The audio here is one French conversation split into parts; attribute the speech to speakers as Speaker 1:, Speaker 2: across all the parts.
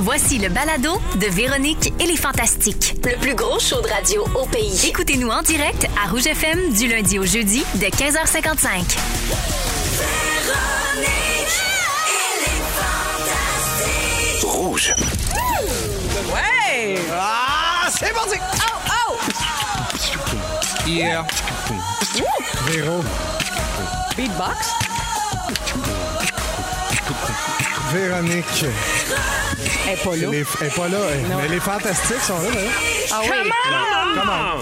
Speaker 1: Voici le balado de Véronique et les Fantastiques.
Speaker 2: Le plus gros show de radio au pays.
Speaker 1: Écoutez-nous en direct à Rouge FM du lundi au jeudi de 15h55.
Speaker 3: Rouge.
Speaker 4: Ouais!
Speaker 3: Ah, c'est parti!
Speaker 4: Oh, oh!
Speaker 3: Yeah.
Speaker 5: Véro,
Speaker 4: Beatbox?
Speaker 5: Véronique,
Speaker 4: Elle est pas là.
Speaker 5: elle est- elle est pas là. elle.
Speaker 4: Non.
Speaker 5: Mais les fantastiques sont là. hein.
Speaker 4: Ah oui.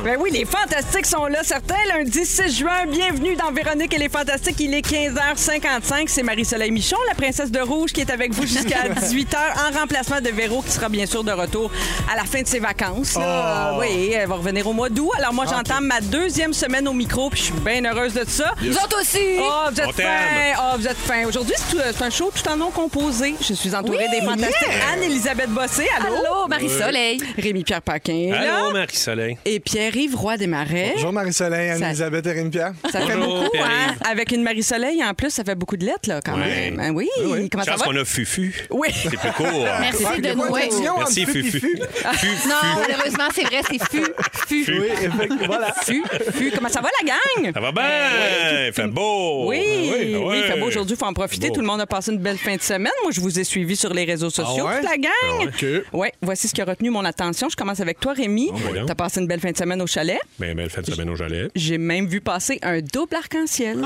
Speaker 4: Ben oui, les fantastiques sont là, certains. Lundi 6 juin, bienvenue dans Véronique et les fantastiques. Il est 15h55. C'est Marie-Soleil Michon, la princesse de rouge, qui est avec vous jusqu'à 18h en remplacement de Véro, qui sera bien sûr de retour à la fin de ses vacances. là.
Speaker 5: Oh.
Speaker 4: Oui, elle va revenir au mois d'août. Alors moi, j'entends ma deuxième semaine au micro, puis je suis bien heureuse de ça.
Speaker 3: Yes.
Speaker 4: autres aussi. Oh, vous
Speaker 3: On
Speaker 4: êtes
Speaker 3: t'aime.
Speaker 4: fin. Oh, vous êtes fin. Aujourd'hui, c'est tout- c'est un show tout en nom composé. Je suis entourée des fantastiques. Anne-Elisabeth Bossé, allô?
Speaker 6: Allô, Marie-Soleil.
Speaker 4: Rémi-Pierre Paquin. est là.
Speaker 7: Allô, Marie-Soleil.
Speaker 4: Et Pierre-Yves Roy des Marais.
Speaker 5: Bonjour Marie-Soleil, Anne-Elisabeth et Rémi-Pierre.
Speaker 4: Eh? Ça fait
Speaker 7: Bonjour,
Speaker 4: beaucoup, hein?
Speaker 7: Pierre-Yves.
Speaker 4: Avec une Marie-Soleil, en plus, ça fait beaucoup de lettres, là, quand
Speaker 7: Ouais.
Speaker 4: même. Ben oui. Comment
Speaker 7: Je
Speaker 4: ça
Speaker 7: pense
Speaker 4: va?
Speaker 7: qu'on a Fufu.
Speaker 4: Oui.
Speaker 7: C'est plus court.
Speaker 6: Merci
Speaker 5: Ah, il y a
Speaker 6: de
Speaker 5: pas
Speaker 6: nous.
Speaker 5: de division entre
Speaker 7: Merci,
Speaker 5: fut et
Speaker 7: Fufu.
Speaker 5: fut.
Speaker 7: Fufu.
Speaker 6: Non, malheureusement, c'est vrai, c'est fu. Fu.
Speaker 5: Oui, effectivement, voilà.
Speaker 4: Fu, fu. Comment ça va, la gang?
Speaker 7: Ça va bien. Il fait beau.
Speaker 4: Oui, oui,
Speaker 7: ah ouais.
Speaker 4: il fait beau aujourd'hui, il faut en profiter.
Speaker 7: Beau.
Speaker 4: Tout le monde a passé une belle fin de semaine. Moi, je vous ai suivi sur les réseaux sociaux,
Speaker 5: Ah ouais?
Speaker 4: toute la gang.
Speaker 5: Ah ouais.
Speaker 4: Oui, voici ce qui a retenu mon attention. Je commence avec toi, Rémi.
Speaker 7: Ah, voyons.
Speaker 4: T'as passé une belle fin de semaine au chalet.
Speaker 7: Ben, belle fin de semaine au chalet.
Speaker 4: J'ai même vu passer un double arc-en-ciel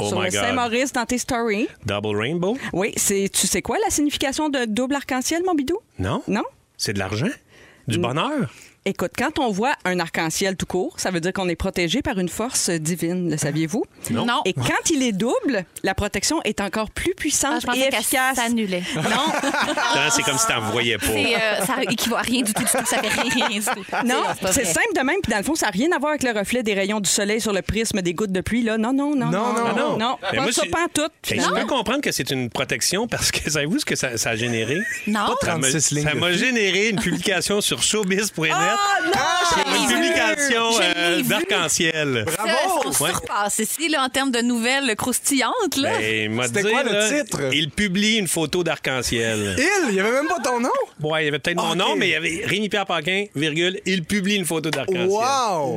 Speaker 7: Oh
Speaker 4: sur
Speaker 7: my
Speaker 4: le
Speaker 7: God.
Speaker 4: Saint-Maurice dans tes stories.
Speaker 7: Double Rainbow?
Speaker 4: Oui, c'est tu sais quoi la signification de double arc-en-ciel, mon bidou?
Speaker 7: Non.
Speaker 4: Non?
Speaker 7: C'est de l'argent? Du bonheur?
Speaker 4: Écoute, quand on voit un arc-en-ciel tout court, ça veut dire qu'on est protégé par une force divine, le saviez-vous?
Speaker 7: Non.
Speaker 4: Et quand il est double, la protection est encore plus
Speaker 6: Ah,
Speaker 4: puissante
Speaker 6: je pensais
Speaker 4: et
Speaker 6: qu'elle
Speaker 4: efficace.
Speaker 6: s'annulait.
Speaker 4: Non,
Speaker 7: Non, c'est comme si t'en voyais pas.
Speaker 6: C'est, euh, ça équivaut à rien du tout, du tout. Ça fait rien du tout.
Speaker 4: non,
Speaker 6: pas
Speaker 4: c'est
Speaker 6: vrai.
Speaker 4: simple de même. Puis dans le fond, ça n'a rien à voir avec le reflet des rayons du soleil sur le prisme des gouttes de pluie. Là. Non, non, non.
Speaker 5: Non, non,
Speaker 4: non. non.
Speaker 7: Ben,
Speaker 4: Pas
Speaker 7: moi,
Speaker 4: ça,
Speaker 7: c'est-
Speaker 4: pas en tout.
Speaker 7: Ben, je peux comprendre que c'est une protection parce que savez-vous ce que ça, ça a généré?
Speaker 6: Non.
Speaker 7: Ça m'a-
Speaker 5: 36 lignes
Speaker 7: Ça
Speaker 5: de
Speaker 7: m'a
Speaker 5: plus.
Speaker 7: généré une publication sur showbiz.net.
Speaker 4: non,
Speaker 7: Sur une
Speaker 6: je l'ai vu.
Speaker 7: publication
Speaker 6: Je
Speaker 7: euh,
Speaker 6: l'ai vu.
Speaker 7: d'arc-en-ciel.
Speaker 6: Ça, on se
Speaker 7: Ouais.
Speaker 6: surpasse ici, là, en termes de nouvelles croustillantes, là.
Speaker 7: Ben, m'a
Speaker 5: C'était
Speaker 7: dit,
Speaker 5: quoi le
Speaker 7: là,
Speaker 5: titre?
Speaker 7: Il publie une photo d'arc-en-ciel.
Speaker 5: Il, il y avait même pas ton nom.
Speaker 7: Ouais, il y avait peut-être mon
Speaker 5: Ok.
Speaker 7: nom, mais il y avait Rémi-Pierre Paquin, virgule, il publie une photo d'arc-en-ciel.
Speaker 5: Wow!
Speaker 4: Wow.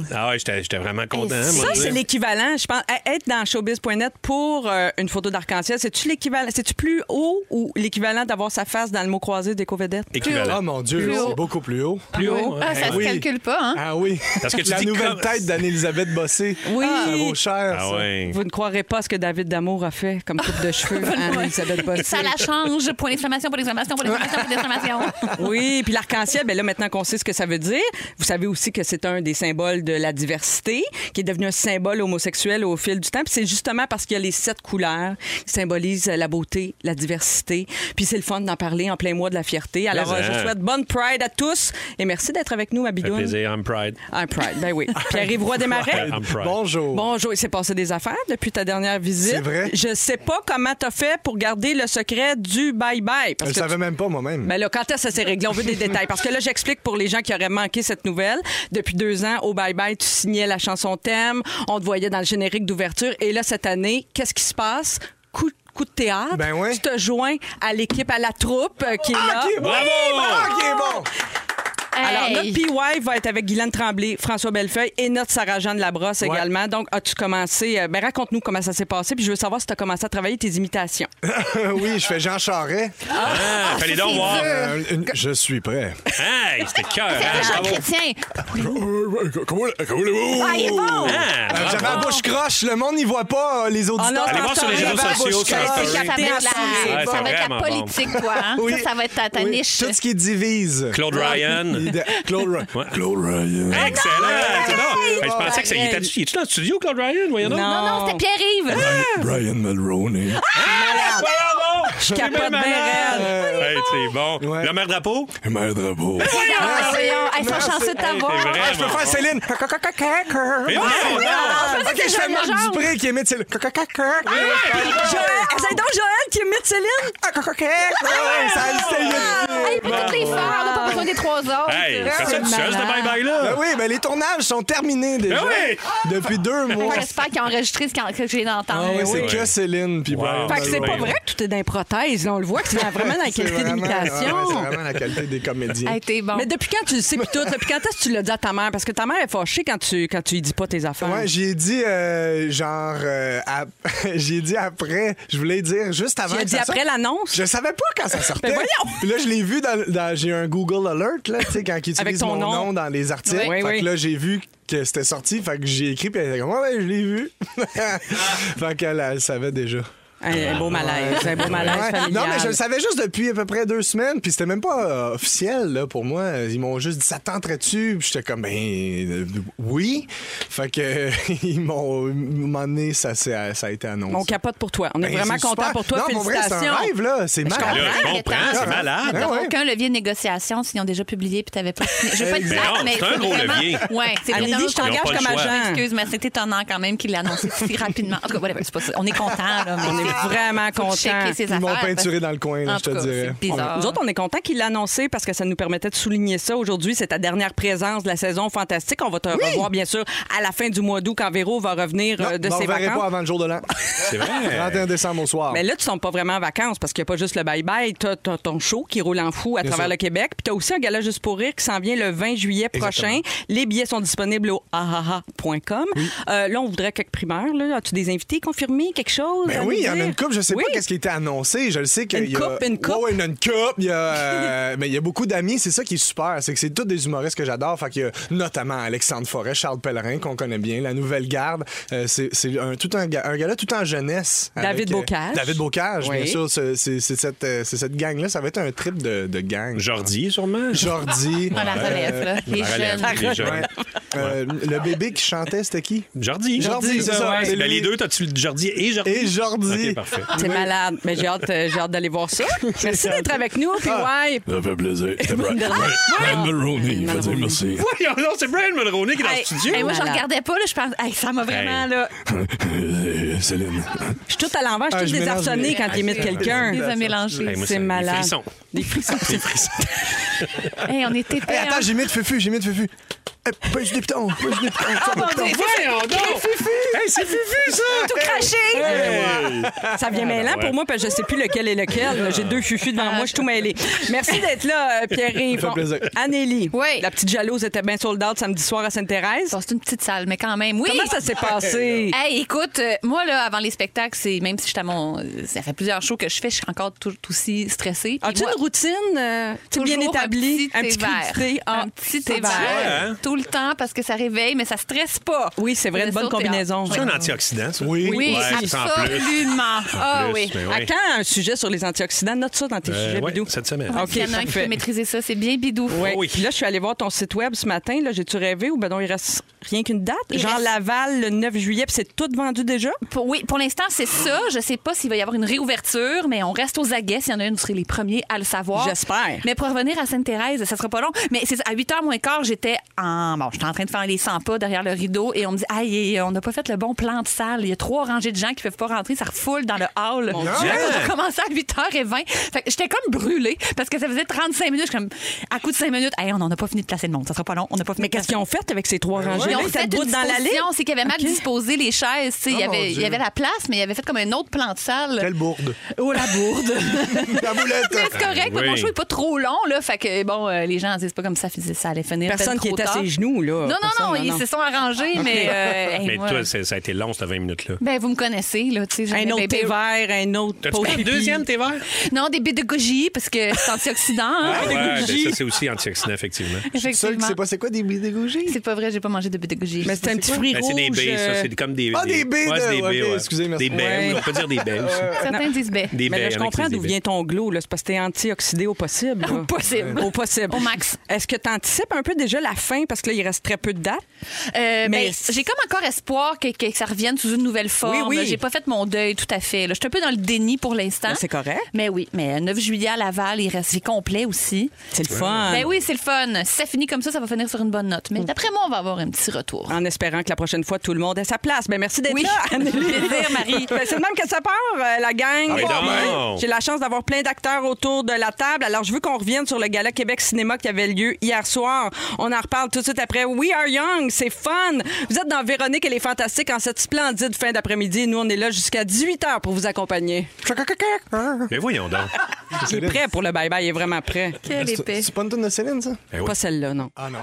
Speaker 7: Ouais. Ah ouais, j'étais j'étais vraiment content. hein, moi,
Speaker 4: Ça,
Speaker 7: de
Speaker 4: c'est
Speaker 7: dire.
Speaker 4: l'équivalent, je pense. à Être dans showbiz.net pour euh, une photo d'arc-en-ciel, c'est-tu l'équivalent? C'est-tu plus haut ou l'équivalent d'avoir sa face dans le mot croisé des covedettes?
Speaker 5: Oh
Speaker 7: Équivalent.
Speaker 5: mon Dieu,
Speaker 6: Plus haut.
Speaker 5: c'est beaucoup plus haut.
Speaker 7: Plus haut.
Speaker 6: Ah, ça
Speaker 7: hein.
Speaker 6: se
Speaker 5: oui.
Speaker 6: calcule pas, hein?
Speaker 5: Ah oui.
Speaker 7: Parce que tu
Speaker 5: la
Speaker 7: dis
Speaker 5: nouvelle
Speaker 7: comme-
Speaker 5: tête d'Anne-Elisabeth Bossé.
Speaker 4: Oui.
Speaker 5: Ça vaut cher,
Speaker 7: Ah
Speaker 5: ça.
Speaker 7: ouais.
Speaker 4: Vous ne croirez pas ce que David Damour a fait comme coupe de cheveux à Elisabeth Bossé.
Speaker 6: Ça la change. Point d'exclamation, point d'exclamation, point d'exclamation, point d'exclamation.
Speaker 4: Oui, puis l'arc-en-ciel, ben là, maintenant qu'on sait ce que ça veut dire, vous savez aussi que c'est un des symboles de la diversité, qui est devenu un symbole homosexuel au fil du temps. Puis c'est justement parce qu'il y a les sept couleurs qui symbolisent la beauté, la diversité. Puis c'est le fun d'en parler en plein mois de la fierté. Alors,
Speaker 7: Mais,
Speaker 4: euh, je vous
Speaker 7: hein.
Speaker 4: souhaite bonne Pride à tous et merci d'être avec nous, ma
Speaker 7: Ça fait
Speaker 4: bidoune.
Speaker 7: plaisir, I'm pride.
Speaker 4: Un Pride, ben oui. Pierre-Yves Roy Desmarais.
Speaker 7: I'm pride.
Speaker 5: Bonjour.
Speaker 4: Bonjour, il s'est passé des affaires depuis ta dernière visite.
Speaker 5: C'est vrai?
Speaker 4: Je sais pas comment t'as fait pour garder le secret du bye-bye.
Speaker 5: Je
Speaker 4: parce
Speaker 5: le
Speaker 4: que
Speaker 5: savais
Speaker 4: tu-
Speaker 5: même pas moi-même.
Speaker 4: ben là, quand est-ce que ça s'est réglé? On veut des détails. Parce que là, j'explique pour les gens qui auraient manqué cette nouvelle. Depuis deux ans, au Bye Bye, tu signais la chanson thème. On te voyait dans le générique d'ouverture. Et là, cette année, qu'est-ce qui se passe? Coup, coup de théâtre.
Speaker 5: Ben ouais.
Speaker 4: Tu te joins à l'équipe, à la troupe euh, qui est là.
Speaker 5: Ah, qui est bon!
Speaker 7: Bravo!
Speaker 5: Ah, qui est bon!
Speaker 4: Alors,
Speaker 6: Hey.
Speaker 4: notre PY va être avec Guylaine Tremblay, François Bellefeuille et notre Sarah-Jeanne Labrosse également. Donc, as-tu commencé? euh, Ben, raconte-nous comment ça s'est passé. Puis, je veux savoir si tu as commencé à travailler tes imitations.
Speaker 5: Euh, oui, je fais Jean Charret.
Speaker 7: Ah, fallait
Speaker 6: ça,
Speaker 7: donc
Speaker 6: c'est
Speaker 7: voir.
Speaker 6: dur.
Speaker 5: Euh, une- Je suis prêt.
Speaker 7: Hey, c'était cœur. Hein?
Speaker 6: Jean
Speaker 7: Bravo.
Speaker 6: Chrétien.
Speaker 5: Comment voulez-vous?
Speaker 6: Ah, il est bon!
Speaker 7: Ah, bravo.
Speaker 5: Euh, J'avais la bouche croche, le monde n'y voit pas, euh, les
Speaker 4: Ah non,
Speaker 5: auditeurs.
Speaker 4: Allez
Speaker 7: voir sur les
Speaker 5: J'avais
Speaker 7: réseaux
Speaker 5: la
Speaker 7: sociaux,
Speaker 5: bouche
Speaker 7: sur
Speaker 5: croche.
Speaker 6: Hey, puis là, ça va
Speaker 4: J'étais
Speaker 6: être la,
Speaker 4: assurée.
Speaker 6: ça
Speaker 7: Ouais,
Speaker 6: va être
Speaker 7: c'est
Speaker 6: la
Speaker 7: vraiment bon.
Speaker 6: politique, toi. Hein?
Speaker 5: Oui.
Speaker 6: Ça, ça va être ta, ta
Speaker 5: Oui,
Speaker 6: niche.
Speaker 5: Tout ce qui divise.
Speaker 7: Claude Ryan.
Speaker 5: Il de- Claude Ryan.
Speaker 7: Ouais.
Speaker 5: Claude Ryan.
Speaker 7: Excellent. c'est bon. Hey, je pensais que ça. Il était- il était dans le studio, Claude Ryan, voyons donc.
Speaker 6: Non, non, c'était Pierre-Yves.
Speaker 5: Ah. Brian Mulroney.
Speaker 7: Ah, voyons donc. Je
Speaker 4: capote bien raide.
Speaker 7: Hey, c'est bon.
Speaker 5: Ouais.
Speaker 7: Le maire drapeau?
Speaker 5: Maire Drapeau.
Speaker 6: Ah,
Speaker 5: Merci.
Speaker 6: voyons. Hey, ils sont
Speaker 5: Merci.
Speaker 6: chanceux de t'avoir.
Speaker 7: Hey, c'est vrai.
Speaker 5: Ah, je peux faire Céline.
Speaker 7: Mais
Speaker 5: Ok,
Speaker 7: voyons donc.
Speaker 5: je fais Marc
Speaker 6: Jean-Jean.
Speaker 5: Dupré qui émite Céline.
Speaker 4: Joël, essaye
Speaker 5: Ah,
Speaker 4: donc Joël qui imite Céline.
Speaker 5: Ça a essayé de dire.
Speaker 6: Ah! Hey, puis toutes les femmes, on n'a pas besoin
Speaker 8: soin des trois autres.
Speaker 7: Hey, fais ça tout seul, ce
Speaker 5: Ben
Speaker 7: bye-bye-là.
Speaker 5: oui, ben les tournages sont terminés déjà.
Speaker 7: Ben oui!
Speaker 6: Ah!
Speaker 5: Depuis deux mois.
Speaker 8: J'espère qu'ils ont enregistré ce qu'on- que j'ai
Speaker 5: Ah
Speaker 8: d'entendre.
Speaker 5: oui, c'est
Speaker 7: oui.
Speaker 5: que Céline puis
Speaker 7: Wow.
Speaker 5: Brian
Speaker 4: Fait que c'est
Speaker 5: Ballot.
Speaker 4: pas vrai que tout est dans les prothèses. là. On le voit que c'est vraiment dans la
Speaker 5: C'est
Speaker 4: qualité
Speaker 5: vraiment-
Speaker 4: d'imitation.
Speaker 5: ouais, C'est vraiment la qualité des comédiens.
Speaker 8: Hey, t'es bon.
Speaker 4: Mais depuis quand tu le sais puis tout? là? Puis quand est-ce que tu l'as dit à ta mère? Parce que ta mère est fâchée quand tu quand tu lui dis pas tes affaires.
Speaker 5: Ouais, j'ai dit euh, genre euh, à- j'ai dit après, je voulais dire juste avant.
Speaker 4: Tu as
Speaker 5: que
Speaker 4: dit
Speaker 5: ça
Speaker 4: après
Speaker 5: sorte.
Speaker 4: l'annonce?
Speaker 5: Je savais pas quand ça sortait.
Speaker 4: Ben voyons!
Speaker 5: Puis là, je l'ai vu dans, dans- j'ai un Google Alert là, tu sais quand ils utilisent
Speaker 4: Avec ton
Speaker 5: mon
Speaker 4: nom.
Speaker 5: nom. dans les articles.
Speaker 4: Oui,
Speaker 5: fait
Speaker 4: oui.
Speaker 5: que là, j'ai vu que c'était sorti, fait que j'ai écrit puis elle était comme ouais, ouais, je l'ai vu. fait qu'elle elle savait déjà.
Speaker 4: Un, un beau malaise, un beau malaise
Speaker 5: Ouais.
Speaker 4: familial.
Speaker 5: Non, mais je le savais juste depuis à peu près deux semaines, puis c'était même pas euh, officiel là, pour moi. Ils m'ont juste dit ça tenterait-tu, puis j'étais comme ben euh, oui. Fait que ils m'ont un moment donné, ça, s'est- ça a été annoncé.
Speaker 4: On capote pour toi. On est
Speaker 5: Ben,
Speaker 4: vraiment
Speaker 5: c'est
Speaker 4: content
Speaker 5: super.
Speaker 4: pour toi.
Speaker 5: Non, pour vrai,
Speaker 4: Félicitations.
Speaker 5: c'est un rêve là, c'est malade.
Speaker 7: Là, je comprends, c'est malade.
Speaker 5: Ben ouais.
Speaker 8: Aucun levier de négociation s'ils ont déjà publié puis t'avais pas signé. Je veux pas être
Speaker 5: Mais
Speaker 8: plate,
Speaker 7: Eh non,
Speaker 8: mais
Speaker 7: c'est un gros
Speaker 8: vraiment-
Speaker 7: levier.
Speaker 8: Ouais, c'est
Speaker 4: Amélie,
Speaker 8: vraiment-
Speaker 4: je t'engage
Speaker 7: Ils ont pas
Speaker 4: comme
Speaker 7: le choix.
Speaker 4: agent.
Speaker 8: Excuse, mais c'est étonnant quand même qu'il l'annonce si rapidement. En tout cas, whatever, c'est pas ça. On est content, là. mais
Speaker 4: On est
Speaker 8: c'est-
Speaker 4: vraiment
Speaker 8: faut
Speaker 4: contents.
Speaker 8: checker ses
Speaker 5: Ils m'ont
Speaker 8: affaires,
Speaker 5: peinturé dans le coin, là,
Speaker 8: En
Speaker 5: je te
Speaker 8: tout cas,
Speaker 5: dirais.
Speaker 8: C'est bizarre.
Speaker 4: Nous autres, on est content qu'il l'ait annoncé parce que ça nous permettait de souligner ça aujourd'hui. C'est ta dernière présence de la saison fantastique. On va te revoir, bien sûr, à la fin du mois d'août quand Véro va revenir euh,
Speaker 5: Non,
Speaker 4: de
Speaker 5: m'en
Speaker 4: ses
Speaker 5: verrai
Speaker 4: vacances.
Speaker 5: pas avant le jour de l'an.
Speaker 7: C'est vrai.
Speaker 5: 31 décembre au soir.
Speaker 4: Mais là, tu ne tombes pas vraiment en vacances parce qu'il n'y a pas juste le bye-bye. Tu as, ton show qui roule en fou à travers
Speaker 5: sûr.
Speaker 4: le Québec. Puis tu as aussi un gala juste pour rire qui s'en vient le 20 juillet prochain. Les billets sont disponibles au ahaha.com. Euh, là, on voudrait quelques primeurs. Là. As-tu des invités confirmés, quelque chose?
Speaker 5: Ben
Speaker 4: à
Speaker 5: oui,
Speaker 4: nous
Speaker 5: il y en a
Speaker 4: dire?
Speaker 5: une coupe. Je sais
Speaker 4: Oui.
Speaker 5: pas qu'est-ce qui a été annoncé. Je le sais qu'il
Speaker 4: Une
Speaker 5: y a.
Speaker 4: coupe, une coupe.
Speaker 5: Ouais, il y en a une coupe. Il y a, euh, mais il y a beaucoup d'amis. C'est ça qui est super. C'est que c'est tous des humoristes que j'adore. Fait qu'il y a notamment Alexandre Forêt, Charles Pellerin, qu'on connaît bien, La Nouvelle Garde. Euh, c'est c'est un, tout un, ga- un gars-là tout en jeunesse.
Speaker 4: David
Speaker 5: euh,
Speaker 4: Bocage.
Speaker 5: David Bocage,
Speaker 4: Oui.
Speaker 5: bien sûr. C'est c'est- c'est cette, euh, c'est cette gang-là. Ça va être un trip de, de gang.
Speaker 7: Jordi, sûrement.
Speaker 5: Jordi. Euh,
Speaker 8: Ah, la relève, là. Les
Speaker 7: La relève,
Speaker 8: jeunes.
Speaker 7: les
Speaker 5: Ouais.
Speaker 7: jeunes.
Speaker 5: Euh, le bébé qui chantait, c'était qui?
Speaker 7: Jordi.
Speaker 5: Jordi, c'est ça.
Speaker 7: Ouais.
Speaker 5: C'est
Speaker 7: Ben,
Speaker 5: lui.
Speaker 7: les deux, t'as-tu le Jordi et Jordi?
Speaker 5: Et Jordi.
Speaker 7: Ok, parfait.
Speaker 4: C'est malade. Mais j'ai hâte, euh, j'ai hâte d'aller voir ça. Merci d'être avec nous. Puis
Speaker 5: Ah.
Speaker 4: ouais.
Speaker 9: Ça fait plaisir. C'était Brian, Brian Mulroney. Faut dire merci.
Speaker 7: Voyons donc, c'est Brian Mulroney qui est dans le
Speaker 8: Hey,
Speaker 7: studio.
Speaker 8: hey, moi, je
Speaker 4: Malade.
Speaker 8: regardais pas, là, je pense, hey, ça m'a vraiment,
Speaker 7: Hey.
Speaker 8: là.
Speaker 9: Euh, Céline.
Speaker 4: Je suis tout à l'envers. Je
Speaker 5: Ah,
Speaker 4: suis
Speaker 5: je
Speaker 4: tout
Speaker 5: mélange
Speaker 4: désarçonnée
Speaker 5: les-
Speaker 4: quand il imite quelqu'un.
Speaker 8: Les a mélangés.
Speaker 7: Hey, moi,
Speaker 4: C'est
Speaker 7: des
Speaker 4: malade.
Speaker 7: frissons.
Speaker 4: Des frissons.
Speaker 7: Des frissons.
Speaker 8: Hey, on était
Speaker 5: Hey,
Speaker 8: épais, hein.
Speaker 5: attends, j'ai mis de fufu, j'ai mis de fufu. Eh, Hey, Pêche des pitons, pêche des pitons. ça va, pitons.
Speaker 7: Voyons donc. Hey, c'est Fufu, ça.
Speaker 4: Tout craché!
Speaker 7: Hey.
Speaker 4: Ça vient mêlant pour moi parce que je sais plus lequel est lequel.
Speaker 9: Ah.
Speaker 4: Là, J'ai deux fufus devant moi, je suis tout mêlé. Merci d'être là, euh, Pierre-Yves.
Speaker 5: Ça fait plaisir.
Speaker 4: Annélie,
Speaker 8: Oui.
Speaker 4: la petite jalouse était bien sold out samedi soir à Sainte-Thérèse.
Speaker 8: Bon, C'est une petite salle, mais quand même. Oui.
Speaker 4: Comment ça s'est passé?
Speaker 8: Hey, écoute, euh, moi, là, avant les spectacles, c'est même si j'étais à mon. euh, Ça fait plusieurs shows que je fais, je suis encore tout, tout aussi stressée. Puis
Speaker 4: As-tu
Speaker 8: moi,
Speaker 4: une routine euh, tu sais, bien
Speaker 8: toujours
Speaker 4: établie?
Speaker 8: Un petit thé
Speaker 4: coup de
Speaker 8: vert.
Speaker 4: thé. Ah,
Speaker 8: Un petit
Speaker 4: c'est vrai.
Speaker 8: thé vert.
Speaker 7: hein?
Speaker 8: Tout le temps parce que ça réveille, mais ça stresse pas.
Speaker 4: Oui, c'est vrai,
Speaker 8: On
Speaker 4: une bonne
Speaker 8: est sur
Speaker 4: combinaison.
Speaker 7: C'est
Speaker 8: théâtre.
Speaker 7: un antioxydant, ça?
Speaker 5: Oui.
Speaker 8: Oui,
Speaker 7: Ouais, ça, en plus.
Speaker 8: absolument. Ah
Speaker 7: En plus,
Speaker 8: oui.
Speaker 7: mais
Speaker 4: À
Speaker 7: ouais.
Speaker 4: quand un sujet sur les antioxydants? Note ça dans tes
Speaker 7: Eh Euh,
Speaker 4: sujets,
Speaker 7: ouais,
Speaker 4: Bidou.
Speaker 7: cette semaine. Oh
Speaker 4: OK,
Speaker 8: Il y en a un qui
Speaker 4: parfait.
Speaker 8: peut maîtriser ça, c'est bien bidou.
Speaker 4: Ouais.
Speaker 7: Oui.
Speaker 4: Puis là, je suis allée voir ton site web ce matin. Là, J'ai-tu rêvé ou ben non, il reste rien qu'une date?
Speaker 8: Il
Speaker 4: Genre
Speaker 8: reste-
Speaker 4: Laval, le 9 juillet, puis c'est tout vendu déjà?
Speaker 8: Pour- oui, pour l'instant, c'est ça. Je sais pas s'il va y avoir une réouverture, mais on reste aux aguets. S'il y en a une, vous serez les premiers à le savoir.
Speaker 4: J'espère.
Speaker 8: Mais pour revenir à Sainte-Thérèse, ça sera pas long. Mais c'est ça, à 8h moins quart, j'étais en. Bon, j'étais en train de faire les 100 pas derrière le rideau et on me dit Aïe, on n'a pas fait le bon plan de salle. Il y a trois rangées de gens qui peuvent pas rentrer. Ça refoule dans le hall. Mon
Speaker 7: Dieu.
Speaker 8: On a commencé à 8h20. Fait que j'étais comme brûlée parce que ça faisait 35 minutes. Je suis comme, à coup de 5 minutes, Hey, on n'en a pas fini de placer le monde. Ça sera pas long. On n'a pas fini
Speaker 4: Mais
Speaker 8: de placer
Speaker 4: qu'est-ce qu'ils ont fait avec ces
Speaker 7: Ben
Speaker 4: trois rangées
Speaker 8: ils
Speaker 4: Ils
Speaker 8: ont fait
Speaker 4: étaient debout
Speaker 8: une
Speaker 4: dans l'allée.
Speaker 8: disposition, c'est qu'ils avaient mal disposé les chaises. tu sais. il, y
Speaker 5: Oh, mon
Speaker 8: avait, il y
Speaker 5: Dieu.
Speaker 8: avait la place, mais il y avait fait comme un autre plan de salle.
Speaker 5: Quelle bourde.
Speaker 8: Oh, la bourde!
Speaker 5: La
Speaker 8: Mais
Speaker 5: boulette.
Speaker 8: c'est correct,
Speaker 7: oui.
Speaker 8: mon show n'est pas trop long, là. Fait que, bon, euh, les gens disent pas comme ça, faisait- ça allait finir.
Speaker 4: Personne
Speaker 8: peut-être
Speaker 4: qui
Speaker 8: trop
Speaker 4: était à
Speaker 8: tard.
Speaker 4: ses genoux, là.
Speaker 8: Non, non,
Speaker 4: Personne,
Speaker 8: non, ils se sont arrangés, mais. euh, hey,
Speaker 7: Mais
Speaker 8: moi,
Speaker 7: toi, c'est- ça a été long, cette 20 minutes-là.
Speaker 8: ben, vous me connaissez, là, tu sais. j'aime
Speaker 4: Un
Speaker 8: les
Speaker 4: autre
Speaker 8: bébés.
Speaker 4: thé vert, un autre
Speaker 7: T'as-tu
Speaker 4: pot
Speaker 7: pris
Speaker 4: pipi.
Speaker 7: le deuxième, t'es vert?
Speaker 8: Non, des pédagogies, parce que c'est antioxydant. hein.
Speaker 7: Ouais, ben,
Speaker 4: gougis.
Speaker 7: ça, c'est aussi antioxydant, effectivement.
Speaker 5: Seul qui
Speaker 8: Effectivement.
Speaker 5: sait pas c'est quoi des bris dégougies?
Speaker 8: C'est pas vrai, j'ai pas mangé de pédagogie.
Speaker 4: Mais c'est un petit fruit
Speaker 7: Ben,
Speaker 4: rouge.
Speaker 7: c'est des baies, ça.
Speaker 4: euh,
Speaker 7: C'est comme des.
Speaker 5: Ah, des baies
Speaker 7: ouais,
Speaker 5: de-
Speaker 7: c'est des
Speaker 5: ok,
Speaker 7: baies, ouais.
Speaker 5: excusez, merci.
Speaker 7: Des baies,
Speaker 4: Ouais.
Speaker 7: on peut dire des baies aussi.
Speaker 8: Certains disent ben.
Speaker 7: Des
Speaker 4: Mais là,
Speaker 7: baies
Speaker 4: je
Speaker 7: avec
Speaker 4: comprends
Speaker 7: les
Speaker 4: d'où
Speaker 7: baies.
Speaker 4: vient ton glow, là. C'est parce que t'es antioxydé au possible. là.
Speaker 8: Au possible.
Speaker 4: Au possible.
Speaker 8: Au max.
Speaker 4: Est-ce que tu anticipes un peu déjà la fin? Parce parce que là, il reste très peu de dates.
Speaker 8: Euh,
Speaker 4: Mais-
Speaker 8: ben, j'ai comme encore espoir que, que ça revienne sous une nouvelle forme.
Speaker 4: Oui, oui.
Speaker 8: J'ai pas fait mon deuil tout à fait. là. Je suis un peu dans le déni pour l'instant.
Speaker 4: Ben, c'est correct.
Speaker 8: Mais oui, mais 9 juillet à Laval, il reste c'est complet aussi.
Speaker 4: C'est le fun.
Speaker 8: Ben oui, c'est le fun. Si ça finit comme ça, ça va finir sur une bonne note. Mais d'après moi, on va avoir un petit retour.
Speaker 4: En espérant que la prochaine fois, tout le monde ait sa place. Ben, merci d'être
Speaker 8: Oui.
Speaker 4: là, Anneli.
Speaker 8: Plaisir, Marie.
Speaker 4: Ben, c'est le même que ça part, euh, la gang.
Speaker 7: Ah,
Speaker 4: Bon,
Speaker 7: ben
Speaker 4: ben,
Speaker 7: non.
Speaker 4: J'ai la chance d'avoir plein d'acteurs autour de la table. Alors, je veux qu'on revienne sur le Gala Québec Cinéma qui avait lieu hier soir. On en reparle tout de suite après. We Are Young, c'est fun. Vous êtes dans Véronique et les Fantastiques en cette splendide fin d'après-midi. Nous, on est là jusqu'à 18h pour vous accompagner.
Speaker 7: Mais voyons donc.
Speaker 4: Il est prêt pour le bye-bye, il est vraiment prêt.
Speaker 8: Quelle épée.
Speaker 5: C'est c'est pas une tonne de Céline, ça?
Speaker 7: Ben oui.
Speaker 4: Pas celle-là, non.
Speaker 5: Ah non.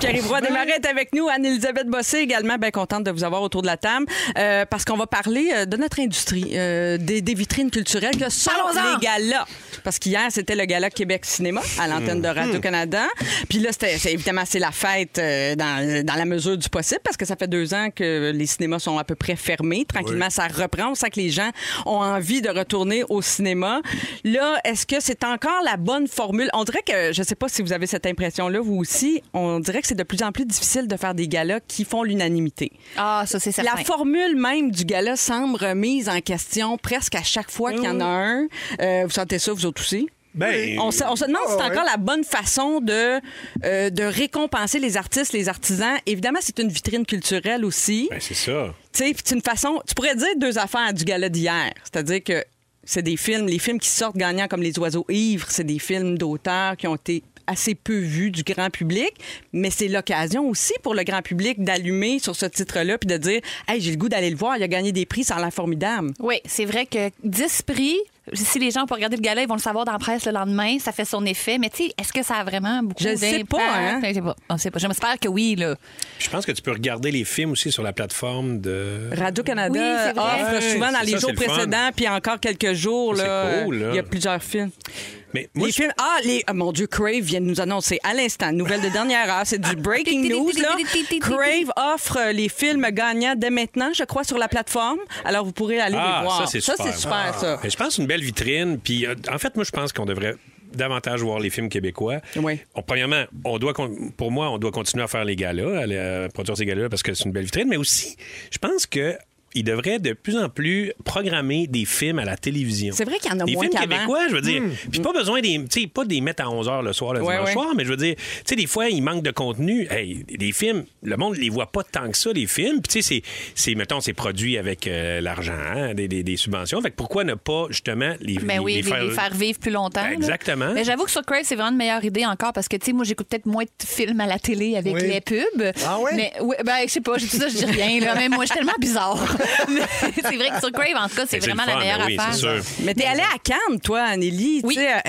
Speaker 4: Pierre-Yves Roy Desmarais est avec nous. Anne-Elisabeth Bossé également, bien contente de vous avoir autour de la table euh, parce qu'on va parler euh, de notre industrie, euh, des, des vitrines culturelles que sont
Speaker 8: Parlons-en.
Speaker 4: les galas. Parce qu'hier, c'était le gala Québec Cinéma à l'antenne de Radio-Canada. Puis là, c'était, c'est- évidemment, c'est la fête euh, dans, dans la mesure du possible parce que ça fait deux ans que les cinémas sont à peu près fermés. Tranquillement, ça reprend. On sent que les gens ont envie de retourner au cinéma. Là, est-ce que c'est encore la bonne formule? On dirait que, je ne sais pas si vous avez cette impression-là, vous aussi, on dirait que c'est de plus en plus difficile de faire des galas qui font l'unanimité.
Speaker 8: Ah, ça, c'est certain.
Speaker 4: La formule même du gala semble remise en question presque à chaque fois qu'il y en a un. Euh, vous sentez ça, vous autres aussi?
Speaker 7: Ben,
Speaker 4: On se, on se demande si c'est
Speaker 5: Ah ouais.
Speaker 4: encore la bonne façon de, euh, de récompenser les artistes, les artisans. Évidemment, c'est une vitrine culturelle aussi.
Speaker 7: ben, c'est ça.
Speaker 4: Tu sais, puis c'est une façon. Tu pourrais dire deux affaires du gala d'hier. C'est-à-dire que c'est des films, les films qui sortent gagnants comme Les Oiseaux Ivres, c'est des films d'auteurs qui ont été assez peu vus du grand public, mais c'est l'occasion aussi pour le grand public d'allumer sur ce titre-là puis de dire Hey, j'ai le goût d'aller le voir, il a gagné des prix, ça a l'air formidable.
Speaker 8: Oui, c'est vrai que 10 prix, si les gens ont pas regardé le gala, ils vont le savoir dans la presse le lendemain, ça fait son effet. Mais tu sais, est-ce que ça a vraiment beaucoup
Speaker 4: Je le sais
Speaker 8: d'impact?
Speaker 4: pas, hein.
Speaker 8: Je sais pas. On sait pas. J'espère que oui, là.
Speaker 7: Je pense que tu peux regarder les films aussi sur la plateforme de.
Speaker 8: Oui,
Speaker 4: Radio-Canada
Speaker 8: c'est vrai.
Speaker 4: offre
Speaker 7: Ouais,
Speaker 4: souvent dans
Speaker 7: c'est
Speaker 4: les
Speaker 7: ça,
Speaker 4: jours
Speaker 7: c'est le fun.
Speaker 4: précédents, puis encore quelques jours,
Speaker 7: C'est
Speaker 4: là,
Speaker 7: cool, là.
Speaker 4: il y a plusieurs films.
Speaker 7: Mais moi,
Speaker 4: les
Speaker 7: je-
Speaker 4: films. Ah, les, ah, mon Dieu, Crave vient de nous annoncer à l'instant, nouvelle de dernière heure, c'est du breaking news. Là. Crave offre euh, les films gagnants dès maintenant, je crois, sur la plateforme. Alors vous pourrez aller
Speaker 7: Ah,
Speaker 4: les voir.
Speaker 7: ça, c'est super. Ah.
Speaker 4: super, ça.
Speaker 7: Mais je pense une belle vitrine. Puis, euh, en fait, moi, je pense qu'on devrait davantage voir les films québécois.
Speaker 4: Oui.
Speaker 7: On- premièrement, on doit, con- pour moi, on doit continuer à faire les galas, à, la- à produire ces galas parce que c'est une belle vitrine. Mais aussi, je pense que il devrait de plus en plus programmer des films à la télévision.
Speaker 4: C'est vrai qu'il y en a
Speaker 7: des
Speaker 4: moins
Speaker 7: films
Speaker 4: qu'avant.
Speaker 7: québécois, je veux dire.
Speaker 8: Hmm.
Speaker 7: Puis pas besoin des, tu sais, pas des mettre à 11 h le soir, le
Speaker 4: Ouais,
Speaker 7: dimanche
Speaker 4: ouais.
Speaker 7: soir, mais je veux dire, tu sais, des fois, il manque de contenu. Hey, les films, le monde les voit pas tant que ça, les films. Puis tu sais, c'est- c'est, mettons, c'est produit avec euh, l'argent, hein, des, des- des subventions. Fait que pourquoi ne pas, justement, les,
Speaker 8: Ben
Speaker 7: les-
Speaker 8: oui, les,
Speaker 7: les faire...
Speaker 8: les faire vivre plus longtemps. là.
Speaker 7: Exactement.
Speaker 8: Mais j'avoue que sur Crave, c'est vraiment une meilleure idée encore parce que, tu sais, moi, j'écoute peut-être moins de films à la télé avec
Speaker 5: Oui.
Speaker 8: les pubs.
Speaker 5: Ah ouais?
Speaker 8: Mais, ouais, ben, je sais pas, je dis ça, je dis rien, là. Même moi, je suis tellement bizarre. Mais c'est vrai que sur Crave, en tout cas, c'est
Speaker 7: Mais c'est
Speaker 8: vraiment
Speaker 7: le fun,
Speaker 8: la meilleure
Speaker 7: ben oui,
Speaker 8: affaire.
Speaker 7: c'est sûr.
Speaker 4: Mais t'es allé à Cannes, toi, Anneli.
Speaker 8: Oui.
Speaker 4: tu sais, euh,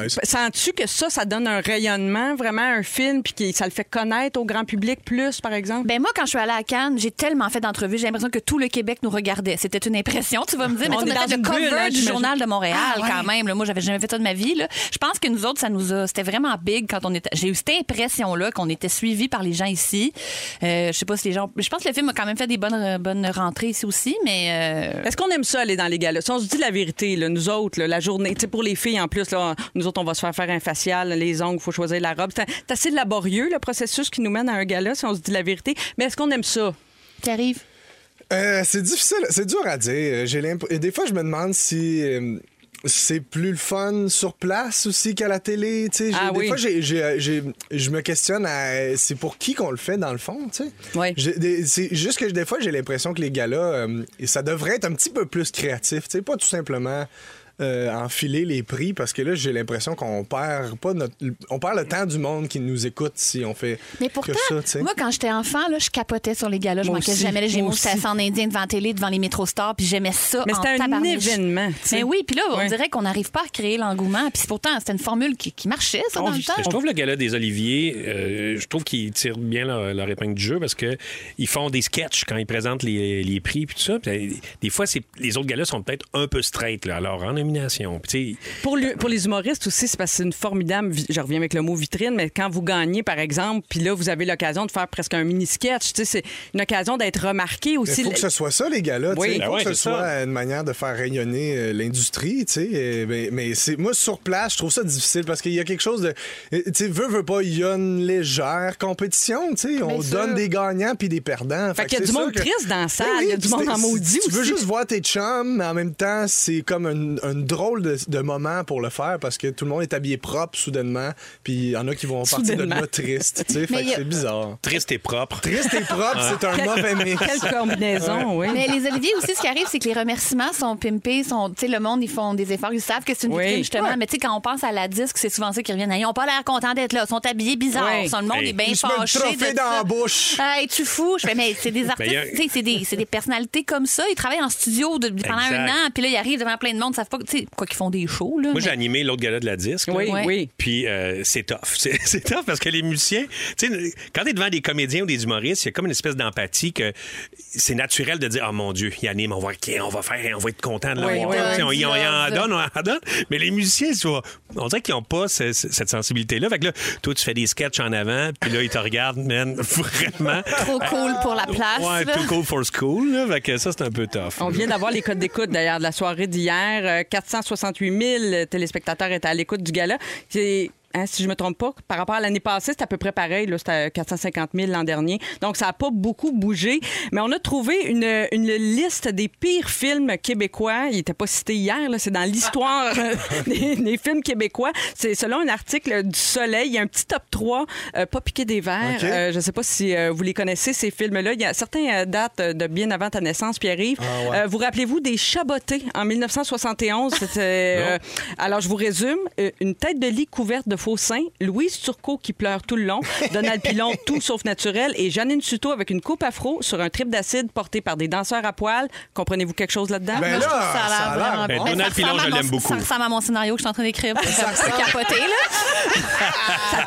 Speaker 4: euh,
Speaker 5: Nice.
Speaker 4: Sens-tu que ça, ça donne un rayonnement vraiment à un film, puis que ça le fait connaître au grand public plus, par exemple?
Speaker 8: Ben moi, quand je suis allée à Cannes, j'ai tellement fait d'entrevues, j'ai l'impression que tout le Québec nous regardait. C'était une impression, tu vas me dire, mais
Speaker 4: On
Speaker 8: tu
Speaker 4: est
Speaker 8: sais, on a
Speaker 4: dans
Speaker 8: fait
Speaker 4: une
Speaker 8: le
Speaker 4: bulle, hein,
Speaker 8: cover du
Speaker 4: j'imagine.
Speaker 8: journal de Montréal
Speaker 4: Ah, ouais.
Speaker 8: quand même. là. Moi, j'avais jamais fait ça de ma vie. là. Je pense que nous autres, ça nous a, c'était vraiment big quand on était. J'ai eu cette impression-là qu'on était suivis par les gens ici. Euh, je sais pas si les gens. Je pense que le film a quand même fait des bonnes, bonnes rentrées ici aussi, mais. euh,
Speaker 4: Est-ce qu'on aime ça aller dans les galas? Si on se dit la vérité, là, nous autres, là, la journée, tu sais, pour les filles en plus, là, nous autres, on va se faire faire un facial, les ongles, il faut choisir la robe. C'est un- C'est assez laborieux le processus qui nous mène à un gala, si on se dit la vérité. Mais est-ce qu'on aime ça?
Speaker 8: qui arrive.
Speaker 5: Euh, c'est difficile, c'est dur à dire. J'ai l'imp- et Des fois, je me demande si euh, c'est plus le fun sur place aussi qu'à la télé. tu sais. J'ai-
Speaker 4: Ah
Speaker 5: des
Speaker 4: oui.
Speaker 5: fois, j'ai- j'ai- euh, j'ai- je me questionne à, euh, c'est pour qui qu'on le fait dans le fond. tu sais.
Speaker 4: Oui.
Speaker 5: J'ai des- C'est juste que des fois, j'ai l'impression que les gars-là, ça devrait être un petit peu plus créatif. tu sais, Pas tout simplement. euh, enfiler les prix parce que là j'ai l'impression qu'on perd pas notre on perd le temps du monde qui nous écoute si on fait
Speaker 8: Mais pourtant,
Speaker 5: que ça tu sais.
Speaker 8: moi, quand j'étais enfant, là, je capotais sur les galas. Je
Speaker 4: Moi
Speaker 8: manquais
Speaker 4: aussi,
Speaker 8: jamais. là, J'ai
Speaker 4: moi
Speaker 8: mon
Speaker 4: aussi.
Speaker 8: en indien devant la télé, devant les métro stars, puis j'aimais ça.
Speaker 4: Mais
Speaker 8: en
Speaker 4: c'était un
Speaker 8: tabarnouche.
Speaker 4: événement, tu sais.
Speaker 8: Mais oui, puis là, on
Speaker 4: Ouais.
Speaker 8: dirait qu'on n'arrive pas à créer l'engouement. Puis pourtant, c'était une formule qui, qui marchait, ça, dans le temps.
Speaker 7: Je trouve le gala des Oliviers, euh, je trouve qu'ils tirent bien leur, leur épingle du jeu parce que ils font des sketchs quand ils présentent les, les prix puis tout ça. Puis, euh, des fois, c'est- les autres galas sont peut-être un peu straight. Là. Alors, en nominations. Puis, tu sais,
Speaker 4: Pour, le- pour les humoristes aussi, c'est parce que c'est une formidable, vi- je reviens avec le mot vitrine, mais quand vous gagnez, par exemple, puis là, vous avez l'occasion de faire presque un mini-sketch, tu sais, c'est une occasion d'être remarqué
Speaker 5: Il
Speaker 4: aussi.
Speaker 5: faut que ce soit ça, les gars-là. tu
Speaker 4: Oui.
Speaker 5: sais. Il
Speaker 7: Ben
Speaker 5: faut
Speaker 7: ouais,
Speaker 5: que ce
Speaker 7: c'est
Speaker 5: soit
Speaker 7: ça.
Speaker 5: une manière de faire rayonner euh, l'industrie. tu sais. Euh, Mais, mais c'est moi, sur place, je trouve ça difficile parce qu'il y a quelque chose de. euh, Tu sais, veux, veux pas, il y a une légère compétition. tu sais. On
Speaker 6: sûr.
Speaker 5: donne des gagnants puis des perdants.
Speaker 4: Fait qu'il y a
Speaker 5: que
Speaker 4: du
Speaker 5: c'est
Speaker 4: monde
Speaker 5: sûr que-
Speaker 4: triste dans la salle,
Speaker 5: Oui,
Speaker 4: il y a
Speaker 5: oui,
Speaker 4: du
Speaker 5: puis
Speaker 4: monde
Speaker 5: c'est-
Speaker 4: en maudit
Speaker 5: Tu veux
Speaker 4: aussi.
Speaker 5: juste voir tes chums, mais en même temps, c'est comme un, un drôle de, de moment pour le faire parce que tout le monde est habillé propre soudainement. Puis il y en a qui vont partir de
Speaker 4: Soudainement.
Speaker 5: là triste. tu sais.
Speaker 8: Mais
Speaker 5: Fait
Speaker 8: il y
Speaker 5: que
Speaker 8: a-
Speaker 5: c'est bizarre.
Speaker 7: triste et propre.
Speaker 5: Triste et propre,
Speaker 4: Ah.
Speaker 5: c'est un mauvais mix.
Speaker 4: Quelle combinaison, oui.
Speaker 8: Mais les Olivier aussi, ce qui arrive, c'est que les remerciements sont pimpés, sont, tu sais, le monde, ils font des efforts, ils savent que c'est une
Speaker 4: Oui.
Speaker 8: vitrine, justement.
Speaker 4: Ouais.
Speaker 8: Mais tu sais, quand on pense à la disque, c'est souvent ça qui reviennent. Ils n'ont pas l'air contents d'être là. Ils sont habillés bizarre.
Speaker 4: Ouais.
Speaker 8: Sont- le monde
Speaker 7: Hey.
Speaker 8: est bien
Speaker 5: Ils se mettent le
Speaker 8: fâché.
Speaker 5: trophée
Speaker 8: de
Speaker 5: dans
Speaker 8: ça.
Speaker 5: la bouche. Ben,
Speaker 8: Hey, tu fous. Je fais, mais c'est des artistes,
Speaker 7: il y a-
Speaker 8: tu sais, c'est des, c'est des personnalités comme ça. Ils travaillent en studio de- pendant
Speaker 7: Exact.
Speaker 8: un an, puis là, ils arrivent devant plein de monde, ils savent pas, tu sais, quoi qu'ils font des shows, là.
Speaker 7: Moi, j'ai
Speaker 8: mais-
Speaker 7: animé l'autre gala de la disque.
Speaker 4: Oui,
Speaker 7: là.
Speaker 4: oui.
Speaker 7: Puis euh, c'est tough. C'est c'est tough parce que les musiciens, tu sais, quand t'es devant des comédiens ou des humoristes, il y a comme une espèce d'empathie que c'est naturel de dire, oh mon Dieu, il anime, on va, OK, on va faire, on va être content de
Speaker 4: Oui,
Speaker 7: l'avoir.
Speaker 4: oui,
Speaker 7: Tu sais,
Speaker 8: oui.
Speaker 7: on, y- on y en
Speaker 8: Love.
Speaker 7: donne, on en donne. Mais les musiciens, tu vois, on dirait qu'ils n'ont pas ce- ce- cette sensibilité-là. Fait que là, toi, tu fais des sketchs en avant, puis là, ils te regardent, man, vraiment.
Speaker 8: Trop cool pour
Speaker 5: Ah,
Speaker 8: la place.
Speaker 7: Ouais,
Speaker 8: là.
Speaker 7: too cool for school. là. Fait que ça, c'est un peu tough.
Speaker 4: On vient d'avoir les codes d'écoute, d'ailleurs, de la soirée d'hier. Euh, 468 000 téléspectateurs étaient à l'écoute du gala. C'est- hein, si je me trompe pas, par rapport à l'année passée, c'est à peu près pareil. là, C'était à 450 000 l'an dernier. Donc, ça n'a pas beaucoup bougé. Mais on a trouvé une, une liste des pires films québécois. Il n'était pas cité hier. là, C'est dans l'histoire euh, des, des films québécois. C'est selon un article du Soleil. Il y a un petit top 3, euh, pas piqué des verres.
Speaker 5: OK.
Speaker 4: Euh, euh, je ne sais pas si euh, vous les connaissez, ces films-là. Il y a certaines euh, dates euh, de bien avant ta naissance, Pierre-Yves. Euh, vous rappelez-vous des Chabotés en 1971? C'était, euh, alors, je vous résume. Euh, une tête de lit couverte de faux seins, Louise Turcot qui pleure tout le long, Donald Pilon tout sauf naturel et Janine Suto avec une coupe afro sur un trip d'acide porté par des danseurs à poil. Comprenez-vous quelque chose là-dedans?
Speaker 5: Ben
Speaker 8: Moi, je
Speaker 5: là,
Speaker 8: trouve que ça a l'air vraiment
Speaker 7: Ben,
Speaker 8: bon.
Speaker 7: Donald
Speaker 8: Mais ça
Speaker 7: Pilon,
Speaker 8: ressemble à
Speaker 7: je
Speaker 8: mon-
Speaker 7: l'aime beaucoup.
Speaker 8: Ça ressemble à mon scénario que je suis en train d'écrire. Ça me fait capoter, là.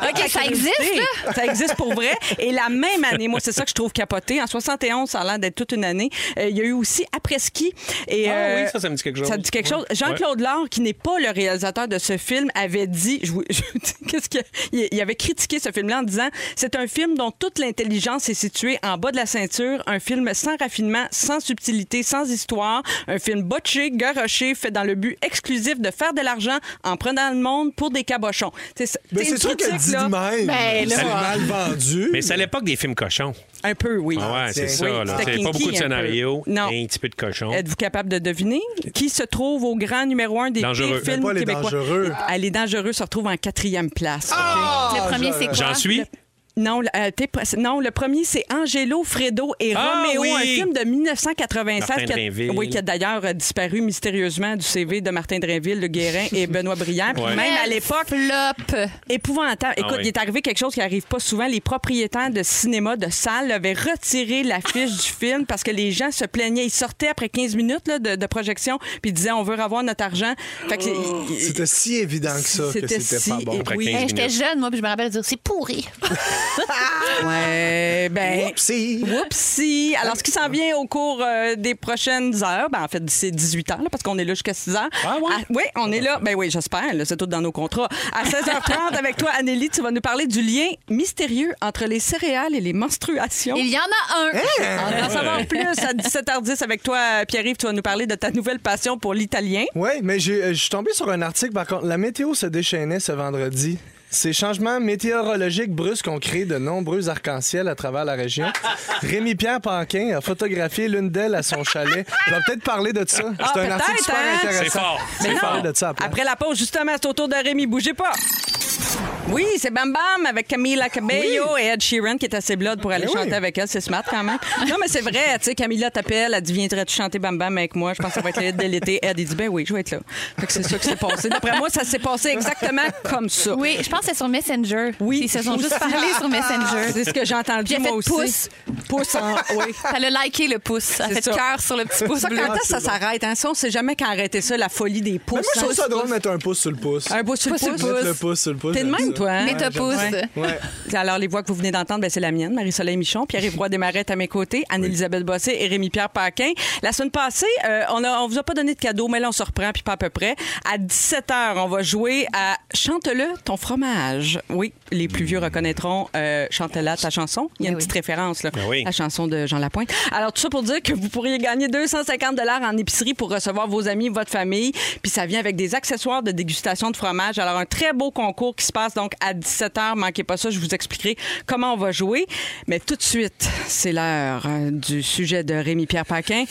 Speaker 4: Ah,
Speaker 8: OK, ça existe, là?
Speaker 4: là? Ça existe pour vrai. Et la même année, moi, c'est ça que je trouve capoté. En 71, ça a l'air d'être toute une année. euh, Il y a eu aussi après-ski. Et,
Speaker 7: Ah
Speaker 4: euh,
Speaker 7: oui, ça, ça me dit quelque chose.
Speaker 4: Ça me dit quelque
Speaker 7: Ouais.
Speaker 4: chose. Jean-Claude Laure, qui n'est pas le réalisateur de ce film, avait dit, je vous- je- qu'est-ce que, il il avait critiqué ce film-là en disant, c'est un film dont toute l'intelligence est située en bas de la ceinture, un film sans raffinement, sans subtilité, sans histoire, un film botché, garoché, fait dans le but exclusif de faire de l'argent en prenant le monde pour des cabochons. C'est ça-
Speaker 5: Ben,
Speaker 4: une
Speaker 5: c'est sûr qu'elle
Speaker 4: critique,
Speaker 5: dit
Speaker 4: là.
Speaker 5: de même.
Speaker 8: Ben,
Speaker 5: c'est
Speaker 8: là, ouais.
Speaker 5: mal vendu.
Speaker 7: Mais c'est à l'époque des films cochons.
Speaker 4: Un peu, oui.
Speaker 7: Ah ouais,
Speaker 5: Ah,
Speaker 7: c'est
Speaker 5: tiens.
Speaker 7: ça.
Speaker 5: Oui,
Speaker 7: là.
Speaker 4: c'était
Speaker 7: C'est pas
Speaker 4: kinky
Speaker 7: beaucoup de
Speaker 4: un peu.
Speaker 7: scénarios.
Speaker 4: Non.
Speaker 7: Un petit peu de cochon.
Speaker 4: Êtes-vous capable de deviner qui se trouve au grand numéro un des pires
Speaker 7: Dangereux.
Speaker 4: films
Speaker 5: Pas les
Speaker 4: québécois?
Speaker 5: dangereux.
Speaker 4: Ah, les dangereux se retrouvent en quatrième place.
Speaker 8: Le premier, c'est quoi?
Speaker 7: J'en suis.
Speaker 4: Non, le- euh, t'es pas- non, le premier, c'est Angelo, Fredo et
Speaker 7: Ah,
Speaker 4: Roméo,
Speaker 7: oui!
Speaker 4: un film de 1996
Speaker 7: Martin
Speaker 4: qui a,
Speaker 7: Drainville.
Speaker 4: oui, qui a d'ailleurs euh, disparu mystérieusement du CV de Martin Drainville, Le Guérin et Benoît Briand. Puis
Speaker 7: Ouais.
Speaker 4: Même à l'époque,
Speaker 8: Flop. Eh,
Speaker 4: épouvantable. Écoute,
Speaker 7: oui.
Speaker 4: il est arrivé quelque chose qui arrive pas souvent. Les propriétaires de cinéma, de salles, avaient retiré l'affiche du film parce que les gens se plaignaient. Ils sortaient après 15 minutes là, de, de projection puis ils disaient on veut revoir notre argent. Fait que c'est-
Speaker 5: Oh. C'était si évident que ça que
Speaker 4: C'était
Speaker 5: c'était
Speaker 4: si
Speaker 5: pas bon.
Speaker 4: évident. Oui.
Speaker 8: Hey, J'étais jeune, moi, puis je me rappelle dire c'est pourri.
Speaker 4: ouais, ben,
Speaker 5: Oupsie.
Speaker 4: Whoopsie! Alors, ce qui s'en vient au cours euh, des prochaines heures, ben, en fait, c'est 18 heures, là, parce qu'on est là jusqu'à 6 heures.
Speaker 7: Ah ouais?
Speaker 4: À- oui, on est là. Ben oui, j'espère. là, C'est tout dans nos contrats. À 16h30, avec toi, Anneli, tu vas nous parler du lien mystérieux entre les céréales et les menstruations.
Speaker 8: Il y en a
Speaker 4: Hein?
Speaker 8: un. Ah,
Speaker 4: On va en savoir plus à 17h10 avec toi, Pierre-Yves. Tu vas nous parler de ta nouvelle passion pour l'italien.
Speaker 5: Oui, mais j'ai- euh, je suis tombé sur un article, par contre. La météo se déchaînait ce vendredi. Ces changements météorologiques brusques ont créé de nombreux arcs-en-ciel à travers la région. Rémi-Pierre Panquin a photographié l'une d'elles à son chalet. Je vais peut-être parler de ça.
Speaker 4: Ah,
Speaker 5: C'est un
Speaker 4: peut-être,
Speaker 5: article super
Speaker 4: hein?
Speaker 5: intéressant.
Speaker 7: C'est fort,
Speaker 5: Je
Speaker 7: c'est
Speaker 5: vais
Speaker 7: fort.
Speaker 5: parler de ça après.
Speaker 4: Après la pause, justement, c'est au tour de Rémi. Bougez pas. Oui, c'est Bam Bam avec Camila Cabello et Ed Sheeran qui est assez blood pour aller
Speaker 5: Mais oui.
Speaker 4: chanter avec elle. C'est smart quand même. Non, mais c'est vrai. Tu sais, Camila t'appelle. Elle dit Viendrais-tu chanter Bam Bam avec moi Je pense que ça va être le hit de l'été. Ed, il dit Ben oui, je vais être là. Fait que c'est ça qui s'est passé. D'après moi, ça s'est passé exactement comme ça.
Speaker 8: Oui, je pense que c'est sur Messenger.
Speaker 4: Oui.
Speaker 8: Ils se sont juste parlé sur Messenger.
Speaker 4: C'est ce que j'ai entendu
Speaker 8: Puis elle
Speaker 4: moi
Speaker 8: fait
Speaker 4: aussi.
Speaker 8: pouce.
Speaker 4: Pouce en. Oui.
Speaker 8: Elle a liké le pouce. Elle
Speaker 4: C'est
Speaker 8: a fait
Speaker 4: ça.
Speaker 8: cœur sur le petit pouce
Speaker 4: Ça,
Speaker 8: bleu.
Speaker 4: quand est-ce que ça s'arrête hein? Ça, on sait jamais quand arrêter ça, la folie des pouces.
Speaker 5: Mais moi, je trouve
Speaker 4: hein.
Speaker 5: ça drôle de mettre un pouce sur le pouce.
Speaker 4: Un pouce sur le
Speaker 8: Pouce sur le
Speaker 4: pouce.
Speaker 5: Mettre le pouce sur le pouce.
Speaker 4: T'es de
Speaker 5: j'aime
Speaker 4: même,
Speaker 5: ça.
Speaker 4: toi. hein?
Speaker 8: Mais te pousse.
Speaker 5: Ouais.
Speaker 4: Alors, les voix que vous venez d'entendre, ben, c'est la mienne, Marie-Soleil Michon, Pierre-Yvroy Desmarettes à mes côtés, Anne-Élisabeth Bossé et Rémi-Pierre Paquin. La semaine passée, euh, on ne vous a pas donné de cadeau, mais là, on se reprend, puis pas à peu près. À 17h, on va jouer à Chante-le, ton fromage. Oui, les plus vieux reconnaîtront euh, Chante-la, ta chanson. Il y a une petite référence, là,
Speaker 7: Ben oui.
Speaker 4: la chanson de Jean Lapointe. Alors, tout ça pour dire que vous pourriez gagner 250 en épicerie pour recevoir vos amis, votre famille. Puis ça vient avec des accessoires de dégustation de fromage. Alors, un très beau concours qui se passe donc à 17h. Manquez pas ça, je vous expliquerai comment on va jouer. Mais tout de suite, c'est l'heure euh, du sujet de Rémi-Pierre Paquin.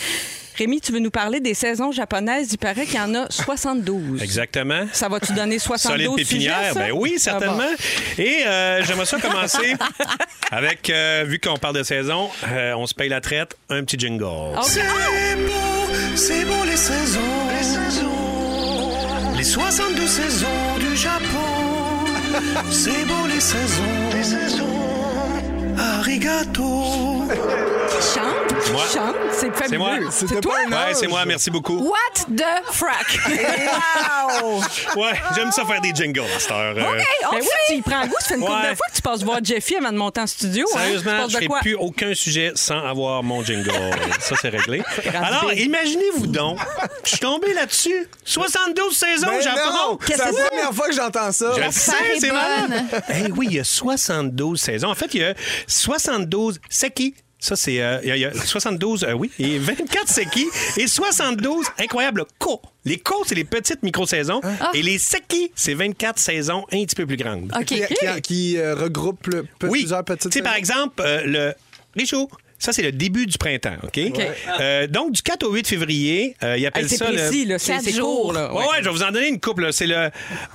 Speaker 4: Rémi, tu veux nous parler des saisons japonaises? Il paraît qu'il y en a 72.
Speaker 7: Exactement.
Speaker 4: Ça va-tu donner 72
Speaker 7: Solide
Speaker 4: sujets,
Speaker 7: pépinière,
Speaker 4: ça? Ah
Speaker 7: ben oui, certainement. Et euh, j'aimerais ça commencer avec, euh, vu qu'on parle de saison, euh, on se paye la traite, un petit jingle.
Speaker 4: OK.
Speaker 3: C'est beau, c'est beau les saisons. Les saisons. Les 72 saisons du Japon. c'est beau les saisons. Les saisons. Arigato.
Speaker 4: Qui chante? Qui
Speaker 7: Moi.
Speaker 4: chante? C'est fabuleux.
Speaker 7: C'est moi.
Speaker 5: C'était
Speaker 4: toi?
Speaker 5: pas un
Speaker 7: Ouais,
Speaker 5: ange.
Speaker 7: c'est moi, merci beaucoup.
Speaker 8: What the frack?
Speaker 4: Wow!
Speaker 7: Ouais, j'aime ça faire des jingles à cette heure. euh.
Speaker 8: on
Speaker 4: Ben oui, tu y prends goût. Ça fait une couple
Speaker 7: Ouais.
Speaker 4: de fois que tu passes voir Jeffy avant de monter en studio. hein. Tu
Speaker 7: Sérieusement,
Speaker 4: passes
Speaker 7: je
Speaker 4: de
Speaker 7: ne
Speaker 4: quoi?
Speaker 7: plus aucun sujet sans avoir mon jingle. Ça, c'est réglé. Alors, imaginez-vous donc, je suis tombé là-dessus. 72 saisons au
Speaker 5: Ben non,
Speaker 7: Japon.
Speaker 5: c'est la première fois que j'entends ça.
Speaker 7: Je le sais,
Speaker 8: paraît
Speaker 7: c'est
Speaker 8: bonne.
Speaker 7: malade. Eh oui, il y a 72 saisons. En fait, il y a 72 seki. Ça, c'est. euh, Il y a- il y a 72, euh, oui, et 24 seki et 72 incroyables ko. Les ko, c'est les petites micro-saisons.
Speaker 5: Ah.
Speaker 7: Et les seki, c'est 24 saisons un petit peu plus grandes.
Speaker 8: OK.
Speaker 5: Qui, qui- qui, euh, regroupe le- pe- plusieurs petites.
Speaker 7: Tu sais, par exemple, euh, le Richaud. Ça, c'est le début du printemps, OK? Euh, donc, du 4 au 8 février, euh, ils appellent
Speaker 4: Hey, c'est
Speaker 7: ça le-
Speaker 4: précis, là, c'est
Speaker 8: Quatre
Speaker 4: c'est
Speaker 8: jours.
Speaker 4: court. Là.
Speaker 7: Ouais, ouais, je vais vous en donner une couple. là. C'est le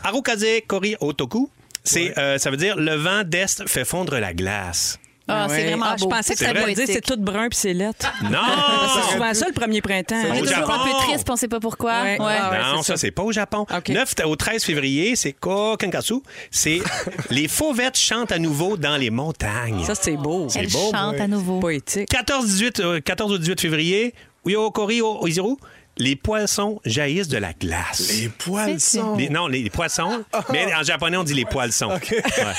Speaker 7: Harukaze Kori Otoku. C'est, euh, ça veut dire le vent d'Est fait fondre la glace.
Speaker 8: Ah, c'est
Speaker 4: Ouais.
Speaker 8: vraiment
Speaker 4: Ah, Je
Speaker 8: beau.
Speaker 4: pensais que
Speaker 7: C'est
Speaker 4: ça
Speaker 7: vrai.
Speaker 4: voulait dire c'est tout brun puis c'est lettre.
Speaker 7: Non!
Speaker 4: C'est souvent Ah. ça le premier printemps.
Speaker 8: On est
Speaker 7: Au
Speaker 8: toujours un
Speaker 7: Japon.
Speaker 8: peu triste, puis on sait pas pourquoi.
Speaker 4: Ouais.
Speaker 8: Ouais.
Speaker 4: Ah ouais,
Speaker 7: non,
Speaker 4: c'est ça.
Speaker 7: ça, c'est pas au Japon.
Speaker 4: OK.
Speaker 7: 9 au 13 février, c'est Kokenkasu. C'est les fauvettes chantent à nouveau dans les montagnes.
Speaker 4: Ça, c'est beau.
Speaker 8: Elle
Speaker 7: beau,
Speaker 8: chante à nouveau.
Speaker 4: Poétique.
Speaker 7: 14, 18, euh, 14 au 18 février, Uyokori o- Oizuru, les poissons jaillissent de la glace.
Speaker 5: Les poils sont.
Speaker 7: Les- non, les, les poissons. Mais en japonais, on dit les poissons. Ouais, c'est ça,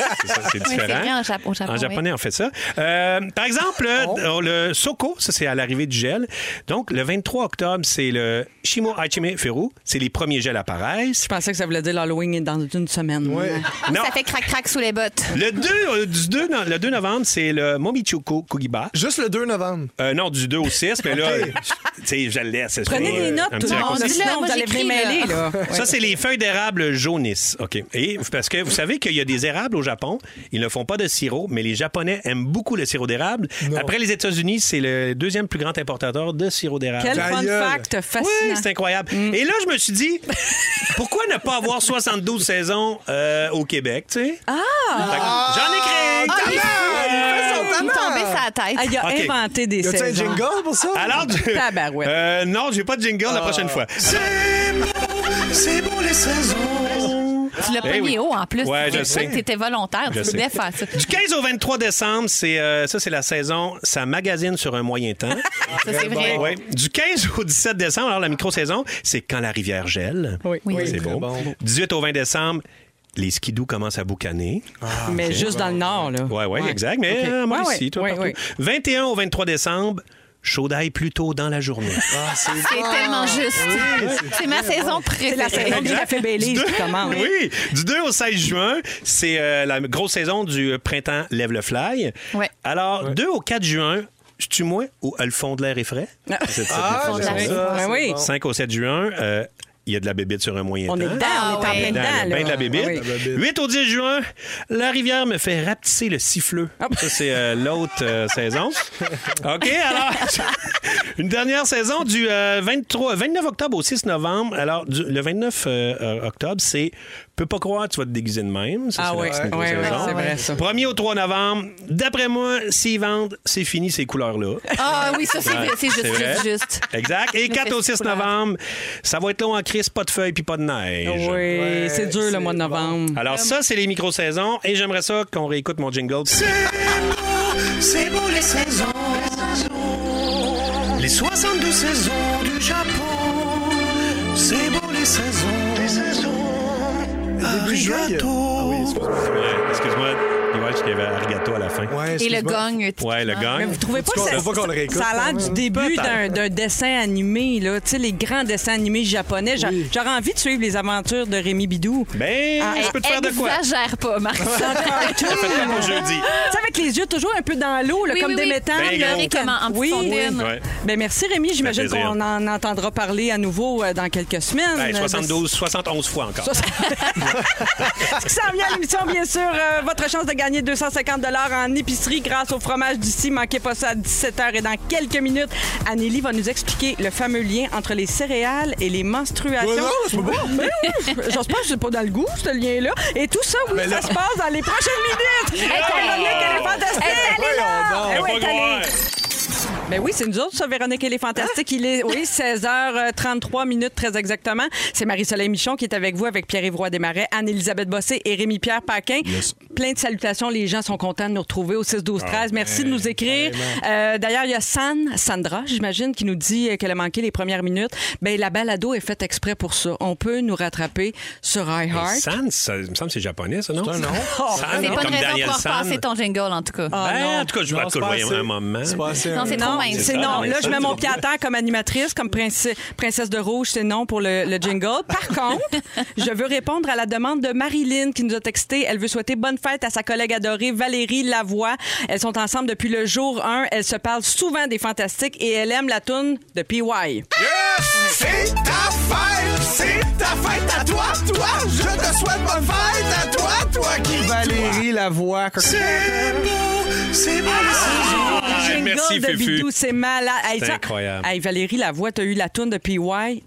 Speaker 7: c'est
Speaker 8: c'est
Speaker 7: différent.
Speaker 8: vrai, en Jap- au Japon,
Speaker 7: En
Speaker 8: oui.
Speaker 7: japonais, on fait ça. Euh, par exemple, euh, le soko, ça, c'est à l'arrivée du gel. Donc, le 23 octobre, c'est le Shimo Hachime Feru. C'est les premiers gels apparaissent.
Speaker 4: Je pensais que ça voulait dire l'Halloween est dans une semaine.
Speaker 5: Ouais.
Speaker 7: Non.
Speaker 8: Ah, Ça fait crac-crac sous les bottes.
Speaker 7: Le 2, euh, du 2 no- le 2 novembre, c'est le Momichuko Kugiba.
Speaker 5: Juste le 2 novembre.
Speaker 7: Euh, non, du 2 au 6, mais là, je- tu sais, je le laisse. c'est
Speaker 4: Prenez
Speaker 7: pas,
Speaker 4: des
Speaker 7: euh,
Speaker 4: notes,
Speaker 7: un
Speaker 4: tout
Speaker 7: petit
Speaker 4: le monde.
Speaker 7: raccourci.
Speaker 8: raccourci.
Speaker 4: Sinon,
Speaker 8: Moi,
Speaker 4: vous allez
Speaker 8: j'écris,
Speaker 4: vous mêler. Là.
Speaker 7: Ça, c'est les feuilles d'érable jaunissent. OK. Et parce que vous savez qu'il y a des érables au Japon. Ils ne font pas de sirop, mais les Japonais aiment beaucoup le sirop d'érable. Après les États-Unis, c'est le deuxième plus grand importateur de sirop d'érable.
Speaker 4: Quel
Speaker 5: Ta
Speaker 4: fun
Speaker 5: gueule.
Speaker 4: fact fascinant.
Speaker 7: Oui, c'est incroyable. Et là, je me suis dit, pourquoi ne pas avoir 72 saisons euh, au Québec, tu sais? Ah! J'en ai créé!
Speaker 5: Ah, il fait son
Speaker 8: Il est tombé
Speaker 5: talent.
Speaker 8: sa tête.
Speaker 4: Ah, il a
Speaker 7: OK.
Speaker 4: inventé des
Speaker 5: Y a-tu un
Speaker 4: saisons.
Speaker 5: jingle pour ça?
Speaker 7: Alors, je-
Speaker 4: Tabarouette.
Speaker 7: Euh, non, j'ai pas de jingle la prochaine fois.
Speaker 3: C'est beau, c'est beau les saisons.
Speaker 8: Tu l'as
Speaker 7: Eh
Speaker 8: pogné
Speaker 7: oui.
Speaker 8: haut en plus.
Speaker 7: Ouais, je
Speaker 8: Tu
Speaker 7: sais.
Speaker 8: que t'étais volontaire.
Speaker 7: Je
Speaker 8: tu
Speaker 7: sais.
Speaker 8: voulais faire ça.
Speaker 7: Du 15 au 23 décembre, c'est euh, ça, c'est la saison. Ça magazine sur un moyen temps.
Speaker 8: Ça, c'est vrai.
Speaker 7: Ouais. Du 15 au 17 décembre, alors la micro-saison, c'est quand la rivière gèle.
Speaker 4: Oui.
Speaker 8: Oui.
Speaker 7: C'est
Speaker 5: Très
Speaker 7: beau.
Speaker 5: bon.
Speaker 7: 18 au 20 décembre, les skidous commencent à boucaner.
Speaker 4: Mais juste dans le nord. là.
Speaker 7: Oui, oui,
Speaker 4: Ah. Ouais.
Speaker 7: exact. Mais
Speaker 4: OK.
Speaker 7: euh, moi
Speaker 4: Ouais,
Speaker 7: ici,
Speaker 4: ouais.
Speaker 7: toi,
Speaker 4: Ouais,
Speaker 7: partout.
Speaker 4: ouais.
Speaker 7: 21 au 23 décembre, chaudaille plus tôt dans la journée.
Speaker 5: Ah, c'est
Speaker 8: C'est tellement juste. C'est ma saison
Speaker 4: C'est la
Speaker 8: préférée.
Speaker 4: saison du
Speaker 7: Exact.
Speaker 4: café Bailey
Speaker 7: Du
Speaker 4: qui
Speaker 7: deux-
Speaker 4: commence.
Speaker 7: Oui, du 2 au 16 juin, c'est euh, la grosse saison du euh, printemps Lève le Fly.
Speaker 8: Ouais.
Speaker 7: Alors, 2 au 4 juin, tu moi ou le fond de l'air est frais?
Speaker 4: Ah.
Speaker 7: C'est ça,
Speaker 5: Ah,
Speaker 7: le fond de l'air
Speaker 5: j'aime
Speaker 7: est
Speaker 5: ça,
Speaker 4: Ben
Speaker 5: c'est
Speaker 4: oui.
Speaker 5: bon.
Speaker 7: 5 au 7 juin, euh, il y a de la bébite sur un moyen
Speaker 4: On est
Speaker 7: temps.
Speaker 4: dedans,
Speaker 8: Ah,
Speaker 4: on est en
Speaker 8: ouais.
Speaker 4: plein
Speaker 7: Il y
Speaker 4: dedans.
Speaker 7: a
Speaker 4: Eh, là. Ah
Speaker 7: bien de Ben, la bébite.
Speaker 4: Oui.
Speaker 5: La bébite.
Speaker 7: 8 au 10 juin, la rivière me fait rapetisser le siffleux.
Speaker 4: Ah.
Speaker 7: Ça, c'est euh, l'autre euh, saison. OK, alors, une dernière saison du euh, 23, 29 octobre au 6 novembre. Alors, du- le 29 euh, euh, octobre, c'est Peux pas croire, tu vas te déguiser de même. Ça,
Speaker 4: Ah
Speaker 7: c'est la
Speaker 4: oui,
Speaker 7: petite
Speaker 4: oui, oui,
Speaker 7: micro-saison.
Speaker 4: c'est vrai, ça.
Speaker 7: 1er au 3 novembre, d'après moi, s'ils vendent, c'est fini ces couleurs-là.
Speaker 8: Ah oui, ça, c'est
Speaker 7: Ouais,
Speaker 8: vrai. C'est
Speaker 7: c'est
Speaker 8: juste,
Speaker 7: vrai.
Speaker 8: juste, juste.
Speaker 7: Exact. Et
Speaker 8: Le
Speaker 7: 4 au
Speaker 8: festival.
Speaker 7: 6 novembre, ça va être long en crise, pas de feuilles puis pas de neige.
Speaker 4: Oui, c'est dur le mois de novembre.
Speaker 7: Alors ça, c'est les micro-saisons et j'aimerais ça qu'on réécoute mon jingle.
Speaker 3: C'est beau, c'est beau les saisons. Les 72 saisons du Japon. C'est beau les saisons. Les saisons.
Speaker 5: début juin, il y a- Ah oui, excuse-moi.
Speaker 7: Ouais, Excuse-moi, Yves, qu'il y avait Arigato à la fin.
Speaker 5: Ouais,
Speaker 8: Et le
Speaker 5: excuse-moi.
Speaker 8: gong.
Speaker 7: Ouais, le gang.
Speaker 4: Mais vous trouvez pas
Speaker 5: Faut
Speaker 4: que ça,
Speaker 5: pas qu'on le réécoute,
Speaker 4: ça a l'air
Speaker 5: quand
Speaker 4: du
Speaker 5: même.
Speaker 4: début d'un d'un dessin animé, là. Tu sais, les grands dessins animés japonais. J'a-
Speaker 5: Oui.
Speaker 4: J'aurais envie de suivre les aventures de Rémi Bidou.
Speaker 7: Ben, je peux te faire de quoi?
Speaker 8: Exagère pas, Marc.
Speaker 7: Faites-le pour jeudi.
Speaker 4: Tu sais, avec les yeux toujours un peu dans l'eau, là,
Speaker 8: Oui,
Speaker 4: comme
Speaker 8: oui,
Speaker 4: des
Speaker 8: oui.
Speaker 4: métals.
Speaker 7: Ben,
Speaker 4: là.
Speaker 7: gros.
Speaker 8: Comme en- en
Speaker 4: oui.
Speaker 8: fontaine.
Speaker 7: Ouais.
Speaker 4: Ben, merci Rémi, j'imagine
Speaker 7: plaisir.
Speaker 4: qu'on en entendra parler à nouveau euh, dans quelques semaines.
Speaker 7: Ben, 72, 71 fois encore.
Speaker 4: Ce qui s'en vient à l'émission, bien sûr, euh, votre chance de gagner 250 en épicerie grâce au fromage d'ici. Manquez pas ça à 17h et dans quelques minutes, Anélie va nous expliquer le fameux lien entre les céréales et les menstruations.
Speaker 5: Ouais, non, c'est pas bon.
Speaker 4: Ben oui, J'espère que c'est pas dans le goût, ce lien-là. Et tout ça, oui,
Speaker 5: Ben là-
Speaker 4: ça se passe dans les prochaines minutes. Elle est qu'elle est fantastique. Elle est là.
Speaker 5: Voyons donc.
Speaker 4: Eh
Speaker 7: Faut
Speaker 4: oui,
Speaker 7: pas
Speaker 4: elle est
Speaker 7: croire.
Speaker 4: ben oui, c'est nous autres, ça, Véronique, elle est fantastique. Il est, oui, 16h33 minutes, très exactement. C'est Marie-Soleil Michon qui est avec vous, avec Pierre-Yves Roy Desmarais, Anne-Elisabeth Bossé et Rémi-Pierre Paquin. Plein de salutations. Les gens sont contents de nous retrouver au 6-12-13. Merci de nous écrire. Euh, D'ailleurs, il y a San, Sandra, j'imagine, qui nous dit euh, qu'elle a manqué les premières minutes. Ben, la balado est faite exprès pour ça. On peut nous rattraper sur iHeart.
Speaker 7: San, ça, il me semble que c'est Oh, japonais, ça, non?
Speaker 5: C'est un nom.
Speaker 7: San,
Speaker 8: C'est pas
Speaker 7: comme
Speaker 8: une raison
Speaker 7: Daniel
Speaker 8: pour repasser
Speaker 7: San.
Speaker 8: ton jingle, en tout cas.
Speaker 7: Ben, en tout cas, je
Speaker 5: Non,
Speaker 7: vois que
Speaker 5: c'est
Speaker 7: je
Speaker 5: pas
Speaker 7: voyais
Speaker 5: assez.
Speaker 7: un moment.
Speaker 5: C'est pas assez.
Speaker 8: Non, c'est trop
Speaker 4: Non,
Speaker 8: mince.
Speaker 4: c'est
Speaker 7: ça,
Speaker 4: non.
Speaker 7: mais
Speaker 4: Là,
Speaker 7: ça,
Speaker 4: je mets
Speaker 7: tu
Speaker 4: mon
Speaker 7: vas-
Speaker 4: pied à terre comme animatrice, comme princi- princesse de rouge, c'est non pour le, le jingle. Par contre, je veux répondre à la demande de Marilyn qui nous a texté. Elle veut souhaiter bonne fête à sa collègue adorée Valérie Lavoie. Elles sont ensemble depuis le jour 1. Elles se parlent souvent des fantastiques et elle aime la toune de PY.
Speaker 3: C'est ta fête, c'est ta fête à toi, toi. Je te souhaite bonne fête à toi, toi qui
Speaker 5: Valérie Lavoie.
Speaker 3: C'est beau, c'est beau les
Speaker 7: Ah,
Speaker 4: Jingle
Speaker 7: merci,
Speaker 4: de
Speaker 7: Fufu.
Speaker 4: Bidou, c'est malade. Hey,
Speaker 7: C'est
Speaker 4: ça-
Speaker 7: incroyable. Eh,
Speaker 4: Hey, Valérie Lavoie, t'as eu la toune de PY en
Speaker 7: Et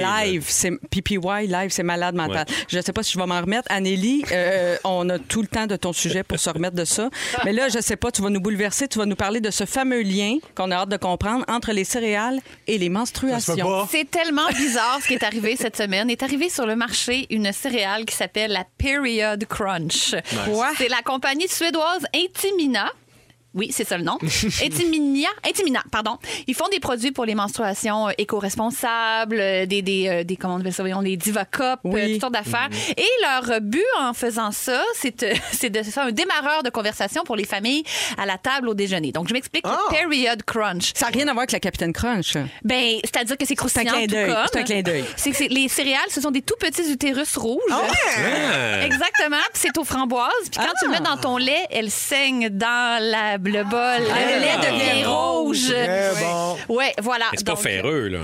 Speaker 4: live. C'est- Puis PY live, c'est malade mental.
Speaker 7: Ouais.
Speaker 4: Je sais pas si je vais m'en remettre. Anélie, euh, on a tout le temps de ton sujet pour se remettre de ça. Mais là, je sais pas, tu vas nous bouleverser, tu vas nous parler de ce fameux lien qu'on a hâte de comprendre entre les céréales et les
Speaker 5: Ça se peut
Speaker 4: menstruations.
Speaker 5: pas.
Speaker 8: C'est tellement bizarre ce qui est arrivé cette semaine. Est arrivée sur le marché une céréale qui s'appelle la Period Crunch.
Speaker 4: Quoi?
Speaker 8: C'est la compagnie suédoise Intimina. Oui, c'est ça le nom. Intimina, Intimina, pardon. Ils font des produits pour les menstruations euh, éco-responsables, euh, des, des, euh, des- comment on appelle ça, voyons, des diva cups,
Speaker 4: Oui.
Speaker 8: euh, toutes sortes d'affaires. Et leur euh, but en faisant ça, c'est euh, c'est de faire un démarreur de conversation pour les familles à la table au déjeuner. Donc, je m'explique. le Period Crunch.
Speaker 4: Ça n'a rien à voir avec la Capitaine Crunch.
Speaker 8: Ben, c'est-à-dire que c'est croustillant.
Speaker 4: clin
Speaker 8: tout
Speaker 4: d'œil,
Speaker 8: comme.
Speaker 4: c'est un clin d'œil.
Speaker 8: C'est que c'est- les céréales, ce sont des tout petits utérus rouges.
Speaker 7: Ah,
Speaker 8: Exactement, puis c'est aux framboises. Puis quand
Speaker 4: Ah. Ah.
Speaker 8: tu le mets dans ton lait, elle saigne dans la, le bol. le lait devient
Speaker 4: Eh
Speaker 8: rouge.
Speaker 5: Très bon.
Speaker 8: Ouais, voilà.
Speaker 7: C'est pas
Speaker 8: Donc-
Speaker 7: ferreux, là.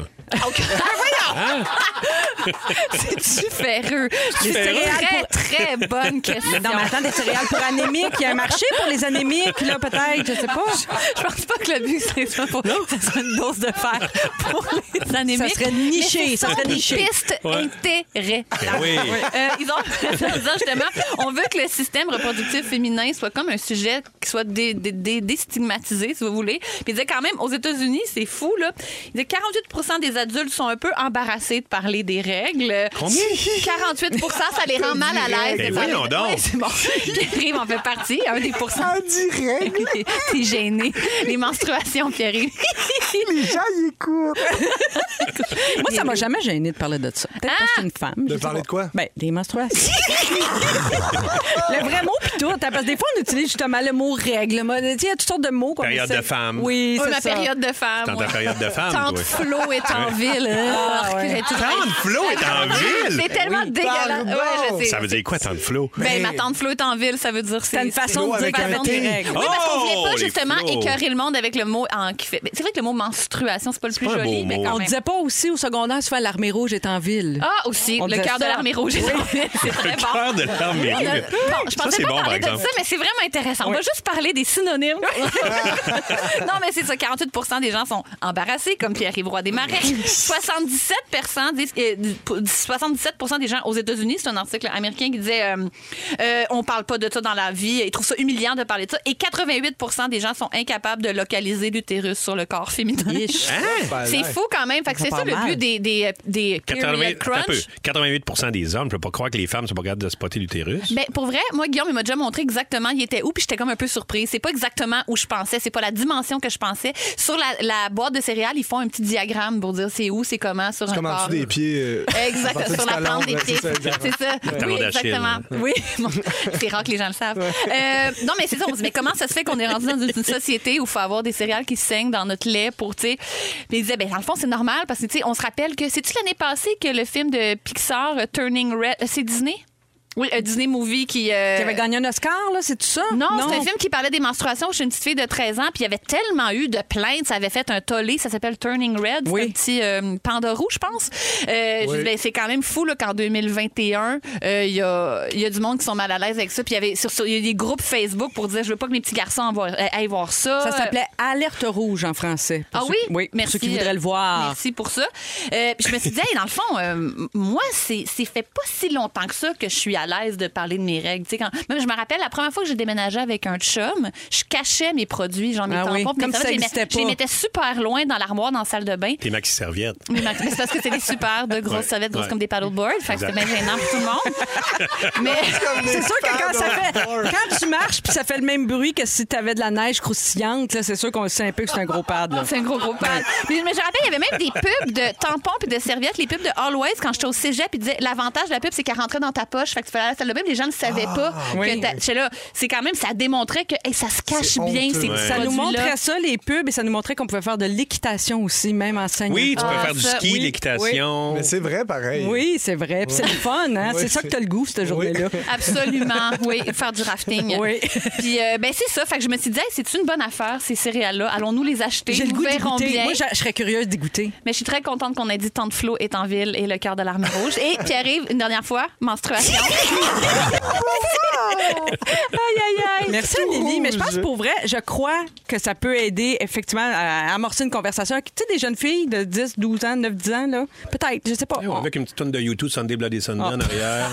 Speaker 8: C'est-tu ferreux? C'est
Speaker 4: ferreux?
Speaker 8: une très, très bonne question.
Speaker 4: Non, mais attends, des céréales pour anémiques. Il y a un marché pour les anémiques, là, peut-être. Je sais pas.
Speaker 8: Je pense pas que le but, c'est ça pour ça serait une dose de fer pour les anémiques.
Speaker 4: Ça serait niché,
Speaker 8: Mais ce
Speaker 4: ça
Speaker 8: sont
Speaker 4: serait
Speaker 8: des
Speaker 4: niché.
Speaker 8: pistes
Speaker 7: Ouais.
Speaker 8: intérêt.
Speaker 7: Ben oui.
Speaker 8: Euh, ils ont ça veut dire justement, on veut que le système reproductif féminin soit comme un sujet qui soit dé- dé- dé- déstigmatisé, si vous voulez. Puis il disait quand même, aux États-Unis, c'est fou, là. Il disait 48 des adultes sont un peu embarrassés de parler des règles.
Speaker 7: Combien?
Speaker 8: 48 ça les rend mal à l'aise.
Speaker 7: Ben
Speaker 8: de parler-
Speaker 7: voyons donc.
Speaker 8: Ouais, c'est bon. Pierre-Yves en fait partie, un des pourcents. T'es- T'es gêné. Les menstruations, Pierre-Yves.
Speaker 4: Moi, ça m'a jamais gêné de parler de ça. Peut-être parce que je
Speaker 8: Ah!
Speaker 4: suis une femme. je sais
Speaker 5: parler
Speaker 4: pas.
Speaker 5: de quoi?
Speaker 4: Ben, des menstruations. le vrai mot, puis tout. hein, Parce que des fois, on utilise justement le mot règle. le mot- Tu sais, il y a toutes sortes de mots. qu'on
Speaker 7: Période
Speaker 4: essaie-
Speaker 7: de femme.
Speaker 4: Oui,
Speaker 8: Oh,
Speaker 4: c'est
Speaker 8: ma
Speaker 4: ça.
Speaker 8: période de femme.
Speaker 7: Dans ta
Speaker 8: moi.
Speaker 7: période de femme,
Speaker 8: Tante
Speaker 7: toi. Hein?
Speaker 8: Flo est en ville. Ah,
Speaker 4: ouais.
Speaker 8: que j'ai tout-
Speaker 7: Tante Flo est en ville.
Speaker 8: Ah, C'est tellement dégueulasse.
Speaker 5: pardon.
Speaker 8: Ouais, je sais.
Speaker 7: Ça veut dire quoi, tant de Flo?
Speaker 8: Ben, ma tante Flo est en ville, ça veut dire
Speaker 4: C'est une façon
Speaker 5: Flo
Speaker 4: de dire
Speaker 5: avec
Speaker 4: que
Speaker 5: un
Speaker 4: t'as tes
Speaker 5: T.
Speaker 4: règles.
Speaker 8: Oui, parce qu'on
Speaker 7: Oh,
Speaker 8: voulait pas
Speaker 7: les
Speaker 8: justement
Speaker 7: flots.
Speaker 8: écœurer le monde avec le mot en qui fait. ben, C'est vrai que le mot menstruation, c'est pas le plus
Speaker 7: pas un
Speaker 8: joli,
Speaker 7: beau
Speaker 8: mais
Speaker 7: mot.
Speaker 8: quand
Speaker 4: On
Speaker 8: même.
Speaker 4: disait pas aussi au secondaire, souvent, l'armée rouge est en ville.
Speaker 8: Ah, aussi,
Speaker 4: On
Speaker 8: le
Speaker 4: disait
Speaker 8: cœur de
Speaker 4: ça.
Speaker 8: l'armée rouge. C'est très
Speaker 7: Le
Speaker 8: bon.
Speaker 7: cœur de l'armée.
Speaker 8: On a-
Speaker 7: rouge.
Speaker 8: Bon, je
Speaker 7: Ça,
Speaker 8: pensais
Speaker 7: c'est
Speaker 8: pas
Speaker 7: bon, par
Speaker 8: parler de
Speaker 7: exemple.
Speaker 8: ça, mais c'est vraiment intéressant. On va juste parler des synonymes. non, mais c'est ça. 48 des gens sont embarrassés, comme Pierre-Yves Roy des Marais. 77 disent- euh, dis- pour- 77 des gens aux États-Unis, c'est un article américain qui disait euh, euh, on parle pas de ça dans la vie, ils trouvent ça humiliant de parler de ça. Et 88 des gens sont incapables de localiser l'utérus sur le corps féminin.
Speaker 4: Yeesh.
Speaker 8: C'est fou quand même. Fait
Speaker 4: Hein?
Speaker 8: que
Speaker 4: Ça
Speaker 8: c'est
Speaker 4: va
Speaker 8: ça
Speaker 4: pas
Speaker 8: le
Speaker 4: mal.
Speaker 8: but des, des, des period
Speaker 7: 88, attends un peu.
Speaker 8: crunch.
Speaker 7: 88 des hommes, je peux pas croire que les femmes sont pas capables de spotter l'utérus.
Speaker 8: Ben, pour vrai, moi, Guillaume, il m'a déjà montré exactement il était où, puis j'étais comme un peu surprise. C'est pas exactement où je pensais, c'est pas la dimension que je pensais. Sur la, la boîte de céréales, ils font un petit diagramme pour dire c'est où, c'est comment, sur un
Speaker 5: Comme en
Speaker 8: corps.
Speaker 5: dessous des pieds. euh, à
Speaker 8: Exact,
Speaker 5: partir
Speaker 8: sur
Speaker 5: du
Speaker 8: la
Speaker 5: talon,
Speaker 8: plante des
Speaker 5: ouais,
Speaker 8: pieds.
Speaker 5: c'est ça, exactement.
Speaker 8: C'est ça.
Speaker 7: Le talon
Speaker 8: Oui,
Speaker 7: d'Achille.
Speaker 8: exactement. Oui, Bon, c'est rare que les gens le savent. Euh, non, mais c'est ça, on se dit, mais comment ça se fait qu'on est rendu dans une une société où il faut avoir des céréales qui saignent dans notre lait pour, tu sais. Puis ils disaient, ben, dans le fond, c'est normal parce que, tu sais, on se rappelle que c'est-tu l'année passée que le film de Pixar, euh, Turning Red, euh, c'est Disney? Oui, euh, Disney Movie qui. euh,
Speaker 4: Qui avait gagné un Oscar, là, c'est tout ça?
Speaker 8: non, c'est un film qui parlait des menstruations chez une petite fille de 13 ans, puis il y avait tellement eu de plaintes, ça avait fait un tollé, ça s'appelle Turning Red,
Speaker 4: Oui.
Speaker 8: c'est un petit euh, panda rouge, je pense. Euh, je-
Speaker 5: Oui.
Speaker 8: ben, c'est quand même fou là, qu'en 2021, euh, il y, a, il y a du monde qui sont mal à l'aise avec ça, puis il y avait sur, sur- il y a des groupes Facebook pour dire je veux pas que mes petits garçons en voient- euh, aillent voir ça.
Speaker 4: Ça s'appelait Alerte rouge en français. Pour
Speaker 8: Ah
Speaker 4: ceux-
Speaker 8: oui?
Speaker 4: Oui, pour
Speaker 8: Merci.
Speaker 4: ceux qui voudraient le voir.
Speaker 8: Merci pour ça. Euh, puis je me suis dit, Hey, dans le fond, euh, moi, c'est c'est fait pas si longtemps que ça que je suis à l'aise de parler de mes règles. Tu sais, Quand, même, je me rappelle, la première fois que j'ai déménagé avec un chum, je cachais mes produits, genre mes
Speaker 4: Ah
Speaker 8: tampons.
Speaker 4: oui,
Speaker 8: puis mes
Speaker 4: comme si
Speaker 8: serviettes,
Speaker 4: ça
Speaker 8: je les mets-
Speaker 4: existait pas.
Speaker 8: Je les mettais super loin dans l'armoire, dans la salle de bain.
Speaker 7: Tes maxi serviettes.
Speaker 8: Mais ma- mais c'est parce que c'est des super de grosses
Speaker 7: Ouais,
Speaker 8: serviettes, grosses
Speaker 7: ouais.
Speaker 8: comme des paddleboards. Fait que c'était bien gênant pour tout le monde. Mais...
Speaker 5: comme des
Speaker 4: C'est sûr que quand ça fait.
Speaker 5: paddleboards.
Speaker 4: Quand tu marches puis ça fait le même bruit que si t'avais de la neige croustillante, là, c'est sûr qu'on le sait un peu que c'est un gros pad. là.
Speaker 8: C'est un gros gros pad. Mais, mais je me rappelle, il y avait même des pubs de tampons puis de serviettes, les pubs de Always quand j'étais au cégep, puis disaient l'avantage de la pub c'est qu'elle rentrait dans ta poche, fait que tu fallais aller à la salle de bain, mais les gens ne savaient pas
Speaker 4: Ah, oui.
Speaker 8: que t'as- j'étais là, c'est quand même ça démontrait que hey, ça se cache
Speaker 5: C'est
Speaker 8: bien
Speaker 5: honteux.
Speaker 8: ces
Speaker 5: Ouais.
Speaker 8: petits
Speaker 4: Ça nous
Speaker 8: produits-là.
Speaker 4: montrait ça, les pubs, et ça nous montrait qu'on pouvait faire de l'équitation aussi, même en saignant.
Speaker 7: Oui, tu peux
Speaker 8: Ah,
Speaker 7: faire du
Speaker 8: ça,
Speaker 7: ski,
Speaker 8: oui.
Speaker 7: l'équitation.
Speaker 5: Mais c'est vrai, pareil.
Speaker 4: Oui, c'est vrai. Puis c'est le fun, hein?
Speaker 5: Oui.
Speaker 4: C'est ça que t'as le goût, cette journée-là.
Speaker 8: Absolument, oui, faire du rafting.
Speaker 4: Oui.
Speaker 8: Puis euh, ben c'est ça, fait que je me suis dit Hey, c'est une bonne affaire ces céréales là, allons-nous les acheter,
Speaker 4: J'ai le
Speaker 8: nous
Speaker 4: goût d'y
Speaker 8: verrons
Speaker 4: goûter.
Speaker 8: bien.
Speaker 4: Moi, j'a- je serais curieuse d'y goûter.
Speaker 8: Mais je suis très contente qu'on ait dit Tant de Flo est en ville et le cœur de l'armée rouge. Et qui arrive une dernière fois, menstruation. aïe, aïe, aïe.
Speaker 4: Merci, Amélie. Mais je pense pour vrai, je crois que ça peut aider effectivement à amorcer une conversation. Tu sais, des jeunes filles de 10, 12 ans, 9, 10 ans, là. Peut-être, je sais pas.
Speaker 7: Eh ouais, Avec une petite tonne de YouTube, Sunday Bloody Sunday en arrière.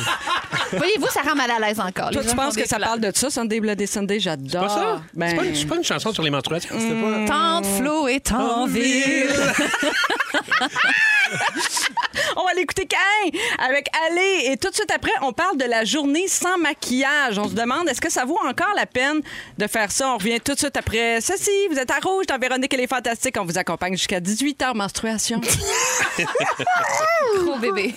Speaker 8: Voyez-vous, ça rend mal à l'aise encore.
Speaker 4: Toi,
Speaker 8: Les
Speaker 4: tu
Speaker 8: gens
Speaker 4: penses
Speaker 8: font
Speaker 4: que
Speaker 8: des
Speaker 4: ça
Speaker 8: fleurs.
Speaker 4: parle de ça, Sunday Bloody Sunday? J'adore. Ben,
Speaker 7: Pas
Speaker 8: Ah,
Speaker 7: ça? C'est
Speaker 8: ben.
Speaker 7: pas une- C'est pas, une chanson sur les menstruations.
Speaker 8: Mm.
Speaker 5: C'est pas-
Speaker 8: Tant de Flo est en ville.
Speaker 4: On va l'écouter quand avec Allez. Et tout de suite après, on parle de la journée sans maquillage. On se demande, est-ce que ça vaut encore la peine de faire ça? On revient tout de suite après. Ceci, vous êtes à Rouge dans Véronique et les Fantastiques. On vous accompagne jusqu'à 18h menstruation.
Speaker 8: Gros bébé.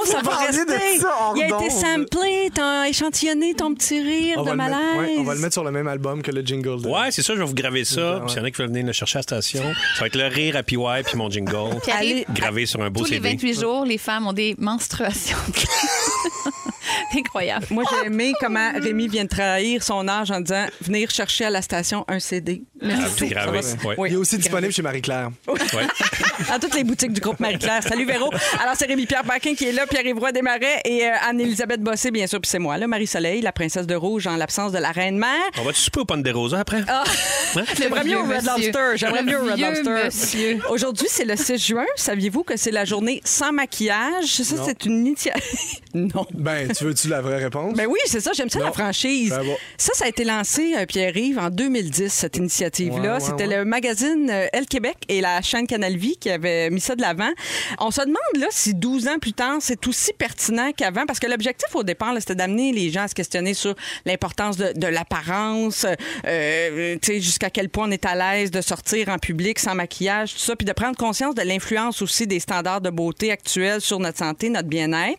Speaker 4: Oh, ça
Speaker 5: Vous
Speaker 4: va
Speaker 5: parliez
Speaker 4: rester.
Speaker 5: de ça hors
Speaker 4: Il a été
Speaker 5: d'onde.
Speaker 4: samplé, t'as échantillonné ton petit rire
Speaker 5: On
Speaker 4: de
Speaker 5: va, le
Speaker 4: malaise.
Speaker 5: mettre, ouais, on va le mettre sur le même album que le jingle. de-
Speaker 7: Ouais, c'est ça, je vais vous graver ça.
Speaker 5: Ouais,
Speaker 7: Puis s'il y en a qui veulent venir le chercher à la station, ça va être le rire à PY puis mon jingle
Speaker 8: Puis arrive,
Speaker 7: gravé sur un beau
Speaker 8: tous les
Speaker 7: CD.
Speaker 8: 28 jours, les femmes ont des menstruations. Incroyable.
Speaker 4: Moi, j'ai aimé comment Rémi vient de trahir son âge en disant venir chercher à la station un CD.
Speaker 7: Gravé, gravé. Ouais.
Speaker 4: Oui.
Speaker 5: Il est aussi disponible chez Marie-Claire.
Speaker 7: Ouais.
Speaker 4: à toutes les boutiques du groupe Marie-Claire. Salut Véro. Alors, c'est Rémi-Pierre Paquin qui est là, Pierre-Évroy Desmarais et euh, Anne-Élisabeth Bossé, bien sûr, puis c'est moi, là, Marie-Soleil, la princesse de rouge en l'absence de la reine-mère.
Speaker 7: On va-tu souper au Pond des Roses après?
Speaker 8: Ah,
Speaker 7: Hein?
Speaker 4: J'aimerais mieux au
Speaker 8: vieux
Speaker 4: Red
Speaker 8: monsieur.
Speaker 4: Lobster. J'aimerais
Speaker 8: Le
Speaker 4: mieux au Red
Speaker 8: vieux
Speaker 4: Lobster.
Speaker 8: monsieur.
Speaker 4: Aujourd'hui, c'est le 6 juin. Saviez-vous que c'est la journée sans maquillage? Ça,
Speaker 5: Non.
Speaker 4: c'est une initiative. non.
Speaker 5: Ben, tu veux-tu la vraie réponse?
Speaker 4: Ben oui, c'est ça, j'aime ça la
Speaker 5: Non.
Speaker 4: franchise.
Speaker 5: Ben bon.
Speaker 4: Ça, ça a été lancé, euh, Pierre-Yves, en 2010, cette initiative-là.
Speaker 5: Ouais, ouais,
Speaker 4: C'était
Speaker 5: ouais.
Speaker 4: le magazine euh, Elle Québec et la chaîne Canal Vie qui avaient mis ça de l'avant. On se demande là si 12 ans plus tard, c'est aussi pertinent qu'avant, parce que l'objectif au départ, là, c'était d'amener les gens à se questionner sur l'importance de, de l'apparence, euh, tu sais, jusqu'à quel point on est à l'aise de sortir en public sans maquillage, tout ça, puis de prendre conscience de l'influence aussi des standards de beauté actuels sur notre santé, notre bien-être.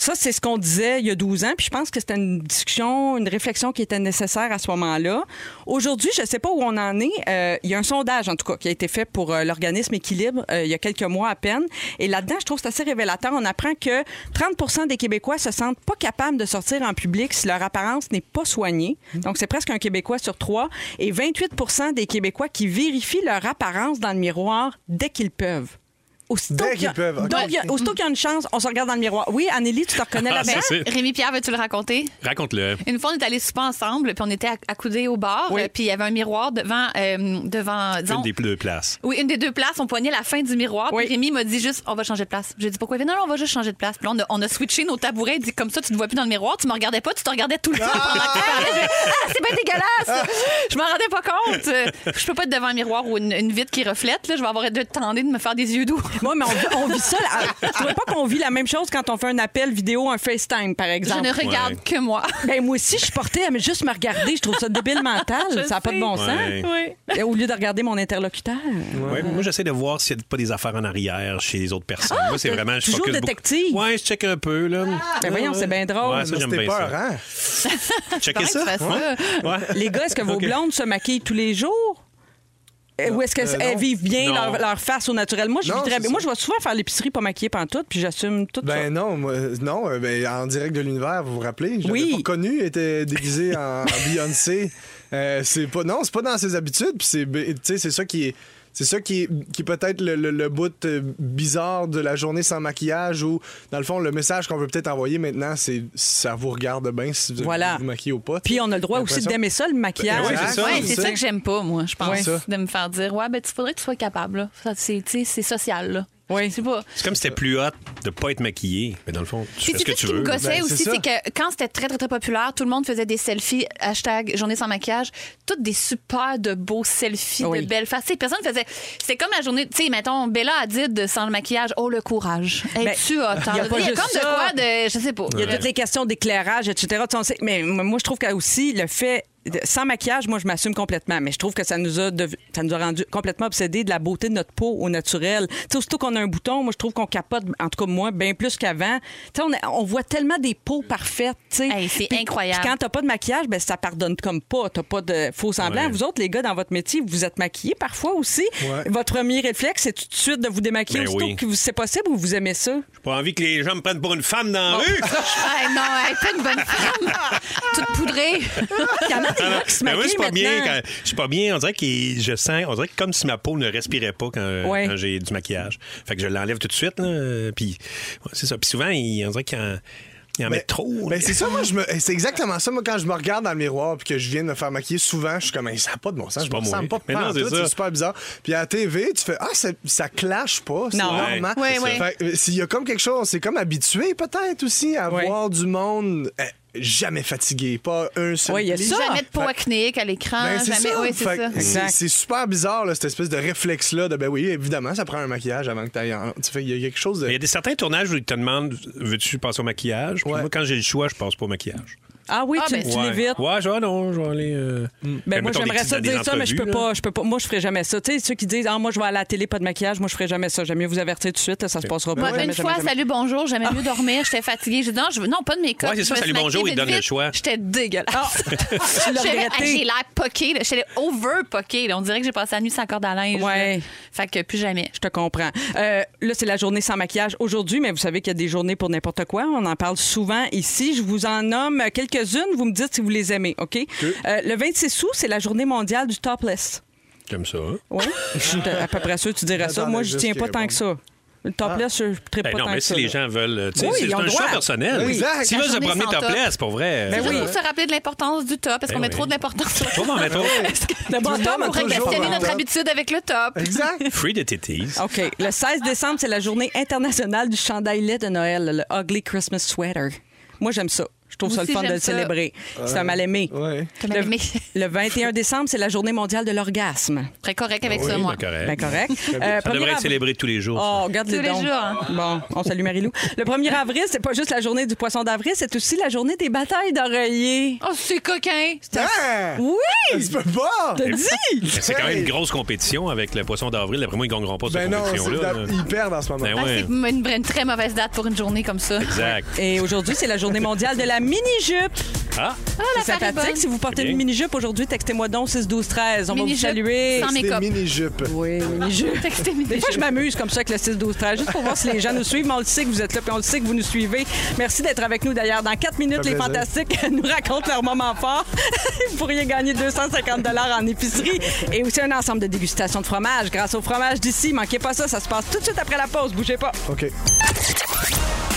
Speaker 4: Ça, c'est ce qu'on disait il y a 12 ans, puis je pense que c'était une discussion, une réflexion qui était nécessaire à ce moment-là. Aujourd'hui, je ne sais pas où on en est. Euh, il y a un sondage, en tout cas, qui a été fait pour euh, l'organisme Équilibre euh, il y a quelques mois à peine. Et là-dedans, je trouve que c'est assez révélateur. On apprend que 30 des Québécois se sentent pas capables de sortir en public si leur apparence n'est pas soignée.
Speaker 5: Mmh.
Speaker 4: Donc, c'est presque un Québécois sur trois. Et 28 des Québécois qui vérifient leur apparence dans le miroir dès qu'ils peuvent. aussitôt
Speaker 5: Dès
Speaker 4: qu'il y a-
Speaker 5: qu'ils peuvent, ok.
Speaker 4: donc, il y a- aussitôt qu'il y a une chance, on se regarde dans le miroir. Oui, Anneli, tu te reconnais
Speaker 10: Ah,
Speaker 4: là-dedans?
Speaker 10: ça, c'est-
Speaker 8: Ben, Rémi Pierre, veux-tu le raconter?
Speaker 10: Raconte-le.
Speaker 8: Une fois, on est allés souper ensemble, puis on était acc- accoudés au bar, euh, puis il y avait un miroir devant, euh, devant disons,
Speaker 7: Une des deux places.
Speaker 8: Oui, une des deux places, on poignait la fin du miroir.
Speaker 4: Oui.
Speaker 8: Puis Rémi m'a dit juste, on va changer de place. J'ai dit pourquoi? Il fait, non, non, on va juste changer de place. Puis là, on a, on a switché nos tabourets. Il dit, comme ça, tu ne te vois plus dans le miroir. Tu me regardais pas, tu te regardais tout le temps pendant que tu parlais. Je fais, Ah, c'est bien dégueulasse! Je m'en rendais pas compte. Euh, Je peux pas être devant un miroir ou une, une vitre qui reflète. Là. Je vais avoir de tendé de me faire des yeux doux.
Speaker 4: Oui, mais on vit, on vit ça. là. Je trouvais pas qu'on vit la même chose quand on fait un appel vidéo, un FaceTime, par
Speaker 8: Je
Speaker 4: exemple.
Speaker 8: ne regarde
Speaker 10: Ouais.
Speaker 8: que moi.
Speaker 4: Ben, moi aussi, je suis portée à me- juste me regarder. Je trouve ça débile mental. ça n'a pas de bon sens.
Speaker 7: Ouais.
Speaker 4: Et Au lieu de regarder mon interlocuteur.
Speaker 7: Ouais, Moi, j'essaie de voir s'il n'y a pas des affaires en arrière chez les autres personnes. moi, c'est
Speaker 4: Ah, t'es
Speaker 7: vraiment. Je
Speaker 4: toujours
Speaker 7: focus beaucoup-
Speaker 4: détective.
Speaker 7: Ouais, je check un peu, là.
Speaker 4: Ben voyons, c'est bien drôle.
Speaker 7: Ouais, ça, j'aime
Speaker 5: C'était
Speaker 7: bien
Speaker 5: peur,
Speaker 7: ça.
Speaker 5: hein?
Speaker 7: Checker
Speaker 8: C'est
Speaker 7: ça.
Speaker 8: vrai que tu fasses
Speaker 7: Ouais. Ouais.
Speaker 4: Les gars, est-ce que vos
Speaker 7: Ok.
Speaker 4: blondes se maquillent tous les jours? Euh, Ou est-ce
Speaker 5: Euh,
Speaker 4: qu'elles
Speaker 5: non.
Speaker 4: elles vivent bien
Speaker 7: Non.
Speaker 4: leur, leur face au naturel? Moi, je
Speaker 5: Non,
Speaker 4: vis très
Speaker 5: c'est
Speaker 4: bien.
Speaker 5: ça.
Speaker 4: Moi, je vais souvent faire l'épicerie pas maquillée pantoute, puis j'assume tout
Speaker 5: Ben non, moi, non, euh, ben, en direct de l'univers, vous vous rappelez, je
Speaker 4: Oui.
Speaker 5: l'avais pas connu, était déguisé en, en Beyoncé. Euh, c'est pas non, c'est pas dans ses habitudes, puis c'est ben, tu sais, c'est ça qui est c'est ça qui est, qui est peut-être le, le- le bout euh, bizarre de la journée sans maquillage ou dans le fond le message qu'on veut peut-être envoyer maintenant c'est ça vous regarde bien si vous
Speaker 4: Voilà.
Speaker 5: vous maquillez ou pas.
Speaker 4: ça. Puis on a le droit aussi
Speaker 5: L'impression-
Speaker 4: d'aimer ça, le maquillage.
Speaker 5: Ben oui, c'est ça.
Speaker 8: Ouais, c'est
Speaker 5: c'est
Speaker 8: ça
Speaker 5: ça.
Speaker 8: que j'aime pas, moi, je pense,
Speaker 5: Ouais. Ça.
Speaker 8: de me faire dire, ouais, ben, tu faudrait que tu sois capable. là. Ça, C'est tu sais, c'est social, là.
Speaker 4: Oui.
Speaker 8: C'est pas.
Speaker 7: C'est comme si c'était plus hot de pas être maquillé. Mais dans le fond, tu
Speaker 8: Puis
Speaker 7: fais ce
Speaker 8: tu
Speaker 7: que
Speaker 8: sais ce
Speaker 7: tu
Speaker 8: qui
Speaker 7: veux.
Speaker 8: me gossait
Speaker 5: Ben, c'est
Speaker 8: aussi,
Speaker 5: ça.
Speaker 8: c'est que quand c'était très, très, très populaire, tout le monde faisait des selfies, hashtag journée sans maquillage, toutes des super de beaux selfies,
Speaker 4: Oui.
Speaker 8: de belles faces. Tu sais, Personne faisait. C'était comme la journée, tu sais, mettons, Bella Hadid sans le maquillage, oh le courage.
Speaker 4: Ben,
Speaker 8: Es-tu hot? hein?
Speaker 4: il y a pas
Speaker 8: Il y a
Speaker 4: juste
Speaker 8: comme de
Speaker 4: ça.
Speaker 8: quoi de. Je sais pas.
Speaker 4: Il y a toutes les questions d'éclairage, etc. Tu sais, on sait- mais moi, je trouve que aussi le fait. de- sans maquillage, moi, je m'assume complètement, mais je trouve que ça nous a, dev- ça nous a rendu complètement obsédés de la beauté de notre peau au naturel. Tu sais, aussitôt qu'on a un bouton, moi, je trouve qu'on capote, en tout cas moi, bien plus qu'avant. Tu sais, on, a- on voit tellement des peaux parfaites. tu sais.
Speaker 8: Hey, c'est
Speaker 4: Puis-
Speaker 8: incroyable.
Speaker 4: puis quand t'as pas de maquillage, ben, ça pardonne comme pas. T'as pas de faux semblant.
Speaker 7: Ouais.
Speaker 4: Vous autres, les gars, dans votre métier, vous êtes maquillés parfois aussi.
Speaker 5: Ouais.
Speaker 4: Votre premier réflexe, c'est tout de suite de vous démaquiller
Speaker 7: Ben
Speaker 4: aussitôt
Speaker 7: oui.
Speaker 4: que vous- c'est possible ou vous aimez ça?
Speaker 7: J'ai pas envie que les gens me prennent pour une femme dans la rue.
Speaker 8: Hey, non, elle est pas une bonne femme. Toute poudrée.
Speaker 4: Il y en a
Speaker 7: Ah
Speaker 4: des gars qui se
Speaker 7: Mais moi,
Speaker 4: maquillent
Speaker 7: je suis Ben pas bien.
Speaker 4: maintenant.
Speaker 7: quand- je suis pas bien. On dirait que je sens. On dirait que comme si ma peau ne respirait pas quand,
Speaker 4: Ouais.
Speaker 7: quand j'ai du maquillage. Fait que je l'enlève tout de suite. Là, puis ouais, c'est ça. Puis souvent, il- on dirait qu'ils en, ils en mettent trop.
Speaker 5: Ben,
Speaker 7: là.
Speaker 5: c'est ça, moi, je me... c'est exactement ça. Moi, quand je me regarde dans le miroir puis que je viens de me faire maquiller, souvent, je suis comme, Hey, ça n'a pas de bon sens. Je
Speaker 7: pas
Speaker 5: me ressemble
Speaker 7: moi.
Speaker 5: pas
Speaker 7: Mais non, c'est
Speaker 5: pantoute,
Speaker 7: ça.
Speaker 5: c'est super bizarre. Puis à la TV, tu fais, ah, ça, ça clash pas, c'est
Speaker 4: Non.
Speaker 7: Ouais,
Speaker 5: normal.
Speaker 8: ouais, ouais.
Speaker 5: Fait que, euh, S'il y a comme quelque chose, c'est comme habitué peut-être aussi à
Speaker 4: Ouais.
Speaker 5: voir du monde euh, jamais fatigué, pas un seul.
Speaker 4: Ouais, il y a
Speaker 5: pli.
Speaker 4: Ça. hein,
Speaker 8: Jamais de peau
Speaker 5: Fait-
Speaker 8: acnéique à l'écran.
Speaker 5: Ben, c'est
Speaker 8: jamais.
Speaker 5: ça.
Speaker 8: Oui, c'est
Speaker 5: Fait
Speaker 8: ça.
Speaker 5: que c'est-
Speaker 4: Exact.
Speaker 5: c'est super bizarre, là, cette espèce de réflexe-là de, ben oui, évidemment, ça prend un maquillage avant que t'ailles en- tu ailles. Il y a quelque chose de.
Speaker 7: Mais Il y a des, certains tournages où ils te demandent veux-tu passer au maquillage Puis
Speaker 5: Ouais.
Speaker 7: Moi, quand j'ai le choix, je passe pas au maquillage.
Speaker 4: Ah oui,
Speaker 8: Ah,
Speaker 4: tu,
Speaker 8: ben,
Speaker 4: tu
Speaker 7: ouais.
Speaker 4: l'évites.
Speaker 7: Ouais, je vais, ah non, je vais aller. euh,
Speaker 4: Ben, moi,
Speaker 7: mettons, des
Speaker 4: j'aimerais
Speaker 7: petites-
Speaker 4: ça
Speaker 7: des
Speaker 4: dire ça, mais je peux
Speaker 7: entrevues, là.
Speaker 4: pas, je peux pas. Moi, je ferais jamais ça. Tu sais, ceux qui disent, ah, moi, je vais aller à la télé, pas de maquillage, moi, je ferais jamais ça. J'aime mieux vous avertir tout de suite, ça se passera pas.
Speaker 8: Moi,
Speaker 4: Jamais,
Speaker 8: une
Speaker 4: jamais,
Speaker 8: fois,
Speaker 4: jamais.
Speaker 8: salut, bonjour, j'aimais mieux dormir, j'étais fatiguée. J'ai dit non, je veux, non, pas de make-up.
Speaker 7: Ouais, c'est ça,
Speaker 8: Je me
Speaker 7: salut,
Speaker 8: suis maquillée
Speaker 7: bonjour, ils
Speaker 8: vite,
Speaker 7: donnent le
Speaker 8: vite.
Speaker 7: choix.
Speaker 8: J'étais
Speaker 4: Ah,
Speaker 8: dégueulasse.
Speaker 4: Tu l'as
Speaker 8: J'avais-
Speaker 4: regretté.
Speaker 8: Ah, J'ai l'air poquée, là. j'étais over poquée. là. On dirait que j'ai passé la nuit sans corde à linge.
Speaker 4: Ouais.
Speaker 8: là. Fait que plus jamais.
Speaker 4: Je te comprends. Euh, là, c'est la journée sans maquillage aujourd'hui, mais vous savez qu'il y a des journées pour n'importe quoi. On en parle souvent ici. Je vous en nomme quelques-unes. Vous me dites si vous les aimez, OK? Euh, le 26 août, c'est la journée mondiale du topless.
Speaker 7: J'aime ça. hein.
Speaker 4: Oui? je suis à peu près sûr que tu dirais ça.
Speaker 5: Attends,
Speaker 4: Moi,
Speaker 5: là,
Speaker 4: je
Speaker 5: juste
Speaker 4: tiens pas
Speaker 5: qu'il
Speaker 4: tant que ça. Le topless, je ne
Speaker 7: Ben
Speaker 4: pas
Speaker 7: non,
Speaker 4: tant
Speaker 7: mais
Speaker 4: que
Speaker 7: si
Speaker 4: ça.
Speaker 7: les
Speaker 4: là.
Speaker 7: gens veulent. euh, tu sais,
Speaker 4: Oui,
Speaker 7: c'est
Speaker 4: ils ont
Speaker 7: un
Speaker 4: le
Speaker 7: choix
Speaker 4: droit.
Speaker 7: personnel.
Speaker 5: Oui. Exact.
Speaker 7: S'ils
Speaker 8: La
Speaker 7: veulent se
Speaker 8: journée
Speaker 7: promener
Speaker 8: sans
Speaker 7: top
Speaker 8: top.
Speaker 7: place, pour vrai.
Speaker 4: Ben
Speaker 8: C'est
Speaker 7: euh,
Speaker 8: juste pour se rappeler de l'importance du top, parce
Speaker 7: Ben
Speaker 8: qu'on met
Speaker 7: oui.
Speaker 8: trop d'importance sur
Speaker 7: Je trouve en mettre un.
Speaker 4: Le
Speaker 5: Tout le
Speaker 4: bottom
Speaker 5: monde
Speaker 4: a
Speaker 5: a
Speaker 8: On
Speaker 5: toujours hein.
Speaker 8: pourrait
Speaker 4: toujours
Speaker 8: questionner
Speaker 5: un
Speaker 8: notre
Speaker 5: top.
Speaker 8: habitude avec le top.
Speaker 5: Exact.
Speaker 7: Free de tétis.
Speaker 4: OK. Le 16 décembre, c'est la journée internationale du chandail lait de Noël, le Ugly Christmas Sweater. Moi, j'aime ça. Je trouve
Speaker 8: Moi
Speaker 4: ça le
Speaker 8: aussi,
Speaker 4: fun de
Speaker 8: j'aime
Speaker 4: le
Speaker 8: ça.
Speaker 4: célébrer. C'est un mal-aimé.
Speaker 5: Ouais.
Speaker 8: Comme
Speaker 4: Le,
Speaker 8: aimé.
Speaker 4: le 21 décembre, c'est la journée mondiale de l'orgasme.
Speaker 8: Très correct avec ça,
Speaker 7: Oui,
Speaker 8: moi.
Speaker 7: ben, correct.
Speaker 4: Bien correct. Euh,
Speaker 7: Ça
Speaker 4: 1er
Speaker 7: devrait être
Speaker 4: avril-
Speaker 7: célébré tous les jours.
Speaker 4: Oh, regarde
Speaker 8: Tous les jours, hein.
Speaker 4: Bon, on salue Marie-Lou. Le 1er avril, c'est pas juste la journée du poisson d'avril, c'est aussi la journée des batailles d'oreiller.
Speaker 8: Oh, c'est coquin.
Speaker 5: Hein?
Speaker 4: Oui!
Speaker 5: Tu peux pas!
Speaker 4: T'as dit!
Speaker 7: Mais Ben, c'est quand même
Speaker 5: Hey!
Speaker 7: une grosse compétition avec le poisson d'avril. D'après moi, ils gagneront pas
Speaker 5: Ben
Speaker 7: cette
Speaker 5: non,
Speaker 7: compétition-là. là.
Speaker 5: c'est- ils perdent en ce moment.
Speaker 7: Ben
Speaker 8: Ah,
Speaker 7: ouais.
Speaker 8: C'est une, une très mauvaise date pour une journée comme ça.
Speaker 7: Exact.
Speaker 4: Et aujourd'hui, c'est la journée mondiale de la la mini-jupe.
Speaker 7: Ah,
Speaker 8: la
Speaker 4: C'est
Speaker 8: farine
Speaker 4: sympathique.
Speaker 8: bonne.
Speaker 4: Si vous portez
Speaker 7: Bien.
Speaker 4: une mini-jupe aujourd'hui, textez-moi donc 6 12 13 On va vous
Speaker 8: Mini-jupe.
Speaker 4: saluer.
Speaker 8: Sans
Speaker 5: Des
Speaker 8: make-up.
Speaker 5: mini-jupes.
Speaker 4: Oui, mini-jupe. Des fois, je m'amuse comme ça avec le 6 12 13 juste pour voir si les gens nous suivent. Mais on le sait que vous êtes là, puis on le sait que vous nous suivez. Merci d'être avec nous d'ailleurs. Dans 4 minutes,
Speaker 5: Ça
Speaker 4: les
Speaker 5: fait plaisir.
Speaker 4: fantastiques nous racontent leur moment fort. vous pourriez gagner 250 en épicerie et aussi un ensemble de dégustations de fromage grâce au fromage d'ici. Manquez pas ça, ça se passe tout de suite après la pause. Bougez pas.
Speaker 5: OK.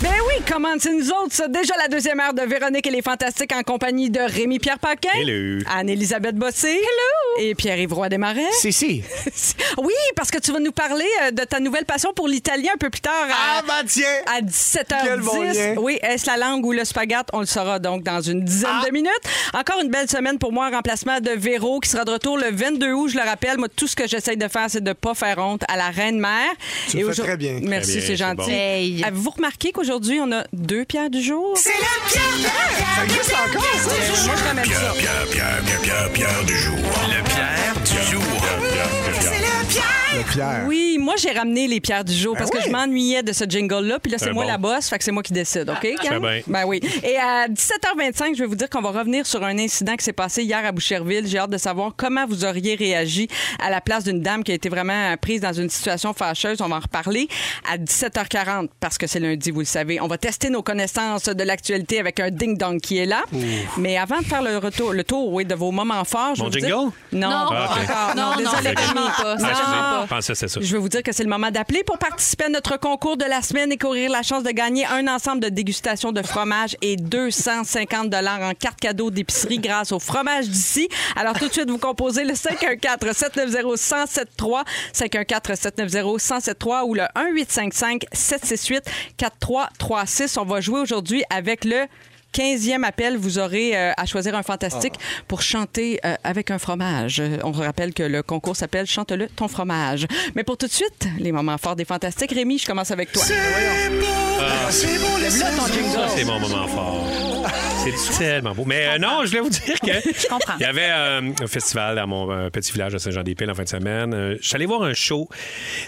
Speaker 4: Ben oui, comment c'est nous autres, ça. Déjà la deuxième heure de Véronique et les Fantastiques en compagnie de Rémi-Pierre Paquin.
Speaker 7: Hello.
Speaker 4: Anne-Élisabeth Bossé. Hello. Et Pierre-Yves Roy Desmarais.
Speaker 5: Si, si.
Speaker 4: Oui, parce que tu vas nous parler euh, de ta nouvelle passion pour l'italien un peu plus tard. euh, à-
Speaker 5: Ah, bah tiens!
Speaker 4: à 17h10.
Speaker 5: Quel bon lien.
Speaker 4: oui, est-ce la langue ou le spaghette? On le saura donc dans une dizaine
Speaker 5: Ah!
Speaker 4: de minutes. Encore une belle semaine pour moi en remplacement de Véro qui sera de retour le 22 août. Je le rappelle, moi, tout ce que j'essaye de faire, c'est de ne pas faire honte à la reine-mère.
Speaker 5: Tu le fais
Speaker 4: aujourd'hui-
Speaker 5: très bien.
Speaker 4: Merci,
Speaker 7: Très bien,
Speaker 4: c'est
Speaker 7: c'est
Speaker 4: gentil.
Speaker 7: bon.
Speaker 8: Hey.
Speaker 4: Avez-vous remarqué qu'aujourd'hui, on a deux pierres du jour? C'est la pierre! Ça existe encore, ça? Moi, je ramène ça.
Speaker 10: Pierre, Pierre, Pierre, Pierre, Pierre du jour.
Speaker 4: Ah,
Speaker 10: Le Pierre du jour. C'est le
Speaker 5: Le Pierre.
Speaker 4: Oui, moi j'ai ramené les pierres du jour parce que
Speaker 5: oui.
Speaker 4: je m'ennuyais de ce jingle-là. Puis là, c'est
Speaker 7: Un
Speaker 4: moi
Speaker 7: Ben bon. Ah,
Speaker 4: la bosse, fait que c'est moi qui décide, OK? gang?
Speaker 7: bien.
Speaker 4: Ben oui. Et à 17h25, je vais vous dire qu'on va revenir sur un incident qui s'est passé hier à Boucherville. J'ai hâte de savoir comment vous auriez réagi à la place d'une dame qui a été vraiment prise dans une situation fâcheuse. On va en reparler à 17h40 parce que c'est lundi, vous le savez. On va tester nos connaissances de l'actualité avec un ding-dong qui est là. Mais avant de faire le retour, le tour oui, de vos moments forts, je
Speaker 7: Mon
Speaker 4: vais vous
Speaker 7: jingle?
Speaker 4: dire- Non,
Speaker 8: Non.
Speaker 4: pas
Speaker 7: Ah, ok.
Speaker 4: encore. non,
Speaker 8: Non, non,
Speaker 4: désolé,
Speaker 8: ça
Speaker 4: Rémi.
Speaker 8: marche pas.
Speaker 4: Non.
Speaker 8: Ça marche pas.
Speaker 7: Ah, Je pensais que c'est ça.
Speaker 4: Je veux vous dire que c'est le moment d'appeler pour participer à notre concours de la semaine et courir la chance de gagner un ensemble de dégustations de fromage et 250 dollars en carte cadeau d'épicerie grâce au fromage d'ici. Alors tout de suite, vous composez le 514 790 1073 514 790 1073 ou le 1855 768 4336. On va jouer aujourd'hui avec le 15e appel, vous aurez euh, à choisir un fantastique
Speaker 7: Ah.
Speaker 4: pour chanter euh, avec un fromage. Euh, On vous rappelle que le concours s'appelle Chante-le ton fromage. Mais pour tout de suite, les moments forts des fantastiques. Rémi, je commence avec toi.
Speaker 5: Ah.
Speaker 3: C'est beau, c'est beau les
Speaker 4: Là, ton jingle.
Speaker 3: saisons.
Speaker 7: Ça, c'est mon moment fort. C'est tellement beau. Mais euh, non, je voulais vous dire que.
Speaker 8: comprends.
Speaker 7: Il y avait euh, un festival dans mon euh, petit village de Saint-Jean-des-Piles en fin de semaine. Euh, je suis allé voir un show.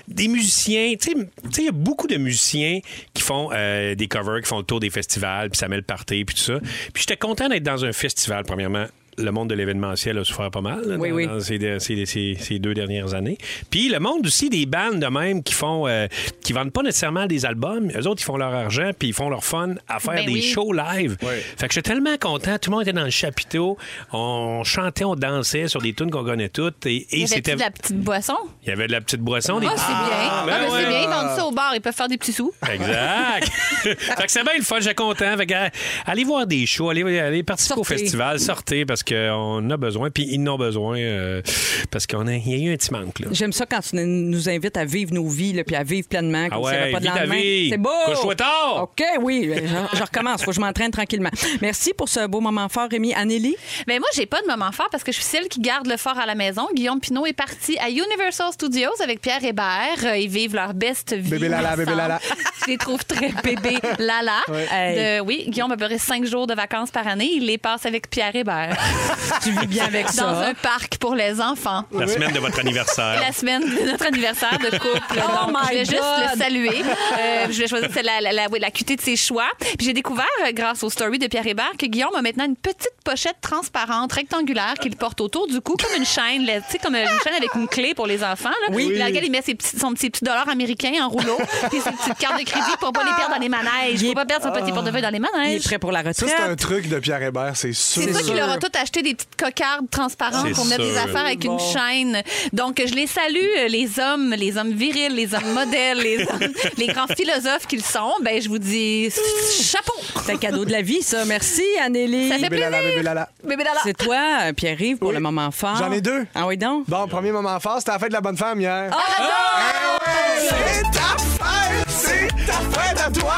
Speaker 7: Des musiciens. Tu sais, tu sais, il y a beaucoup de musiciens qui font euh, des covers, qui font le tour des festivals, puis ça met le party, puis tout ça. Puis j'étais content d'être dans un festival, premièrement. Le monde de l'événementiel a souffert pas mal là,
Speaker 4: Oui,
Speaker 7: dans-
Speaker 4: oui.
Speaker 7: dans ces, de- ces- ces- ces deux dernières années. Puis le monde aussi des bandes de même qui font euh, qui vendent pas nécessairement des albums, eux autres ils font leur argent puis ils font leur fun à faire
Speaker 8: Ben
Speaker 7: des
Speaker 8: oui.
Speaker 7: shows live. Fait que j'étais tellement content, tout le monde était dans le chapiteau, on chantait, on dansait sur des tunes qu'on connaît toutes et, et
Speaker 8: Il y avait
Speaker 7: c'était
Speaker 8: de la petite boisson?
Speaker 7: il y avait de la petite boisson des
Speaker 8: Ah, c'est bien. Ah,
Speaker 7: Ah, ben
Speaker 8: ben,
Speaker 7: ouais.
Speaker 8: c'est bien. Ils vendent ça au bar. Ils peuvent faire des petits sous.
Speaker 7: Exact. fait que c'est bien le fun, j'ai content. Fait que, euh, allez voir des shows, allez, allez participer au
Speaker 4: Sortez.
Speaker 7: festival, sortez parce qu'on a besoin, puis ils en ont besoin euh, parce qu'on a, il y a eu un petit manque. Là.
Speaker 4: J'aime ça quand tu nous invites à vivre nos vies, là, puis à vivre pleinement, comme
Speaker 7: Ah
Speaker 4: s'il n'y avait
Speaker 7: ouais,
Speaker 4: pas de
Speaker 7: vis ta
Speaker 4: lendemain.
Speaker 7: vie.
Speaker 4: C'est beau!
Speaker 7: Couche-toi tard.
Speaker 4: OK, oui, je, je recommence. Faut que je m'entraîne tranquillement. Merci pour ce beau moment fort, Rémi. Anneli?
Speaker 8: Mais Ben, moi, j'ai pas de moment fort parce que je suis celle qui garde le fort à la maison. Guillaume Pinot est parti à Universal Studios avec Pierre Hébert. Euh, Ils vivent leur best vie.
Speaker 5: Bébé Lala,
Speaker 8: ensemble.
Speaker 5: bébé Lala.
Speaker 8: Je les trouve très bébé Lala. Euh, oui, Guillaume a à peu près cinq jours de vacances par année. Il les passe avec Pierre Hébert
Speaker 4: Tu vis bien avec
Speaker 8: dans
Speaker 4: ça.
Speaker 8: un parc pour les enfants.
Speaker 7: La semaine de votre anniversaire.
Speaker 8: la semaine de notre anniversaire de couple.
Speaker 4: Oh
Speaker 8: Donc, je
Speaker 4: my
Speaker 8: vais juste
Speaker 4: God.
Speaker 8: le saluer. Euh, je vais choisir c'est la, la, la, oui, la QT de ses choix. Puis j'ai découvert, euh, grâce au story de Pierre Hébert, que Guillaume a maintenant une petite pochette transparente, rectangulaire, qu'il porte autour du cou, comme une chaîne, là, tu sais, comme euh, une chaîne avec une clé pour les enfants, là, dans laquelle il met ses petits, son petit petit dollar américain en rouleau, puis ses petites cartes de crédit pour pas les perdre dans les manèges. Pour pas perdre son petit portefeuille dans les
Speaker 4: Ah. Il
Speaker 8: manèges.
Speaker 4: est prêt pour la
Speaker 5: Ça,
Speaker 4: retraite.
Speaker 5: c'est un truc de Pierre Hébert, c'est sûr.
Speaker 8: C'est ça qu'il leur a tout acheté des petites cocardes transparentes
Speaker 7: C'est
Speaker 8: pour mettre des
Speaker 7: sûr.
Speaker 8: affaires avec une chaîne. Donc, je les salue, euh, les hommes, les hommes virils, les hommes modèles, les, hommes- les grands philosophes qu'ils sont. Ben, je vous dis chapeau!
Speaker 4: C'est un cadeau de la vie, ça. Merci, Anneli.
Speaker 8: Ça fait
Speaker 5: Bébé Lala, bébé Lala.
Speaker 8: Bébé Lala.
Speaker 4: C'est toi, euh, Pierre-Yves, pour
Speaker 5: Oui.
Speaker 4: le moment fort.
Speaker 5: J'en ai deux.
Speaker 4: Ah oui, donc?
Speaker 5: Bon, premier moment fort, c'était la fête de la bonne femme hier.
Speaker 8: Ah,
Speaker 5: Eh ouais! C'est ta fête! C'est ta fête à à toi.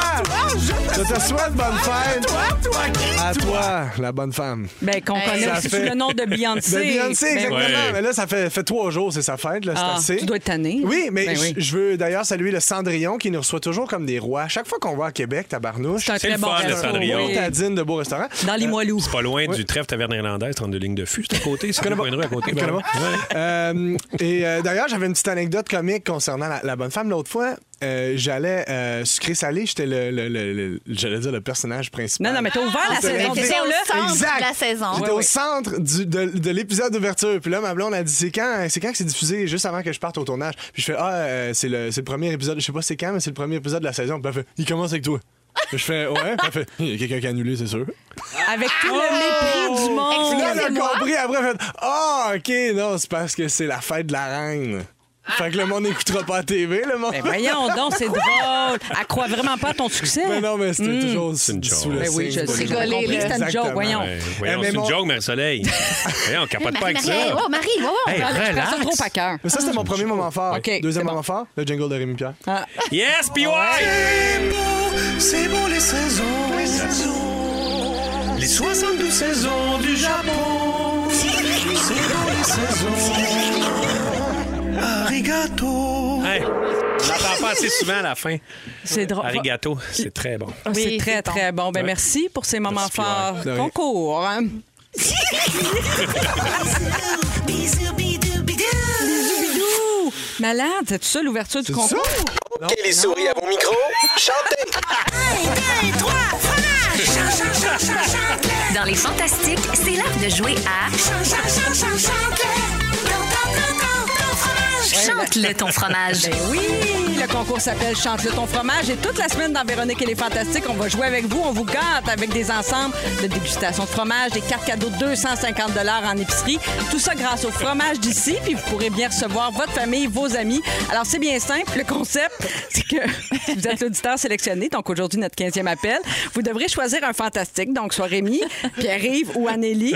Speaker 5: Je te souhaite bonne fête.
Speaker 3: Toi, toi qui?
Speaker 5: À Ah, toi, la bonne femme.
Speaker 4: Ben, qu'on connaît
Speaker 5: Ça
Speaker 4: sous
Speaker 5: fait-
Speaker 4: le nom de
Speaker 5: De
Speaker 4: Beyoncé.
Speaker 5: Beyoncé,
Speaker 4: Ben
Speaker 5: exactement.
Speaker 7: ouais.
Speaker 5: Mais là, ça fait, fait trois jours, c'est sa fête, là, c'est
Speaker 4: Ah,
Speaker 5: assez.
Speaker 4: tu dois être tanné.
Speaker 5: Oui, mais
Speaker 4: Ben
Speaker 5: je-
Speaker 4: oui.
Speaker 5: je veux d'ailleurs saluer le Cendrillon qui nous reçoit toujours comme des rois. Chaque fois qu'on va à Québec, tabarnouche,
Speaker 4: C'est un
Speaker 7: C'est
Speaker 4: très
Speaker 7: le
Speaker 4: bon
Speaker 7: fun, le
Speaker 4: resto,
Speaker 7: Cendrillon.
Speaker 4: oui.
Speaker 5: tadine de beaux restaurants.
Speaker 4: Dans les moelleux.
Speaker 7: C'est pas loin du trèfle taverne irlandaise, 32 lignes de fût. C'est à côté, c'est le coin de rue à côté.
Speaker 5: Connais
Speaker 7: ben.
Speaker 5: pas?
Speaker 7: Ouais.
Speaker 5: Euh, et euh, d'ailleurs, j'avais une petite anecdote comique concernant la, la bonne femme. L'autre fois, euh, j'allais euh, sucré salé, j'étais le, le- le- le- j'allais dire le personnage principal.
Speaker 4: Non, non, mais t'as ouvert la
Speaker 5: Ah, c'est
Speaker 4: saison.
Speaker 5: vrai.
Speaker 4: Disons-le.
Speaker 8: T'étais au centre
Speaker 5: Exact.
Speaker 8: de la saison.
Speaker 5: J'étais
Speaker 8: Hein? Ouais,
Speaker 5: au
Speaker 8: ouais.
Speaker 5: centre du- de, de l'épisode d'ouverture. Puis là, ma blonde a dit c'est quand c'est quand que c'est diffusé juste avant que je parte au tournage. Puis je fais ah euh, c'est le, c'est le premier épisode. Je sais pas c'est quand mais c'est le premier épisode de la saison. Puis elle fait il commence avec toi. Puis je fais ouais. Puis elle fait il y a quelqu'un qui a annulé c'est sûr.
Speaker 4: Avec tout
Speaker 5: Oh!
Speaker 4: le mépris du
Speaker 5: Puis
Speaker 4: monde.
Speaker 5: là, elle a compris après elle fait ah ok non c'est parce que c'est la fête de la reine. Fait que le monde n'écoutera pas la TV le monde.
Speaker 4: Ben voyons donc, c'est drôle. Elle croit vraiment pas à ton succès.
Speaker 5: Mais Ben, non, mais c'était toujours sous
Speaker 7: une joke.
Speaker 5: sous le
Speaker 7: Ben
Speaker 4: oui, je
Speaker 5: signe,
Speaker 4: sais,
Speaker 5: c'est
Speaker 4: j'ai
Speaker 5: pas
Speaker 4: compris que c'était une joke,
Speaker 5: Exactement.
Speaker 4: voyons.
Speaker 7: Ouais, voyons,
Speaker 5: Eh, mais
Speaker 7: c'est
Speaker 5: mon-
Speaker 7: une joke, Marie-Soleil. voyons, on capote pas avec
Speaker 8: Marie,
Speaker 7: ça.
Speaker 8: hey, wow, Marie, wow, wow.
Speaker 7: Hey,
Speaker 8: Ah, là, tu prends
Speaker 7: relax.
Speaker 8: ça trop à cœur.
Speaker 5: Mais ça, c'était mon premier moment fort.
Speaker 4: Ok,
Speaker 5: Deuxième
Speaker 4: c'est bon.
Speaker 5: moment fort, le jingle de Rémi Pierre.
Speaker 7: Yes, PY!
Speaker 3: C'est beau, c'est beau les saisons, les saisons, les 72 saisons du Japon. C'est beau les saisons. Arigato.
Speaker 7: Hey, on l'entend pas assez souvent à la fin.
Speaker 4: C'est drôle.
Speaker 7: Arigato, c'est très bon.
Speaker 4: Ah, C'est
Speaker 8: Oui,
Speaker 4: très,
Speaker 8: c'est bon.
Speaker 4: très bon. Ben, merci pour ces moments
Speaker 7: Merci,
Speaker 4: forts.
Speaker 5: Pierre. De rien.
Speaker 4: Concours. hein. Bidou. Malade, c'est ça l'ouverture du concours?
Speaker 11: Ok, les souris à mon micro, chantez!
Speaker 1: Dans les Fantastiques, c'est l'heure de jouer à Chante-le ton fromage.
Speaker 4: Ben oui, le concours s'appelle Chante-le ton fromage et toute la semaine dans Véronique et les Fantastiques, on va jouer avec vous, on vous gâte avec des ensembles de dégustation de fromage, des cartes cadeaux de 250 en épicerie, tout ça grâce au fromage d'ici, puis vous pourrez bien recevoir votre famille, vos amis. Alors c'est bien simple, le concept, c'est que si vous êtes l'auditeur sélectionné, donc aujourd'hui notre 15e appel, vous devrez choisir un fantastique, donc soit Rémi, Pierre-Yves ou Anélie,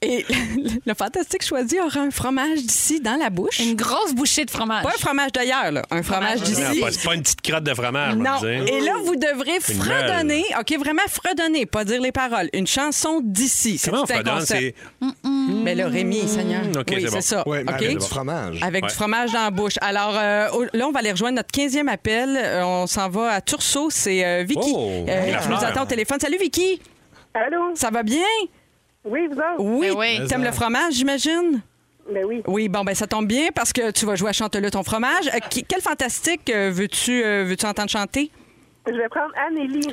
Speaker 4: et le fantastique choisi aura un fromage d'ici dans la bouche.
Speaker 8: Une grosse bouchée de fromage.
Speaker 4: Pas un fromage d'ailleurs, là. Un fromage
Speaker 7: Non,
Speaker 4: d'ici.
Speaker 7: pas- C'est pas une petite crotte de fromage, on va
Speaker 4: Non.
Speaker 7: dire.
Speaker 4: Et là, vous devrez
Speaker 7: Une
Speaker 4: fredonner. OK, vraiment fredonner, pas dire les paroles. Une chanson d'ici. C'est
Speaker 7: Comment on
Speaker 4: tout un
Speaker 7: fait danse?
Speaker 4: concept.
Speaker 7: C'est Hmm,
Speaker 4: Mais là, Rémi, Seigneur.
Speaker 7: OK,
Speaker 4: oui,
Speaker 7: c'est bon.
Speaker 4: ça.
Speaker 5: Ouais, mais
Speaker 4: OK?
Speaker 5: avec du fromage.
Speaker 4: Avec
Speaker 7: Ouais.
Speaker 4: du fromage dans la bouche. Alors, euh, au- là, on va aller rejoindre notre 15e appel. Euh, on s'en va à Tursault. C'est euh, Vicky
Speaker 7: Oh,
Speaker 4: euh,
Speaker 7: la
Speaker 4: qui nous
Speaker 7: fleur.
Speaker 4: attend au téléphone. Salut, Vicky.
Speaker 12: Allô?
Speaker 4: Ça va bien?
Speaker 12: Oui, vous autres?
Speaker 4: Oui.
Speaker 8: Ben oui.
Speaker 4: T'aimes le fromage, j'imagine?
Speaker 12: Ben oui.
Speaker 4: Oui, bon, ben ça tombe bien parce que tu vas jouer à Chante-le ton fromage. Euh, qui- quel fantastique euh, veux-tu euh, veux-tu entendre chanter?
Speaker 12: Je vais prendre Amélie.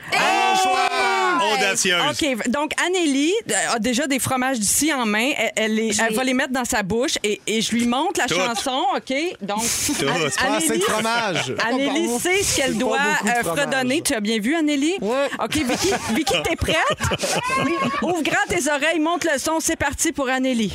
Speaker 7: audacieuse.
Speaker 4: OK, donc Anélie euh, a déjà des fromages d'ici en main. Elle, elle les- elle va les mettre dans sa bouche et, et je lui montre la
Speaker 7: Tout.
Speaker 4: chanson, OK? Donc,
Speaker 5: Ah, c'est pas assez de fromage.
Speaker 4: Ah, Anélie sait ce qu'elle
Speaker 5: C'est pas
Speaker 4: doit
Speaker 5: beaucoup de
Speaker 4: euh,
Speaker 5: fromage.
Speaker 4: fredonner. Tu as bien vu, Anélie? Oui. OK, Vicky, Vicky t'es prête? Ouvre grand tes oreilles, monte le son. C'est parti pour Anélie.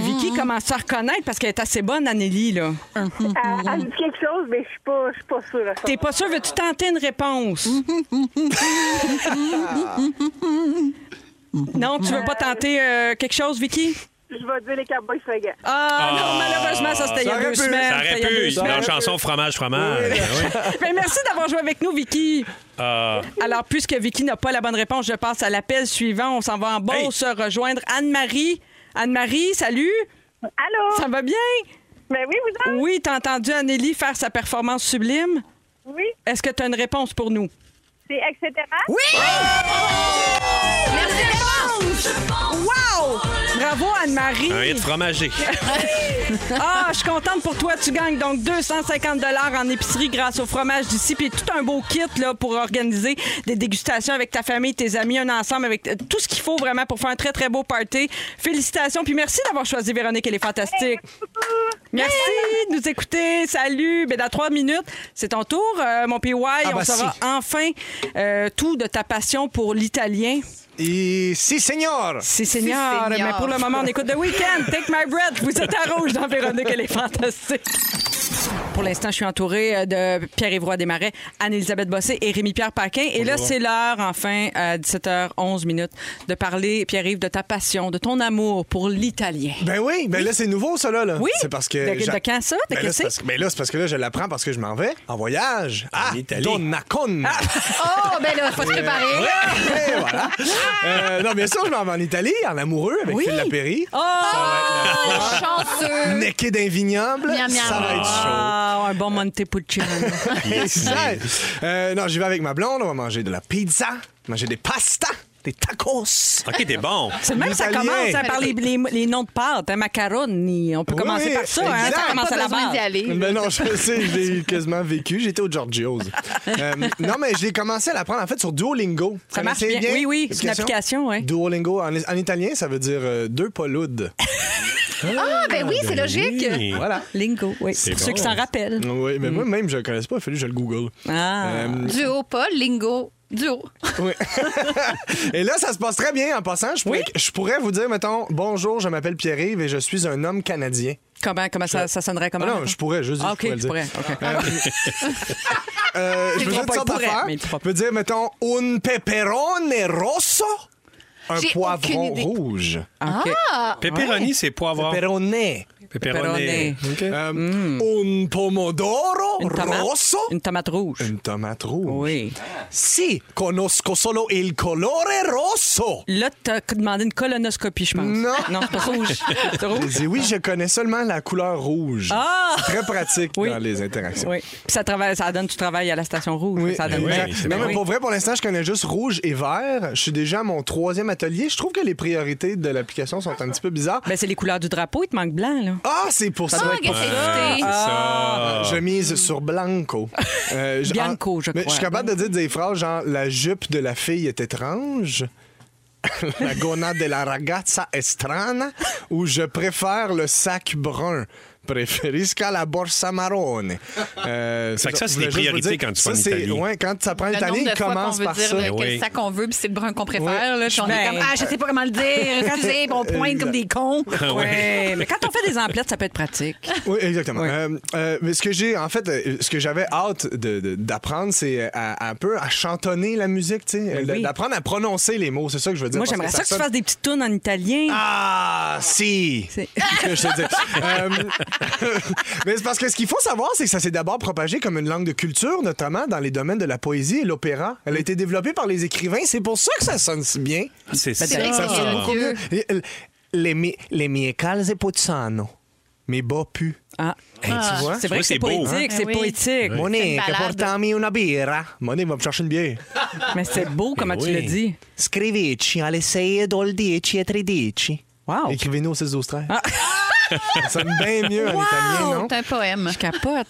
Speaker 4: Vicky commence à reconnaître parce qu'elle est assez bonne, Anélie, là.
Speaker 12: Elle, elle me dit quelque chose, mais je suis pas, je suis pas sûre. à ça.
Speaker 4: Mm, T'es pas sûr, veux-tu tenter une réponse? non, tu veux pas tenter euh, quelque chose, Vicky?
Speaker 12: Je vais dire les Cowboys Fringants.
Speaker 4: Ah, non, malheureusement, ça c'était il y a
Speaker 5: aurait
Speaker 4: deux
Speaker 5: pu.
Speaker 4: semaines.
Speaker 7: Ça aurait
Speaker 4: c'était il y a deux
Speaker 7: pu.
Speaker 4: semaines.
Speaker 7: Dans chanson fromage, fromage. Ah Oui.
Speaker 4: Mais Ben, merci d'avoir joué avec nous, Vicky.
Speaker 7: Ah,
Speaker 4: Alors, puisque Vicky n'a pas la bonne réponse, je passe à l'appel suivant. On s'en va en
Speaker 7: Hey.
Speaker 4: Beauce rejoindre Anne-Marie. Anne-Marie, salut.
Speaker 13: Oh.
Speaker 12: Allô?
Speaker 4: Ça va bien?
Speaker 12: Ben oui, vous autres?
Speaker 4: Oui, t'as entendu Anneli faire sa performance sublime.
Speaker 12: Oui.
Speaker 4: Est-ce que tu as une réponse pour nous?
Speaker 12: C'est hein? etc.
Speaker 4: Wow! Bravo, Anne-Marie.
Speaker 7: un hit fromager.
Speaker 4: Ah, je suis contente pour toi. Tu gagnes donc 250 en épicerie grâce au fromage d'ici. Puis tout un beau kit là, pour organiser des dégustations avec ta famille, tes amis, un ensemble, avec euh, tout ce qu'il faut vraiment pour faire un très, très beau party. Félicitations. Puis merci d'avoir choisi Véronique. Elle est fantastique. Merci de nous écouter. Salut. Ben, dans trois minutes, c'est ton tour, euh, mon PY. On
Speaker 5: bah
Speaker 4: saura
Speaker 5: si.
Speaker 4: enfin euh, tout de ta passion pour l'italien.
Speaker 5: Et si, seigneur.
Speaker 4: Si, seigneur.
Speaker 8: seigneur.
Speaker 4: Mais pour le moment, on écoute The Weeknd. Take my breath. Vous êtes à rouge dans Véronique. Elle est fantastique. pour l'instant, je suis entourée euh, de Pierre-Yvroy Desmarais, Anne-Elisabeth Bossé et Rémi-Pierre Paquin. Et là,
Speaker 6: Bonjour.
Speaker 4: c'est l'heure, enfin, euh, à 17h11 minutes, de parler, Pierre-Yves, de ta passion, de ton amour pour l'italien.
Speaker 5: Ben oui, ben là, c'est nouveau, ça, là. là.
Speaker 4: Oui.
Speaker 5: C'est parce que.
Speaker 4: De-
Speaker 5: j'a-
Speaker 4: de quand ça? De
Speaker 5: ben
Speaker 4: quel
Speaker 5: là, c'est
Speaker 4: c'est?
Speaker 5: parce, ben là, c'est parce que là, je l'apprends parce que je m'en vais en voyage. Ah, Donacone.
Speaker 8: Oh, ben là, faut se préparer.
Speaker 5: Et voilà. Euh, non, bien sûr, je m'en vais en Italie, en amoureux, avec Phil Lapéry.
Speaker 4: Oh,
Speaker 8: chanceux!
Speaker 5: Necké d'un vignoble,
Speaker 8: Miam, miam.
Speaker 5: ça va être chaud.
Speaker 4: Ah, un bon Montepulciano.
Speaker 5: Exact. Euh, non, j'y vais avec ma blonde, on va manger de la pizza, manger des pastas, des tacos.
Speaker 7: OK, t'es bon.
Speaker 4: C'est même ça
Speaker 5: L'italien.
Speaker 4: commence hein, par les, les- les noms de pâtes, hein, macaroni. On peut
Speaker 5: Oui,
Speaker 4: commencer par ça. Hein, ça
Speaker 5: exact.
Speaker 4: commence à la base.
Speaker 5: Ben non, je sais, j'ai quasiment vécu. J'étais au Giorgio's. Euh, non, mais j'ai commencé à l'apprendre en fait sur Duolingo.
Speaker 4: Ça marche
Speaker 5: Connaissez
Speaker 4: bien. Oui, oui, c'est une application, ouais.
Speaker 5: Duolingo, en, en italien, ça veut dire euh, deux paloudes.
Speaker 8: Ah, ben oui, c'est logique.
Speaker 5: Oui. Voilà.
Speaker 4: Lingo, oui.
Speaker 5: C'est
Speaker 4: Pour ceux
Speaker 5: bon.
Speaker 4: qui s'en rappellent.
Speaker 5: Oui, mais moi, même, je ne connaissais pas. Il a fallu que je le Google.
Speaker 4: Mm. Ah.
Speaker 5: Euh,
Speaker 8: Duo, pas lingo. Duo.
Speaker 5: oui. et là, ça se passe très bien en passant. Je pourrais, je pourrais vous dire, mettons, bonjour, je m'appelle Pierre-Yves et je suis un homme canadien.
Speaker 4: Comment, comment ça, ça sonnerait comment?
Speaker 5: Ah non, je pourrais, je dis,
Speaker 4: Ah,
Speaker 5: je
Speaker 4: OK,
Speaker 5: pourrais le
Speaker 4: tu
Speaker 5: dire.
Speaker 4: pourrais. OK.
Speaker 5: Euh,
Speaker 4: Il
Speaker 5: je veux
Speaker 4: pourra
Speaker 5: dire
Speaker 4: pas,
Speaker 5: toutes
Speaker 4: il
Speaker 5: sortes
Speaker 4: pourrait,
Speaker 5: d'affaires.
Speaker 4: Ah, mais il pourra
Speaker 5: Je peux dire, mettons, un pepperone rosso. Un
Speaker 8: J'ai
Speaker 5: poivron
Speaker 8: aucune idée.
Speaker 5: rouge.
Speaker 4: OK.
Speaker 7: Pepperoni, c'est poivron.
Speaker 5: Pepperone.
Speaker 7: Pepperoni.
Speaker 5: Euh, Un pomodoro
Speaker 4: Une tomate.
Speaker 5: rosso.
Speaker 4: Une tomate rouge.
Speaker 5: Une tomate rouge.
Speaker 4: Oui.
Speaker 5: Si, conosco solo il colore rosso.
Speaker 4: Là, t'as demandé une colonoscopie, je pense.
Speaker 5: Non.
Speaker 4: Non, c'est pas rouge. C'est
Speaker 5: Je
Speaker 4: rouge.
Speaker 5: dis oui, je connais seulement la couleur rouge.
Speaker 4: Ah!
Speaker 5: Très pratique
Speaker 4: Oui.
Speaker 5: dans les interactions.
Speaker 4: Oui. Puis ça, travaille, ça donne du travail à la station rouge.
Speaker 5: Oui,
Speaker 4: Ça Ben donne
Speaker 5: exact.
Speaker 4: bien.
Speaker 7: Ben c'est
Speaker 5: non,
Speaker 7: bien.
Speaker 5: mais pour vrai, pour l'instant, je connais juste rouge et vert. Je suis déjà à mon troisième atelier. Je trouve que les priorités de l'application sont un petit peu bizarres.
Speaker 4: Ben, c'est les couleurs du drapeau, il te manque blanc, là.
Speaker 5: Ah, c'est pour ça.
Speaker 8: Ah, qu'est-ce que c'est?
Speaker 5: Ah, Je mise sur Blanco. Euh, je-
Speaker 4: Bianco, je
Speaker 5: mais Je suis
Speaker 4: crois.
Speaker 5: capable de dire des phrases genre La jupe de la fille est étrange. la gonade de la ragazza est strana. Ou Je préfère le sac brun. Préférisca la borsa marrone. Euh,
Speaker 7: Fait que ça, c'est
Speaker 5: je voulais
Speaker 7: des
Speaker 5: juste vous
Speaker 7: priorités
Speaker 5: dire,
Speaker 7: quand tu vas en
Speaker 5: ça, c'est-
Speaker 7: Italie.
Speaker 5: Ouais, quand tu apprends
Speaker 8: Le
Speaker 5: l'italien,
Speaker 8: nombre de
Speaker 5: il
Speaker 8: fois qu'on
Speaker 5: commence
Speaker 8: veut
Speaker 5: par
Speaker 8: dire
Speaker 5: ça.
Speaker 8: là,
Speaker 7: Oui.
Speaker 8: quel sac on veut, puis c'est le brun qu'on préfère. Là, puis on est
Speaker 4: Ben,
Speaker 8: comme, ah, je sais pas comment le dire. Excusez, puis on pointe comme des cons.
Speaker 5: Ah,
Speaker 4: Ouais, Eh, mais quand on fait des emplettes, ça peut être pratique.
Speaker 5: Oui, exactement. Euh, euh, mais ce que j'ai, en fait, euh, ce que j'avais hâte de- de- d'apprendre, c'est euh, à- à un peu à chantonner la musique, tu sais,
Speaker 4: Ben
Speaker 5: euh,
Speaker 4: oui.
Speaker 5: d'apprendre à prononcer les mots, c'est ça que je veux dire.
Speaker 4: Moi,
Speaker 5: parce
Speaker 4: j'aimerais ça que tu
Speaker 5: sonne-
Speaker 4: fasses des petites tunes en italien.
Speaker 5: Ah, si!
Speaker 4: C'est-
Speaker 5: Que je te dis. Euh, mais c'est parce que ce qu'il faut savoir, c'est que ça s'est d'abord propagé comme une langue de culture, notamment dans les domaines de la poésie et l'opéra. Elle a été développée par les écrivains, c'est pour ça que ça sonne si bien.
Speaker 7: C'est ça.
Speaker 8: vrai que
Speaker 5: Ça
Speaker 8: c'est
Speaker 5: sonne
Speaker 8: bien.
Speaker 5: beaucoup mieux. Et- euh, Les, mi- les mie calze pozzano. Mes bas pu.
Speaker 4: Ah.
Speaker 5: tu vois?
Speaker 4: C'est vrai
Speaker 7: Oui,
Speaker 4: que c'est
Speaker 7: c'est beau,
Speaker 4: poétique,
Speaker 8: hein?
Speaker 4: c'est
Speaker 8: Ben oui.
Speaker 4: poétique.
Speaker 8: C'est une
Speaker 5: Monet,
Speaker 8: balade.
Speaker 5: portami una birra. Monet va me chercher une bière.
Speaker 4: Mais c'est beau comment tu
Speaker 7: oui.
Speaker 4: le dis.
Speaker 5: Scrivici alle 6 dol 10 e Ah. 13.
Speaker 4: Wow.
Speaker 5: Écrivez-nous au 16 12 13.
Speaker 4: Ah.
Speaker 5: Ça sonne bien eh? ben mieux en italien, non?
Speaker 8: C'est un poème.
Speaker 4: Je capote.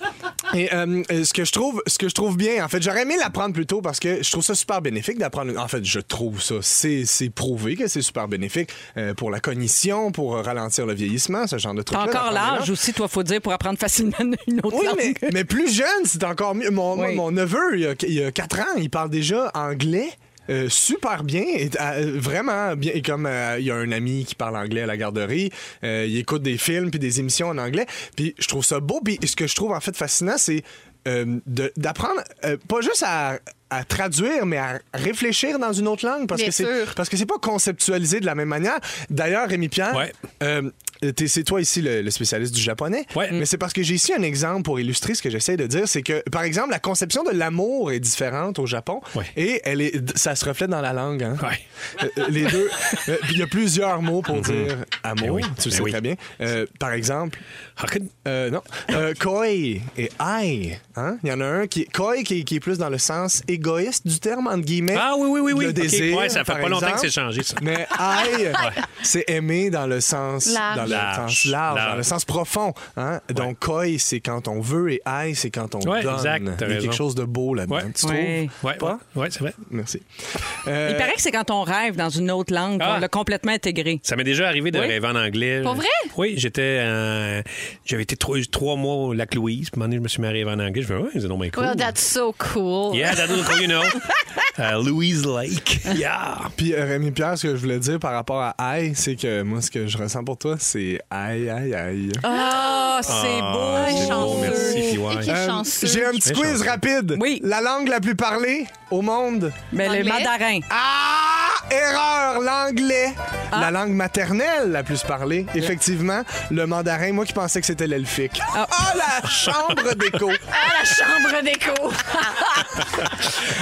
Speaker 5: Et euh, euh, ce que je trouve, ce que je trouve bien, en fait, j'aurais aimé l'apprendre plus tôt parce que je trouve ça super bénéfique d'apprendre. En fait, je trouve ça, c'est c'est prouvé que c'est super bénéfique euh, pour la cognition, pour euh, ralentir le vieillissement, ce genre de trucs.
Speaker 4: T'as encore l'âge aussi, toi, faut dire, pour apprendre facilement une autre
Speaker 5: Oui, mais,
Speaker 4: langue.
Speaker 5: mais plus jeune, c'est encore mieux. Mon,
Speaker 4: Oui.
Speaker 5: mon neveu, il y a- il y a 4 ans, il parle déjà anglais. euh, super bien, et, euh, vraiment bien. Et comme euh, il y a un ami qui parle anglais à la garderie, euh, il écoute des films puis des émissions en anglais. Puis je trouve ça beau. Puis ce que je trouve en fait fascinant, c'est euh, de- d'apprendre euh, pas juste à, à traduire, mais à réfléchir dans une autre langue parce
Speaker 8: Bien
Speaker 5: que c'est
Speaker 8: sûr.
Speaker 5: parce que c'est pas conceptualisé de la même manière. D'ailleurs, Rémi Pierre,
Speaker 7: Ouais.
Speaker 5: euh, t'es- c'est toi ici le, le spécialiste du japonais.
Speaker 7: Ouais.
Speaker 5: Mais c'est parce que j'ai ici un exemple pour illustrer ce que j'essaie de dire. C'est que, par exemple, la conception de l'amour est différente au Japon
Speaker 7: Ouais.
Speaker 5: et elle est, ça se reflète dans la langue. hein.
Speaker 7: Ouais.
Speaker 5: Euh, euh, les deux. euh, puis Il y a plusieurs mots pour dire amour.
Speaker 7: Mhm. Eh oui,
Speaker 5: Tu le
Speaker 7: eh
Speaker 5: sais
Speaker 7: oui.
Speaker 5: très bien. Euh, par exemple,
Speaker 7: Hakun.
Speaker 5: euh, non. Euh, koi et ai. hein? Il y en a un qui est koi qui, qui est plus dans le sens égoïste du terme, entre guillemets.
Speaker 7: Ah oui, oui, oui, oui.
Speaker 5: Le
Speaker 7: Ok.
Speaker 5: désir.
Speaker 7: Ouais, ça fait
Speaker 5: par
Speaker 7: pas longtemps
Speaker 5: exemple.
Speaker 7: que c'est changé, ça.
Speaker 5: Mais ai, c'est aimer dans le sens
Speaker 8: Large.
Speaker 5: Dans le
Speaker 7: Large.
Speaker 5: sens large,
Speaker 7: Large.
Speaker 5: dans le sens profond. hein? Donc koi, c'est quand on veut et ai, c'est quand on
Speaker 7: Ouais,
Speaker 5: donne.
Speaker 7: exact, t'as
Speaker 5: Il y a quelque
Speaker 7: raison.
Speaker 5: chose de beau là-dedans.
Speaker 7: Ouais.
Speaker 5: Tu
Speaker 4: Ouais.
Speaker 5: trouves?
Speaker 7: Ouais, ouais,
Speaker 5: Pas?
Speaker 7: ouais, c'est vrai.
Speaker 5: Merci. Euh,
Speaker 4: Il paraît que c'est quand on rêve dans une autre langue qu'on
Speaker 7: Ah.
Speaker 4: l'a complètement intégré.
Speaker 7: Ça m'est déjà arrivé de
Speaker 4: Oui.
Speaker 7: rêver en anglais.
Speaker 8: Pour vrai?
Speaker 7: Oui, j'étais. euh, J'avais été trois, trois mois au Lac Louise. Puis, à un moment donné, je me suis marié en anglais. Je me suis dit, ouais, c'est donc bien cool.
Speaker 8: Well, that's so cool.
Speaker 7: Yeah, that's you know. Euh, Louise Lake. Yeah.
Speaker 5: Puis euh, Rémi Pierre, ce que je voulais dire par rapport à aïe, c'est que moi, ce que je ressens pour toi, c'est aïe, aïe, aïe.
Speaker 4: Ah, c'est
Speaker 7: Ah,
Speaker 4: beau.
Speaker 7: c'est beau, merci, PY.
Speaker 8: Oh,
Speaker 5: Euh, J'ai un petit
Speaker 7: Très
Speaker 5: quiz
Speaker 7: chanceux.
Speaker 5: rapide.
Speaker 4: Oui. Ben,
Speaker 5: La langue la plus parlée au monde.
Speaker 4: Mais le mandarin.
Speaker 5: Ah! Erreur! L'anglais! La langue maternelle la plus parlée. Effectivement, le mandarin, moi qui pensais que c'était l'elfique. Ah, la chambre d'écho!
Speaker 8: Ah, la chambre d'écho.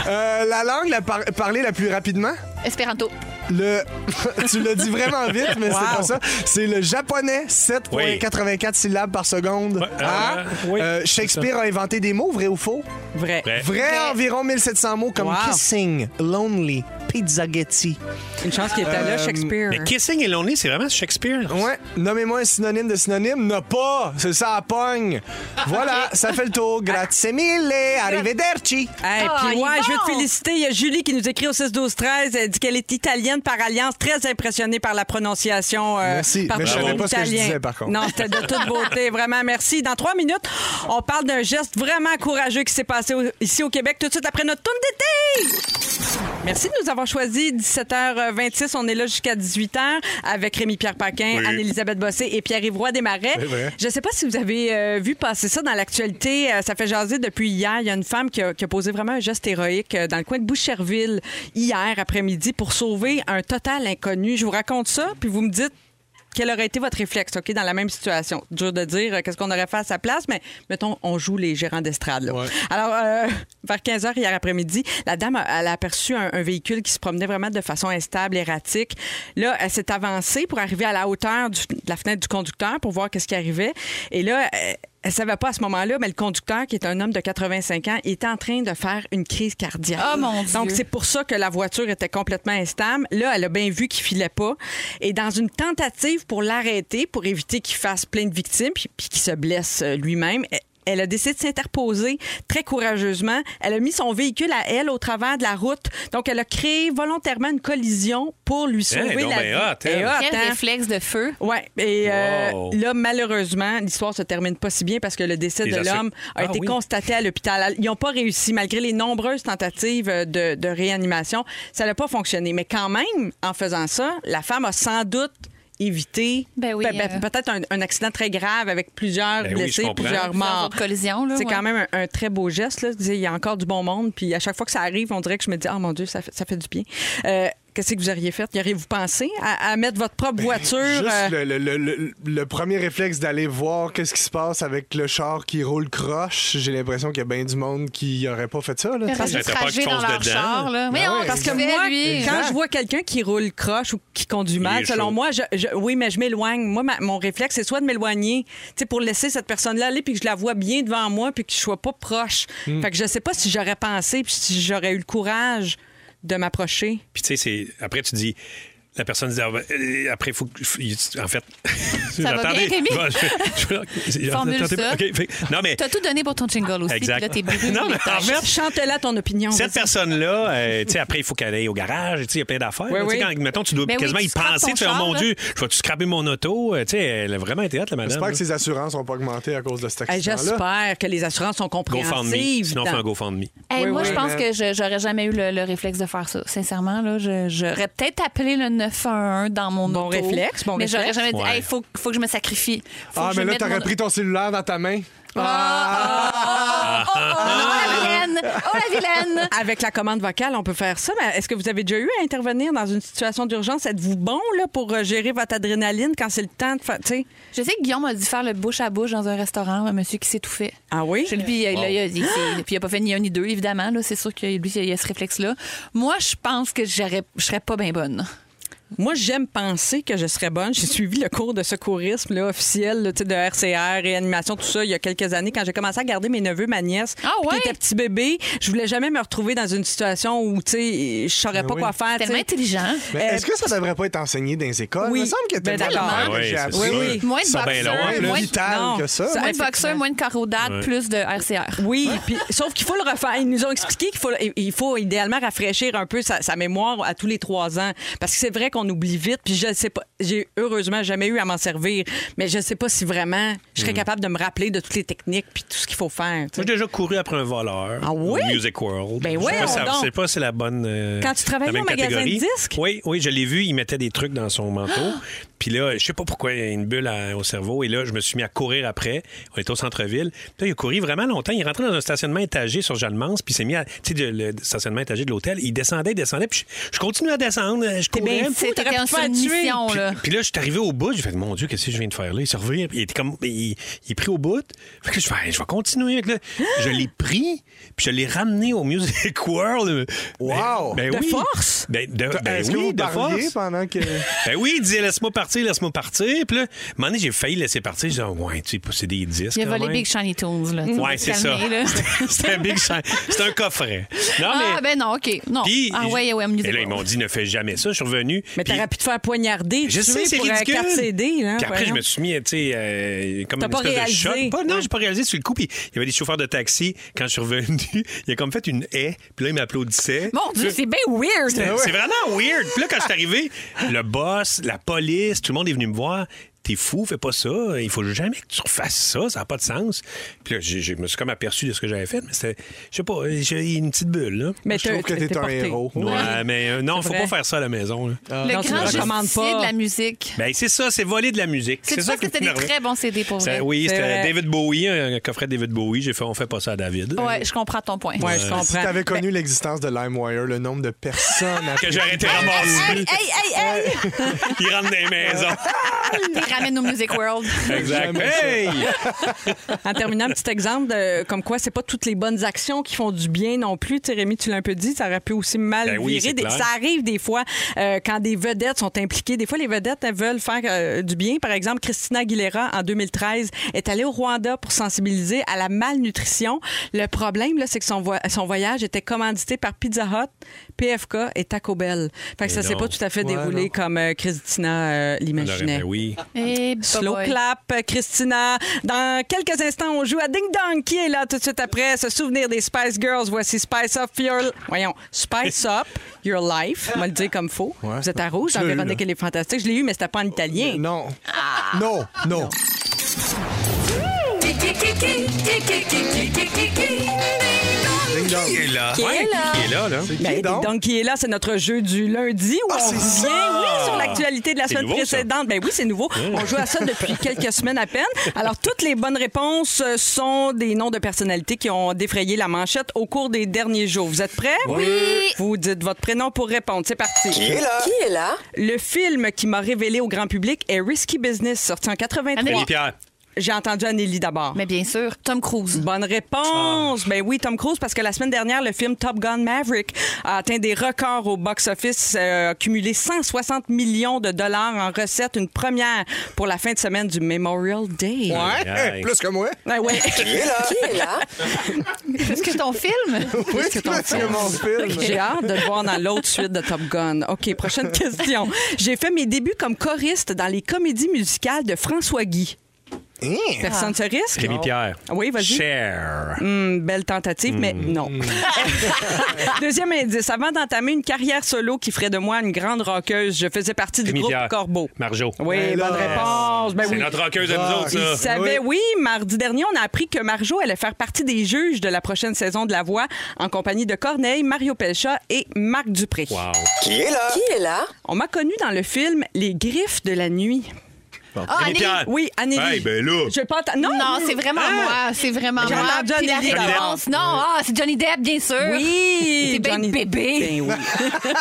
Speaker 5: Euh, la langue la par- parlée la plus rapidement?
Speaker 8: Espéranto.
Speaker 5: Le... tu l'as dit vraiment vite, mais
Speaker 4: Wow.
Speaker 5: c'est pas ça. C'est le japonais, 7,84 syllabes par seconde.
Speaker 7: Ouais, euh,
Speaker 5: Hein?
Speaker 7: oui,
Speaker 5: Euh, Shakespeare a inventé des mots, vrai ou faux?
Speaker 4: Vrai.
Speaker 7: Vrai.
Speaker 5: Vrai, environ 1700 mots comme
Speaker 4: Wow.
Speaker 5: kissing, lonely, pizzaghetti.
Speaker 4: Une chance qu'il était là, Shakespeare.
Speaker 7: Mais Kissing et Lonely, c'est vraiment Shakespeare.
Speaker 5: Ouais, nommez-moi un synonyme de synonyme. N'a pas, c'est ça, à pogne. Voilà, ça fait le tour. Grazie mille, arrivederci.
Speaker 4: Hey,
Speaker 8: Ah,
Speaker 4: puis
Speaker 8: il est
Speaker 4: ouais, je veux te
Speaker 8: bon.
Speaker 4: féliciter. Il y a Julie qui nous écrit au 6-12-13. Elle dit qu'elle est italienne par alliance, très impressionnée par la prononciation. euh,
Speaker 5: Merci,
Speaker 4: par
Speaker 5: mais je
Speaker 4: tout le
Speaker 5: savais
Speaker 4: mot
Speaker 5: pas ce que je
Speaker 4: italien.
Speaker 5: disais, par contre.
Speaker 4: Non, c'était de toute beauté. Vraiment, merci. Dans trois minutes, on parle d'un geste vraiment courageux qui s'est passé au- ici au Québec tout de suite après notre tourne d'été. Merci de nous avoir choisi 17h26. On est là jusqu'à 18h avec Rémi-Pierre Paquin, Anne-Élisabeth Bossé et Pierre-Yves Roy Desmarais.
Speaker 5: C'est vrai.
Speaker 4: Je ne sais pas si vous avez euh, vu passer ça dans l'actualité. Euh, ça fait jaser depuis hier. Il y a une femme qui a, qui a posé vraiment un geste héroïque euh, dans le coin de Boucherville hier après-midi pour sauver un total inconnu. Je vous raconte ça, puis vous me dites quel aurait été votre réflexe, OK, dans la même situation. Dur de dire euh, qu'est-ce qu'on aurait fait à sa place, mais mettons, on joue les gérants d'estrade. là. Alors, euh, vers 15 h hier après-midi, la dame, a- elle a aperçu un, un véhicule qui se promenait vraiment de façon instable, erratique. Là, elle s'est avancée pour arriver à la hauteur du- de la fenêtre du conducteur pour voir qu'est-ce qui arrivait. Et là, elle- elle savait pas à ce moment-là, mais le conducteur, qui est un homme de 85 ans, était en train de faire une crise cardiaque.
Speaker 8: Oh, mon Dieu.
Speaker 4: Donc, c'est pour ça que la voiture était complètement instable. Là, elle a bien vu qu'il filait pas. Et dans une tentative pour l'arrêter, pour éviter qu'il fasse plein de victimes puis, puis qu'il se blesse euh, lui-même, elle- elle a décidé de s'interposer très courageusement. Elle a mis son véhicule à elle au travers de la route. Donc, elle a créé volontairement une collision pour lui sauver
Speaker 7: donc
Speaker 4: la
Speaker 7: ben
Speaker 4: vie.
Speaker 7: hot, elle.
Speaker 4: Elle est hot,
Speaker 8: Quel
Speaker 4: hein?
Speaker 8: réflexe de feu.
Speaker 4: Ouais, et euh,
Speaker 7: Wow.
Speaker 4: là, malheureusement, l'histoire se termine pas si bien parce que le décès
Speaker 7: Les
Speaker 4: de
Speaker 7: assur-
Speaker 4: l'homme a
Speaker 7: Ah
Speaker 4: été
Speaker 7: oui.
Speaker 4: constaté à l'hôpital. Ils n'ont pas réussi, malgré les nombreuses tentatives euh, de, de réanimation. Ça n'a pas fonctionné. Mais quand même, en faisant ça, la femme a sans doute évité
Speaker 8: Ben oui,
Speaker 4: pe- pe-
Speaker 8: euh,
Speaker 4: peut-être un, un accident très grave avec plusieurs
Speaker 7: Ben oui,
Speaker 4: blessés,
Speaker 7: je comprends.
Speaker 4: plusieurs
Speaker 8: Plusieurs
Speaker 4: morts.
Speaker 8: autres collisions, là,
Speaker 4: C'est
Speaker 8: ouais.
Speaker 4: quand même un, un très beau geste. là. Il y a encore du bon monde. Puis à chaque fois que ça arrive, on dirait que je me dis, oh mon Dieu, ça fait, ça fait du bien. Euh, Qu'est-ce que vous auriez fait? Y auriez-vous pensé à, à mettre votre
Speaker 7: Ben,
Speaker 4: propre voiture? euh,
Speaker 5: Juste le, le- le- le- le premier réflexe d'aller voir qu'est-ce qui se passe avec le char qui roule croche, j'ai l'impression qu'il y a bien du monde qui aurait pas fait ça. Là,
Speaker 8: Parce
Speaker 7: que
Speaker 8: que
Speaker 7: t'as pas qu'ils
Speaker 8: dans
Speaker 7: foncent
Speaker 8: leur
Speaker 7: dedans.
Speaker 8: char, là.
Speaker 5: Ben
Speaker 8: Voyons,
Speaker 5: ouais.
Speaker 8: parce que
Speaker 4: moi,
Speaker 8: moi, lui.
Speaker 4: quand je vois quelqu'un qui roule croche ou qui conduit mal,
Speaker 7: est
Speaker 4: selon
Speaker 7: chaud.
Speaker 4: moi, je, je- oui, mais je m'éloigne. Moi, ma- mon réflexe, c'est soit de m'éloigner, tu sais, pour laisser cette personne-là aller, puis que je la vois bien devant moi, puis que je sois pas proche.
Speaker 7: Hmm.
Speaker 4: Fait que je sais pas si j'aurais pensé, puis si j'aurais eu le courage de m'approcher.
Speaker 7: Puis tu sais, c'est- après, tu dis. La personne dit, Ah, ben, euh, après, il faut que. faut- il- En fait.
Speaker 8: Ça va bien, Rémi?
Speaker 7: je- je- je-
Speaker 8: Formule
Speaker 7: attendez,
Speaker 8: ça.
Speaker 7: ok, fait- non, mais.
Speaker 8: T'as tout donné pour ton jingle aussi.
Speaker 7: Exact.
Speaker 8: Puis là, t'es brûlé.
Speaker 7: Non,
Speaker 8: pour les
Speaker 7: mais en
Speaker 8: tâches.
Speaker 7: fait,
Speaker 4: Chante-la ton opinion.
Speaker 7: Ah, Cette
Speaker 4: vas-y.
Speaker 7: personne-là, euh, tu sais, après, il faut qu'elle aille au garage, tu sais, il y a plein d'affaires.
Speaker 4: Oui,
Speaker 7: là, tu sais,
Speaker 4: oui.
Speaker 7: Quand, mettons, tu dois
Speaker 8: Ben oui,
Speaker 7: quasiment
Speaker 8: tu
Speaker 7: y
Speaker 8: scrapes
Speaker 7: penser,
Speaker 8: ton
Speaker 7: tu fais, oh
Speaker 8: char,
Speaker 7: mon
Speaker 8: là.
Speaker 7: Dieu, je vais-tu scraper mon auto? Euh, Tu sais, elle a vraiment été hâte, la madame.
Speaker 5: J'espère
Speaker 7: là.
Speaker 5: que ses assurances n'ont pas augmenté à cause de cet
Speaker 4: Hey,
Speaker 5: accident-là.
Speaker 4: J'espère que les assurances sont
Speaker 7: GoFundMe.
Speaker 4: compréhensives.
Speaker 7: Sinon, on
Speaker 4: dans-
Speaker 7: fait un GoFundMe.
Speaker 8: Hey,
Speaker 4: Oui,
Speaker 8: moi,
Speaker 4: oui.
Speaker 8: je pense que je- j'aurais jamais eu le, le réflexe de faire ça. Sincèrement, là, je- j'aurais peut-être appelé le 911 dans mon
Speaker 4: Bon
Speaker 8: auto,
Speaker 4: réflexe, bon
Speaker 8: mais
Speaker 4: réflexe.
Speaker 8: j'aurais jamais dit,
Speaker 7: Ouais.
Speaker 8: hey, faut, faut que je me sacrifie. Faut
Speaker 5: Ah,
Speaker 8: que je
Speaker 5: mais là,
Speaker 8: mette
Speaker 5: t'aurais
Speaker 8: mon-
Speaker 5: pris ton cellulaire dans ta main.
Speaker 8: Ah, ah, ah, ah, ah, oh, la vilaine! Oh, la vilaine!
Speaker 4: Avec la commande vocale, on peut faire ça, mais est-ce que vous avez déjà eu à intervenir dans une situation d'urgence? Êtes-vous bon là, pour euh, gérer votre adrénaline quand c'est le temps de faire. tu sais?
Speaker 8: Je sais que Guillaume a dû faire le bouche à bouche dans un restaurant, un monsieur qui s'étouffait.
Speaker 4: Ah oui? Ah!
Speaker 8: Je le puis, euh, là, il a, il s'est- puis il a pas fait ni un ni deux, évidemment. là. C'est sûr que lui, il a ce réflexe-là. Moi, je pense que j'aurais- je serais pas bien bonne.
Speaker 4: Moi, j'aime penser que je serais bonne. J'ai suivi le cours de secourisme là, officiel là, tu sais, de RCR, réanimation, tout ça, il y a quelques années, quand j'ai commencé à garder mes neveux, ma nièce,
Speaker 8: Ah
Speaker 4: puis
Speaker 8: ouais?
Speaker 4: qui était petit bébé. Je voulais jamais me retrouver dans une situation où tu sais, je saurais pas
Speaker 5: oui.
Speaker 4: quoi faire. Ah, tu
Speaker 8: Tellement
Speaker 4: sais.
Speaker 8: intelligent.
Speaker 5: Mais
Speaker 4: Euh,
Speaker 5: est-ce que ça devrait pas être enseigné dans les écoles?
Speaker 4: oui.
Speaker 5: Il me semble que
Speaker 4: Ben,
Speaker 5: tellement
Speaker 4: d'accord.
Speaker 5: d'affaires
Speaker 7: Ah
Speaker 5: que
Speaker 7: oui,
Speaker 5: j'ai
Speaker 7: c'est
Speaker 5: appris.
Speaker 4: Oui,
Speaker 7: sûr.
Speaker 4: oui.
Speaker 8: Moins de
Speaker 7: Ça, ben,
Speaker 8: boxeur,
Speaker 7: loin, là.
Speaker 8: moins de-
Speaker 5: vital
Speaker 4: Non.
Speaker 5: que ça.
Speaker 4: Ça-
Speaker 8: Moins de boxeur,
Speaker 4: Effectivement.
Speaker 8: moins de carodade,
Speaker 7: Ouais.
Speaker 8: plus de RCR.
Speaker 4: Oui, puis, sauf qu'il faut le refaire. Ils nous ont expliqué qu'il faut, il faut idéalement rafraîchir un peu sa, sa mémoire à tous les trois ans. Parce que c'est vrai qu'on oublie vite. Puis je sais pas, j'ai heureusement jamais eu à m'en servir, mais je sais pas si vraiment je serais
Speaker 7: Mm.
Speaker 4: capable de me rappeler de toutes les techniques puis tout ce qu'il faut faire. tu
Speaker 7: Moi,
Speaker 4: sais.
Speaker 7: j'ai déjà couru après un voleur
Speaker 4: Ah oui?
Speaker 7: au Music World.
Speaker 4: Ben
Speaker 7: Je sais
Speaker 4: voyons
Speaker 7: pas si-
Speaker 4: donc.
Speaker 7: Je sais pas si c'est la bonne. euh,
Speaker 4: Quand tu travaillais
Speaker 7: la même
Speaker 4: au magasin de
Speaker 7: catégorie.
Speaker 4: disques? Ah!
Speaker 7: Oui, oui, je l'ai vu. Il mettait des trucs dans son manteau. Puis là, je sais pas pourquoi, il y a une bulle à- au cerveau. Et là, je me suis mis à courir après. On était au centre-ville. Puis là, il a couru vraiment longtemps. Il est rentré dans un stationnement étagé sur Jalmance. Puis il s'est mis à. Tu sais, de- le stationnement étagé de l'hôtel. Il descendait, il descendait. Puis je, je continue à descendre. Je courais.
Speaker 8: Eh bien fou, C'était t'aurais pu te faire une tuer. mission,
Speaker 7: Puis-
Speaker 8: là.
Speaker 7: Puis là, je suis arrivé au bout. J'ai fait, mon Dieu, qu'est-ce que je viens de faire là? Il se revient. puis Il était comme. Il, il est pris au bout. Fait que je fais, Hey, je vais continuer. Fait que là, je l'ai pris. Puis je l'ai ramené au Music World.
Speaker 5: Wow!
Speaker 7: Ben,
Speaker 5: De
Speaker 7: oui.
Speaker 5: force?
Speaker 7: Ben, de, ben
Speaker 5: Est-ce que
Speaker 7: oui,
Speaker 5: vous
Speaker 7: de
Speaker 5: parliez
Speaker 7: force.
Speaker 5: pendant que.
Speaker 7: Ben oui, il disait laisse-moi partir, laisse-moi partir. Puis là, à un moment donné, j'ai failli laisser partir. Je disais, ouais, tu sais, c'est des disques.
Speaker 8: Il a
Speaker 7: quand
Speaker 8: volé
Speaker 7: même.
Speaker 8: Big Shiny Tunes, là. Tu
Speaker 7: Ouais,
Speaker 8: vas te
Speaker 7: c'est ça.
Speaker 8: calmer, là.
Speaker 7: C'était un big shine. C'était un coffret. Non,
Speaker 8: Ah,
Speaker 7: mais.
Speaker 8: ben non, OK. Non.
Speaker 7: Puis-
Speaker 8: ah, ouais, ouais,
Speaker 7: Et
Speaker 8: music.
Speaker 7: là, ils m'ont dit, ne fais jamais ça. Je suis revenu.
Speaker 4: Mais
Speaker 7: Puis-
Speaker 4: t'aurais pu te faire poignarder,
Speaker 7: je
Speaker 4: tuer
Speaker 7: sais, c'est
Speaker 4: pour euh,
Speaker 7: ridicule.
Speaker 4: un 4 CD. Là,
Speaker 7: Puis après,
Speaker 4: hein, voyons.
Speaker 7: je me suis mis, tu sais, euh, comme
Speaker 4: T'as
Speaker 7: une
Speaker 4: pas
Speaker 7: espèce
Speaker 4: réalisé.
Speaker 7: de choc. Pas- non, j'ai pas réalisé sur le coup. Puis il y avait des chauffeurs de taxi. Quand je suis revenu, il a comme fait une haie. Puis là, il m'applaudissait.
Speaker 8: Mon Dieu,
Speaker 7: Je-
Speaker 8: c'est bien weird.
Speaker 7: C'était- C'est vraiment weird. Puis là, quand je suis arrivé, le boss, la police, tout le monde est venu me voir. T'es fou, fais pas ça. Il faut jamais que tu refasses ça. Ça n'a pas de sens. Puis là, j'ai- je me suis comme aperçu de ce que j'avais fait. Mais c'était, je sais pas, euh, j'ai une petite bulle. Là.
Speaker 4: Mais Je t'as- trouve que t'es t'es un porté. héros.
Speaker 7: Ouais, mais euh,
Speaker 4: C'est
Speaker 7: non, faut
Speaker 4: vrai. Ah.
Speaker 7: pas faire ça à la maison. là.
Speaker 8: Le grand justicier de la musique.
Speaker 7: Ben, c'est ça, c'est voler de la musique.
Speaker 8: C'est parce que
Speaker 7: qui
Speaker 8: c'était des
Speaker 7: m'énervait.
Speaker 8: très bons CD pour
Speaker 7: Ça-
Speaker 8: vrai.
Speaker 7: oui, c'était David Bowie, un coffret de David Bowie. J'ai fait, on fait pas ça à David.
Speaker 8: Ouais, je comprends ton point.
Speaker 5: Si t'avais connu l'existence de LimeWire, le nombre de personnes à-
Speaker 7: Que j'aurais été
Speaker 8: Hey,
Speaker 7: ramassé.
Speaker 8: hey, hey,
Speaker 7: Il rentre dans les maisons.
Speaker 8: hey! T'es ramène au Music World.
Speaker 7: Exact. Hey!
Speaker 4: En terminant, un petit exemple de comme quoi c'est pas toutes les bonnes actions qui font du bien non plus. Tu sais, Rémi, tu l'as un peu dit, ça aurait pu aussi mal
Speaker 13: Ben oui,
Speaker 4: virer.
Speaker 13: c'est
Speaker 4: Des-
Speaker 13: clair.
Speaker 4: ça arrive des fois euh, quand des vedettes sont impliquées. Des fois, les vedettes elles veulent faire euh, du bien. Par exemple, Christina Aguilera, en 2013, est allée au Rwanda pour sensibiliser à la malnutrition. Le problème, là, c'est que son, vo- son voyage était commandité par Pizza Hut, PFK et Taco Bell. Fait que
Speaker 7: Mais
Speaker 4: ça s'est
Speaker 7: non.
Speaker 4: pas tout à fait
Speaker 7: Ouais,
Speaker 4: déroulé
Speaker 7: non.
Speaker 4: comme euh, Christina euh, l'imaginait.
Speaker 7: Ben oui.
Speaker 8: Et
Speaker 4: Slow
Speaker 8: bye-bye.
Speaker 4: clap, Christina. Dans quelques instants, on joue à Ding Dong qui est là tout de suite après. Se souvenir des Spice Girls. Voici Spice Up Your... Voyons, Spice Up Your Life. On va le dire comme faux. Vous êtes à rouge.
Speaker 5: Tu l'as eu,
Speaker 4: J'en qu'elle est fantastique. Je l'ai eu, mais c'était pas en italien.
Speaker 5: Non. Non, non. Ding dong.
Speaker 7: Qui est là?
Speaker 4: Qui est
Speaker 7: Ouais,
Speaker 4: là?
Speaker 7: Qui est là, là?
Speaker 4: Ben, Ding Dong qui est là, c'est notre jeu du lundi où on
Speaker 7: c'est
Speaker 4: revient
Speaker 7: ça!
Speaker 4: oui, sur l'actualité de la
Speaker 7: C'est
Speaker 4: semaine
Speaker 7: nouveau, ça.
Speaker 4: précédente. Ben oui, c'est nouveau.
Speaker 7: Mm.
Speaker 4: On joue à ça depuis quelques semaines à peine. Alors, toutes les bonnes réponses euh, sont des noms de personnalités qui ont défrayé la manchette au cours des derniers jours. Vous êtes prêts?
Speaker 2: Oui.
Speaker 4: Vous dites votre prénom pour répondre. C'est parti.
Speaker 2: Qui est là? Qui est là?
Speaker 4: Le film qui m'a révélé au grand public est Risky Business, sorti en 83.
Speaker 7: Amélie Pierre.
Speaker 4: J'ai entendu Anneli d'abord. Mais
Speaker 8: bien sûr, Tom Cruise.
Speaker 4: Bonne réponse. Ben oui, Tom Cruise, parce que la semaine dernière, le film Top Gun Maverick a atteint des records au box-office, euh, a cumulé 160 millions de dollars en recettes, une première pour la fin de semaine du Memorial Day.
Speaker 5: Ouais, Aïe. plus que moi.
Speaker 4: Ouais, ouais.
Speaker 5: Qui est là? Qui est là?
Speaker 8: Plus que ton film?
Speaker 5: Oui, plus que mon film.
Speaker 4: J'ai hâte de le voir dans l'autre suite de Top Gun. OK, prochaine question. J'ai fait mes débuts comme choriste dans les comédies musicales de François Guy. Personne ne se risque?
Speaker 7: Hein? Rémi Pierre.
Speaker 4: Oui, vas-y.
Speaker 7: Cher.
Speaker 4: Hmm, belle tentative, mais
Speaker 7: Mm.
Speaker 4: non. Deuxième indice. Avant d'entamer une carrière solo qui ferait de moi une grande rockeuse, je faisais partie du
Speaker 7: Rémi
Speaker 4: groupe
Speaker 7: Pierre.
Speaker 4: Corbeau.
Speaker 7: Marjo.
Speaker 4: Oui, bonne réponse. Ben
Speaker 7: c'est
Speaker 4: oui.
Speaker 7: notre rockeuse à nous autres, ça.
Speaker 4: Il savait, oui. Mardi dernier, on a appris que Marjo allait faire partie des juges de la prochaine saison de La Voix en compagnie de Corneille, Mario Pelcha et Marc Dupré.
Speaker 11: Qui est là?
Speaker 4: est là? On m'a connu dans le film Les Griffes de la Nuit.
Speaker 8: Ah, Rémi Anneli. Pierre.
Speaker 4: Oui, Annélie.
Speaker 7: Hey, ben là.
Speaker 4: Je vais pas enten- non.
Speaker 8: Non, c'est vraiment
Speaker 7: Ah!
Speaker 4: Hein?
Speaker 8: moi. C'est vraiment
Speaker 4: J'ai
Speaker 8: moi.
Speaker 4: entendu
Speaker 8: Puis la
Speaker 4: Johnny Depp.
Speaker 8: réponse, non, ah, c'est Johnny Depp, bien sûr.
Speaker 4: Euh, Oui,
Speaker 8: C'est bien
Speaker 4: Johnny-
Speaker 8: bébé.
Speaker 4: Ben oui.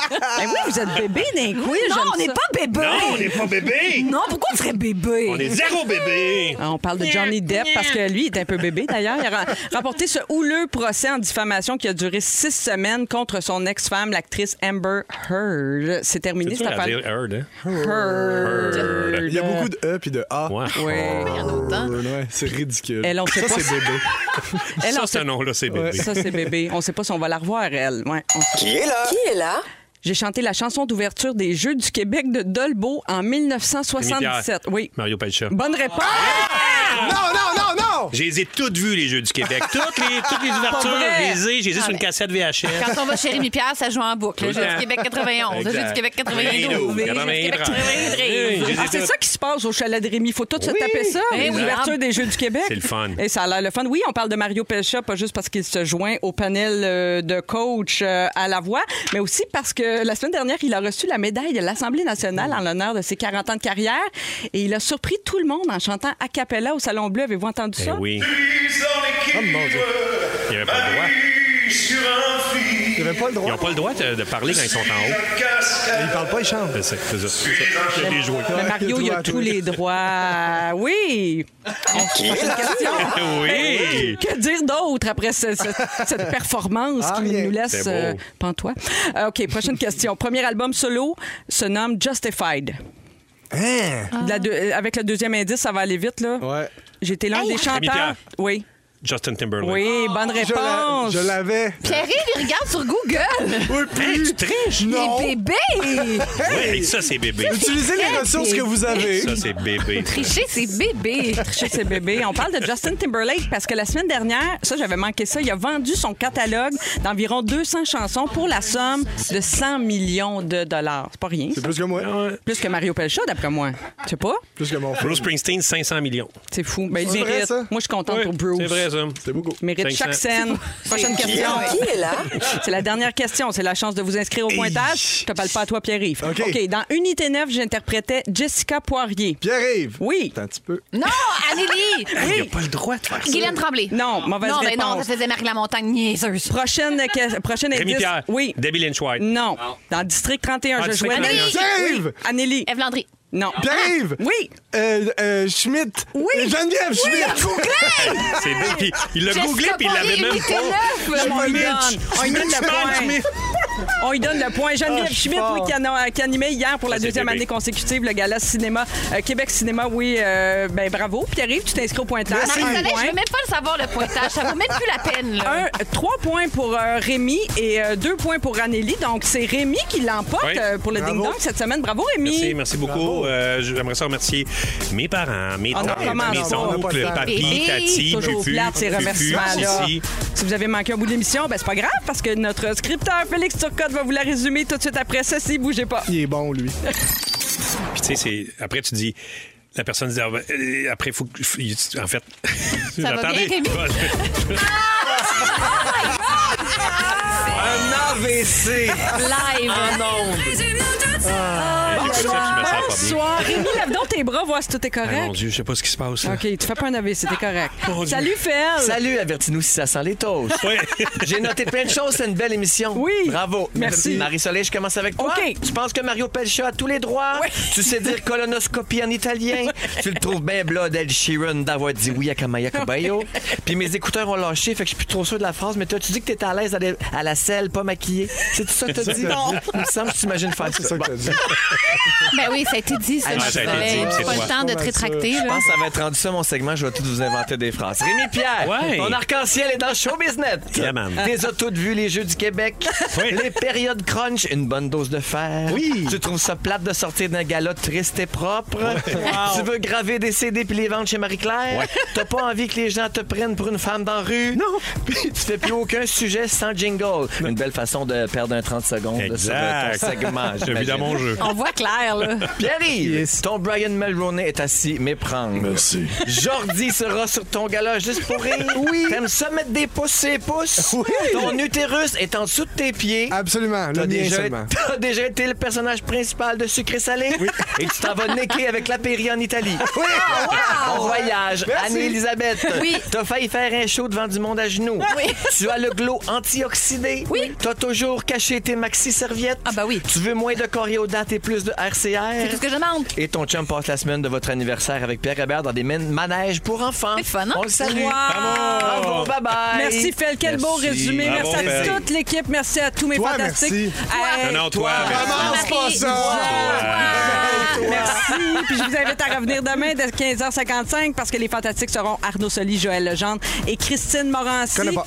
Speaker 4: Ben oui, vous êtes bébé d'un coup.
Speaker 8: Non, on n'est pas bébé.
Speaker 7: Non, on n'est pas bébé.
Speaker 8: Non, pourquoi on serait bébé?
Speaker 7: On est zéro bébé.
Speaker 4: Ah, On parle de Johnny Depp parce que lui il est un peu bébé d'ailleurs. Il a ra- rapporté ce houleux procès en diffamation qui a duré six semaines contre son ex-femme, l'actrice Amber Heard. C'est terminé
Speaker 7: C'est
Speaker 4: cette
Speaker 7: dur à
Speaker 4: affaire.
Speaker 7: dire, Heard, hein?
Speaker 4: Heard.
Speaker 5: Il y a beaucoup de E puis de A.
Speaker 7: Ouais.
Speaker 4: Ouais.
Speaker 5: Ouais, c'est ridicule.
Speaker 4: Elle, on sait
Speaker 5: ça,
Speaker 4: pas
Speaker 5: c'est
Speaker 4: si-
Speaker 5: bébé.
Speaker 4: Elle,
Speaker 7: ça,
Speaker 4: on
Speaker 7: ce
Speaker 4: sait-
Speaker 7: nom-là, c'est bébé.
Speaker 4: Ouais, Ça, c'est bébé. On sait pas si on va la revoir, elle. Ouais, on sait.
Speaker 11: Qui est là? Qui est là?
Speaker 4: J'ai chanté la chanson d'ouverture des Jeux du Québec de Dolbeau en
Speaker 7: Rémi Pierre.
Speaker 4: 1977. Oui.
Speaker 7: Mario Pelcha.
Speaker 4: Bonne réponse!
Speaker 5: Non,
Speaker 7: Ah!
Speaker 5: non, non, non! Wow!
Speaker 7: Je les ai toutes vues, les Jeux du Québec. Toutes les, toutes les ouvertures,
Speaker 8: Pas
Speaker 7: je
Speaker 8: vrai.
Speaker 7: les ai. Je les ai sur une cassette VHS.
Speaker 8: Quand on va chez Rémi Pierre, ça joue en boucle. Le jeu du Québec 91, le jeu du Québec 92, le jeu du Québec 93.
Speaker 4: Ah, c'est ça qui se passe au chalet de Rémi. Faut tout se
Speaker 8: Oui.
Speaker 4: taper ça.
Speaker 8: Eh oui.
Speaker 4: L'ouverture des Jeux du Québec.
Speaker 7: ah. C'est le fun.
Speaker 4: Et ça a l'air le fun. Oui, on parle de Mario Pelcha, pas juste parce qu'il se joint au panel euh, de coach euh, à la voix, mais aussi parce que la semaine dernière, il a reçu la médaille de l'Assemblée nationale en l'honneur de ses 40 ans de carrière. Et il a surpris tout le monde en chantant a cappella au Salon Bleu. Avez-vous entendu ça?
Speaker 7: Ben oui.
Speaker 5: Oh mon Dieu.
Speaker 7: Il n'y avait pas le droit.
Speaker 5: Il avait pas le
Speaker 7: Ils
Speaker 5: droit.
Speaker 7: n'ont pas le droit de, de parler quand ils sont en haut. Ben,
Speaker 5: Il parle pas, il chante.
Speaker 7: C'est ça. C'est ça. C'est les jouets.
Speaker 4: Mais Mario, il a tous les droits. Oui! C'est une question.
Speaker 7: Oui.
Speaker 4: Que dire d'autre après ce- ce- cette performance
Speaker 5: Ah,
Speaker 4: qui
Speaker 5: rien.
Speaker 4: nous laisse
Speaker 7: C'est beau.
Speaker 4: euh, pantois? Euh, OK, prochaine question. Premier album solo se nomme Justified.
Speaker 5: Hein?
Speaker 4: De la deux- euh, avec le deuxième indice, ça va aller vite, là.
Speaker 5: Ouais.
Speaker 4: J'étais l'un des
Speaker 7: Rémi
Speaker 4: chanteurs.
Speaker 7: Pierre.
Speaker 4: Oui.
Speaker 7: Justin Timberlake.
Speaker 4: Oui, bonne
Speaker 5: Je l'a-
Speaker 4: réponse.
Speaker 5: Je l'avais.
Speaker 8: Pierre, il regarde sur Google.
Speaker 5: Oui,
Speaker 7: Hey,
Speaker 5: puis.
Speaker 7: tu triches?
Speaker 5: Non.
Speaker 8: Les bébés.
Speaker 7: Oui, hey, ça, c'est bébé.
Speaker 5: Utilisez les ressources que vous avez.
Speaker 7: Ça, c'est bébé.
Speaker 8: Tricher, c'est bébé.
Speaker 4: Chez ses bébés. On parle de Justin Timberlake parce que la semaine dernière, ça, j'avais manqué ça, il a vendu son catalogue d'environ 200 chansons pour la somme de 100 millions de dollars. C'est pas rien.
Speaker 5: C'est plus que moi.
Speaker 4: Plus que Mario Pelcha, d'après moi. Je sais pas.
Speaker 5: Plus que mon frère.
Speaker 7: Bruce Springsteen, 500 millions.
Speaker 4: C'est fou. Ben, il
Speaker 5: C'est vrai,
Speaker 4: mérite.
Speaker 5: ça?
Speaker 4: Moi, je suis contente
Speaker 7: Oui,
Speaker 4: pour Bruce.
Speaker 7: C'est vrai, ça.
Speaker 5: C'est beaucoup.
Speaker 4: Il Mérite chaque
Speaker 7: 500.
Speaker 4: scène. Prochaine question.
Speaker 11: Qui est là?
Speaker 4: C'est la dernière question. C'est la chance de vous inscrire au pointage. Je te parle pas à toi, Pierre-Yves.
Speaker 5: OK.
Speaker 4: Dans Unité 9, j'interprétais Jessica Poirier.
Speaker 5: Pierre-Yves.
Speaker 4: Oui.
Speaker 5: Attends un petit peu.
Speaker 8: Non, Amélie.
Speaker 7: Il n'a pas le droit de faire ça.
Speaker 8: Guylaine Tremblay.
Speaker 4: Non, mauvaise
Speaker 8: non, ben
Speaker 4: réponse.
Speaker 8: Non, non, ça faisait Marie Lamontagne niaiseuse.
Speaker 4: Prochaine question. Prochaine
Speaker 7: Rémi
Speaker 4: indice.
Speaker 7: Pierre.
Speaker 4: Oui.
Speaker 7: Debbie Lynch White.
Speaker 4: Non. Dans District 31,
Speaker 7: Ah,
Speaker 4: je
Speaker 7: District
Speaker 4: jouais.
Speaker 7: 31.
Speaker 4: Oui.
Speaker 5: Pierre-Yves.
Speaker 4: Anneli.
Speaker 8: Eve Landry.
Speaker 4: Non.
Speaker 5: Pierre-Yves.
Speaker 4: Oui.
Speaker 5: Euh, euh, Schmidt.
Speaker 4: Oui.
Speaker 5: Geneviève Schmidt.
Speaker 7: C'est bébé. Puis Il l'a
Speaker 8: Jessica
Speaker 7: googlé, puis il l'avait
Speaker 8: Poirier,
Speaker 7: même
Speaker 8: Unité
Speaker 7: pas.
Speaker 8: neuf.
Speaker 4: On lui donne. On lui donne
Speaker 7: Schmidt,
Speaker 4: le
Speaker 7: Schmidt.
Speaker 4: point. On lui donne le point. Geneviève
Speaker 5: Ah, je suis
Speaker 4: Schmidt, oui,
Speaker 5: fort.
Speaker 4: qui, en a- qui animait hier pour la
Speaker 7: Ça, c'est
Speaker 4: deuxième
Speaker 7: bébé.
Speaker 4: année consécutive le gala cinéma, euh, Québec Cinéma, oui. euh, ben bravo. Pierre-Yves, tu t'inscris au pointage. Un
Speaker 8: Marie-Soleil,
Speaker 4: point.
Speaker 8: je veux même pas le savoir, le pointage. Ça vaut même plus la peine, là.
Speaker 4: Un- trois points pour euh, Rémi et euh, deux points pour Anneli. Donc, c'est Rémi qui l'emporte
Speaker 7: Oui.
Speaker 4: euh, pour le
Speaker 5: Bravo.
Speaker 4: ding-dong cette semaine. Bravo, Rémi.
Speaker 7: Merci, merci beaucoup. Euh, J'aimerais ça remercier mes parents, mes
Speaker 4: Ah non,
Speaker 7: tantes,
Speaker 4: comment
Speaker 7: mes
Speaker 4: non, on
Speaker 5: n'a pas le
Speaker 7: oncles,
Speaker 5: temps.
Speaker 7: papi,
Speaker 8: Bébé,
Speaker 7: tati,
Speaker 4: Toujours
Speaker 7: fufu,
Speaker 4: plate, ces
Speaker 7: fufu,
Speaker 4: remerciements-là.
Speaker 7: sissi.
Speaker 4: Si vous avez manqué un bout de l'émission, ben c'est pas grave parce que notre scripteur Félix Turcotte va vous la résumer tout de suite après ceci. Bougez pas.
Speaker 5: Il est bon, lui.
Speaker 7: Puis tu sais, c'est- après tu dis. La personne dit, ah, ben, euh, après, il faut que. faut- il- En fait.
Speaker 8: va bien, Rémi?
Speaker 7: Ah,
Speaker 5: Un AVC.
Speaker 8: Live.
Speaker 7: Ah, Bonsoir.
Speaker 4: Bonsoir. Rémi, lève donc tes bras, voir si tout est
Speaker 7: Ah, Mon
Speaker 4: correct.
Speaker 7: Dieu, je sais pas ce qui se passe. là.
Speaker 4: OK, tu fais pas un AVC, t'es correct.
Speaker 7: Mon Dieu.
Speaker 4: Salut, Fel.
Speaker 13: Salut, avertis-nous si ça sent les toasts.
Speaker 7: Ouais.
Speaker 13: J'ai noté plein de choses, c'est une belle émission.
Speaker 4: Oui.
Speaker 13: Bravo.
Speaker 4: Merci.
Speaker 13: Marie-Soleil, je commence avec toi.
Speaker 4: OK.
Speaker 13: Tu penses que Mario Pelcha a tous les droits?
Speaker 4: Oui.
Speaker 13: Tu sais dire colonoscopie en italien? tu le trouves bien blood, Ed Sheeran, d'avoir dit oui à Kamaya Cobayo? Puis mes écouteurs ont lâché, fait que je suis plus trop sûr de la phrase, mais toi, tu dis que t'étais à l'aise à, la- à la selle, pas maquillée. C'est tout ça que t'as dit? Non. Il me semble que tu t'imagines faire
Speaker 5: C'est
Speaker 13: ça.
Speaker 5: ça que
Speaker 13: Bon.
Speaker 5: t'as dit.
Speaker 8: Ben oui, ça a été dit, ça.
Speaker 13: Ah, ça a été
Speaker 8: Marie-Soleil.
Speaker 13: dit, c'est
Speaker 8: pas
Speaker 7: toi.
Speaker 8: le temps de te rétracter,
Speaker 13: Je
Speaker 8: là.
Speaker 13: pense que ça va être rendu ça mon segment. Je vais tout vous inventer des phrases. Rémi Pierre,
Speaker 7: Ouais.
Speaker 13: ton arc-en-ciel est dans Show Business.
Speaker 7: Yeah, man.
Speaker 13: Des autos de vue, les Jeux du Québec.
Speaker 7: Oui.
Speaker 13: Les périodes crunch, une bonne dose de fer.
Speaker 7: Oui.
Speaker 13: Tu trouves ça plate de sortir d'un gala triste et propre. Tu veux graver des CD puis les vendre chez Marie-Claire. T'as pas envie que les gens te prennent pour une femme dans la rue. Non. Puis tu fais plus aucun sujet sans jingle. Une belle façon de perdre un 30 secondes
Speaker 7: Exact.
Speaker 13: sur euh, ton segment.
Speaker 7: Je vis dans
Speaker 13: j'imagine.
Speaker 7: mon jeu.
Speaker 8: On voit clair, là.
Speaker 13: Pierre-Yves, ton Brian Mulroney est assis m'éprendre.
Speaker 5: Merci.
Speaker 13: Jordi sera sur ton gala juste pour rire. Oui. T'aimes ça mettre des pouces sur les pouces?
Speaker 5: Oui. Ah,
Speaker 13: Ton utérus est en dessous de tes pieds.
Speaker 5: Absolument. Le
Speaker 13: T'as
Speaker 5: mien
Speaker 13: déjà,
Speaker 5: seulement.
Speaker 13: t'as déjà été le personnage principal de Sucré Salé. Et tu t'en vas necker avec la Péri en Italie.
Speaker 5: Ah,
Speaker 13: Ah, Bon voyage,
Speaker 5: Merci.
Speaker 13: Annie-Elisabeth.
Speaker 8: Oui.
Speaker 13: T'as failli faire un show devant du monde à genoux.
Speaker 8: Oui.
Speaker 13: Tu as le glow antioxydé.
Speaker 8: Oui.
Speaker 13: T'as toujours caché tes maxi-serviettes.
Speaker 8: Ah bah oui.
Speaker 13: Tu veux moins de choréodate et plus de RCR.
Speaker 8: C'est tout ce que je demande.
Speaker 13: Et ton chum passe la semaine de votre anniversaire avec Pierre Hébert dans des man- manèges pour enfants.
Speaker 8: C'est fun, hein?
Speaker 13: On le salue.
Speaker 8: Wow.
Speaker 13: Bravo, bye bye.
Speaker 4: Merci, Fel. Quel beau
Speaker 13: Merci.
Speaker 4: résumé.
Speaker 7: Bravo,
Speaker 4: merci à
Speaker 7: Fel.
Speaker 4: toute l'équipe. Merci à tous mes
Speaker 5: Toi,
Speaker 4: fantastiques.
Speaker 5: merci.
Speaker 4: Hey,
Speaker 7: Non, non, toi.
Speaker 5: Commence pas ça.
Speaker 4: Merci. Puis je vous invite à revenir demain dès 15h55 parce que les fantastiques seront Arnaud Soli, Joël Legendre et Christine Morancy.
Speaker 5: Connais pas.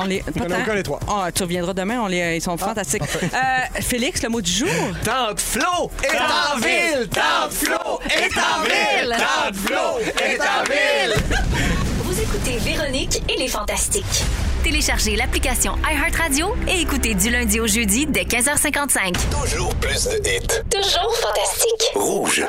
Speaker 4: On les, pas
Speaker 5: connais
Speaker 4: tant.
Speaker 5: aucun des trois. Ah,
Speaker 4: Ah, tu reviendras demain, on les, ils sont fantastiques. Euh, Félix, le mot du jour.
Speaker 13: Tante Flo est en ville. Tante Flo est en ville. Tante Flo est en ville.
Speaker 2: Vous écoutez Véronique et les Fantastiques.
Speaker 1: Téléchargez l'application iHeartRadio et écoutez du lundi au jeudi dès 15h55.
Speaker 10: Toujours plus de hits.
Speaker 2: Toujours fantastique.
Speaker 10: Rouge.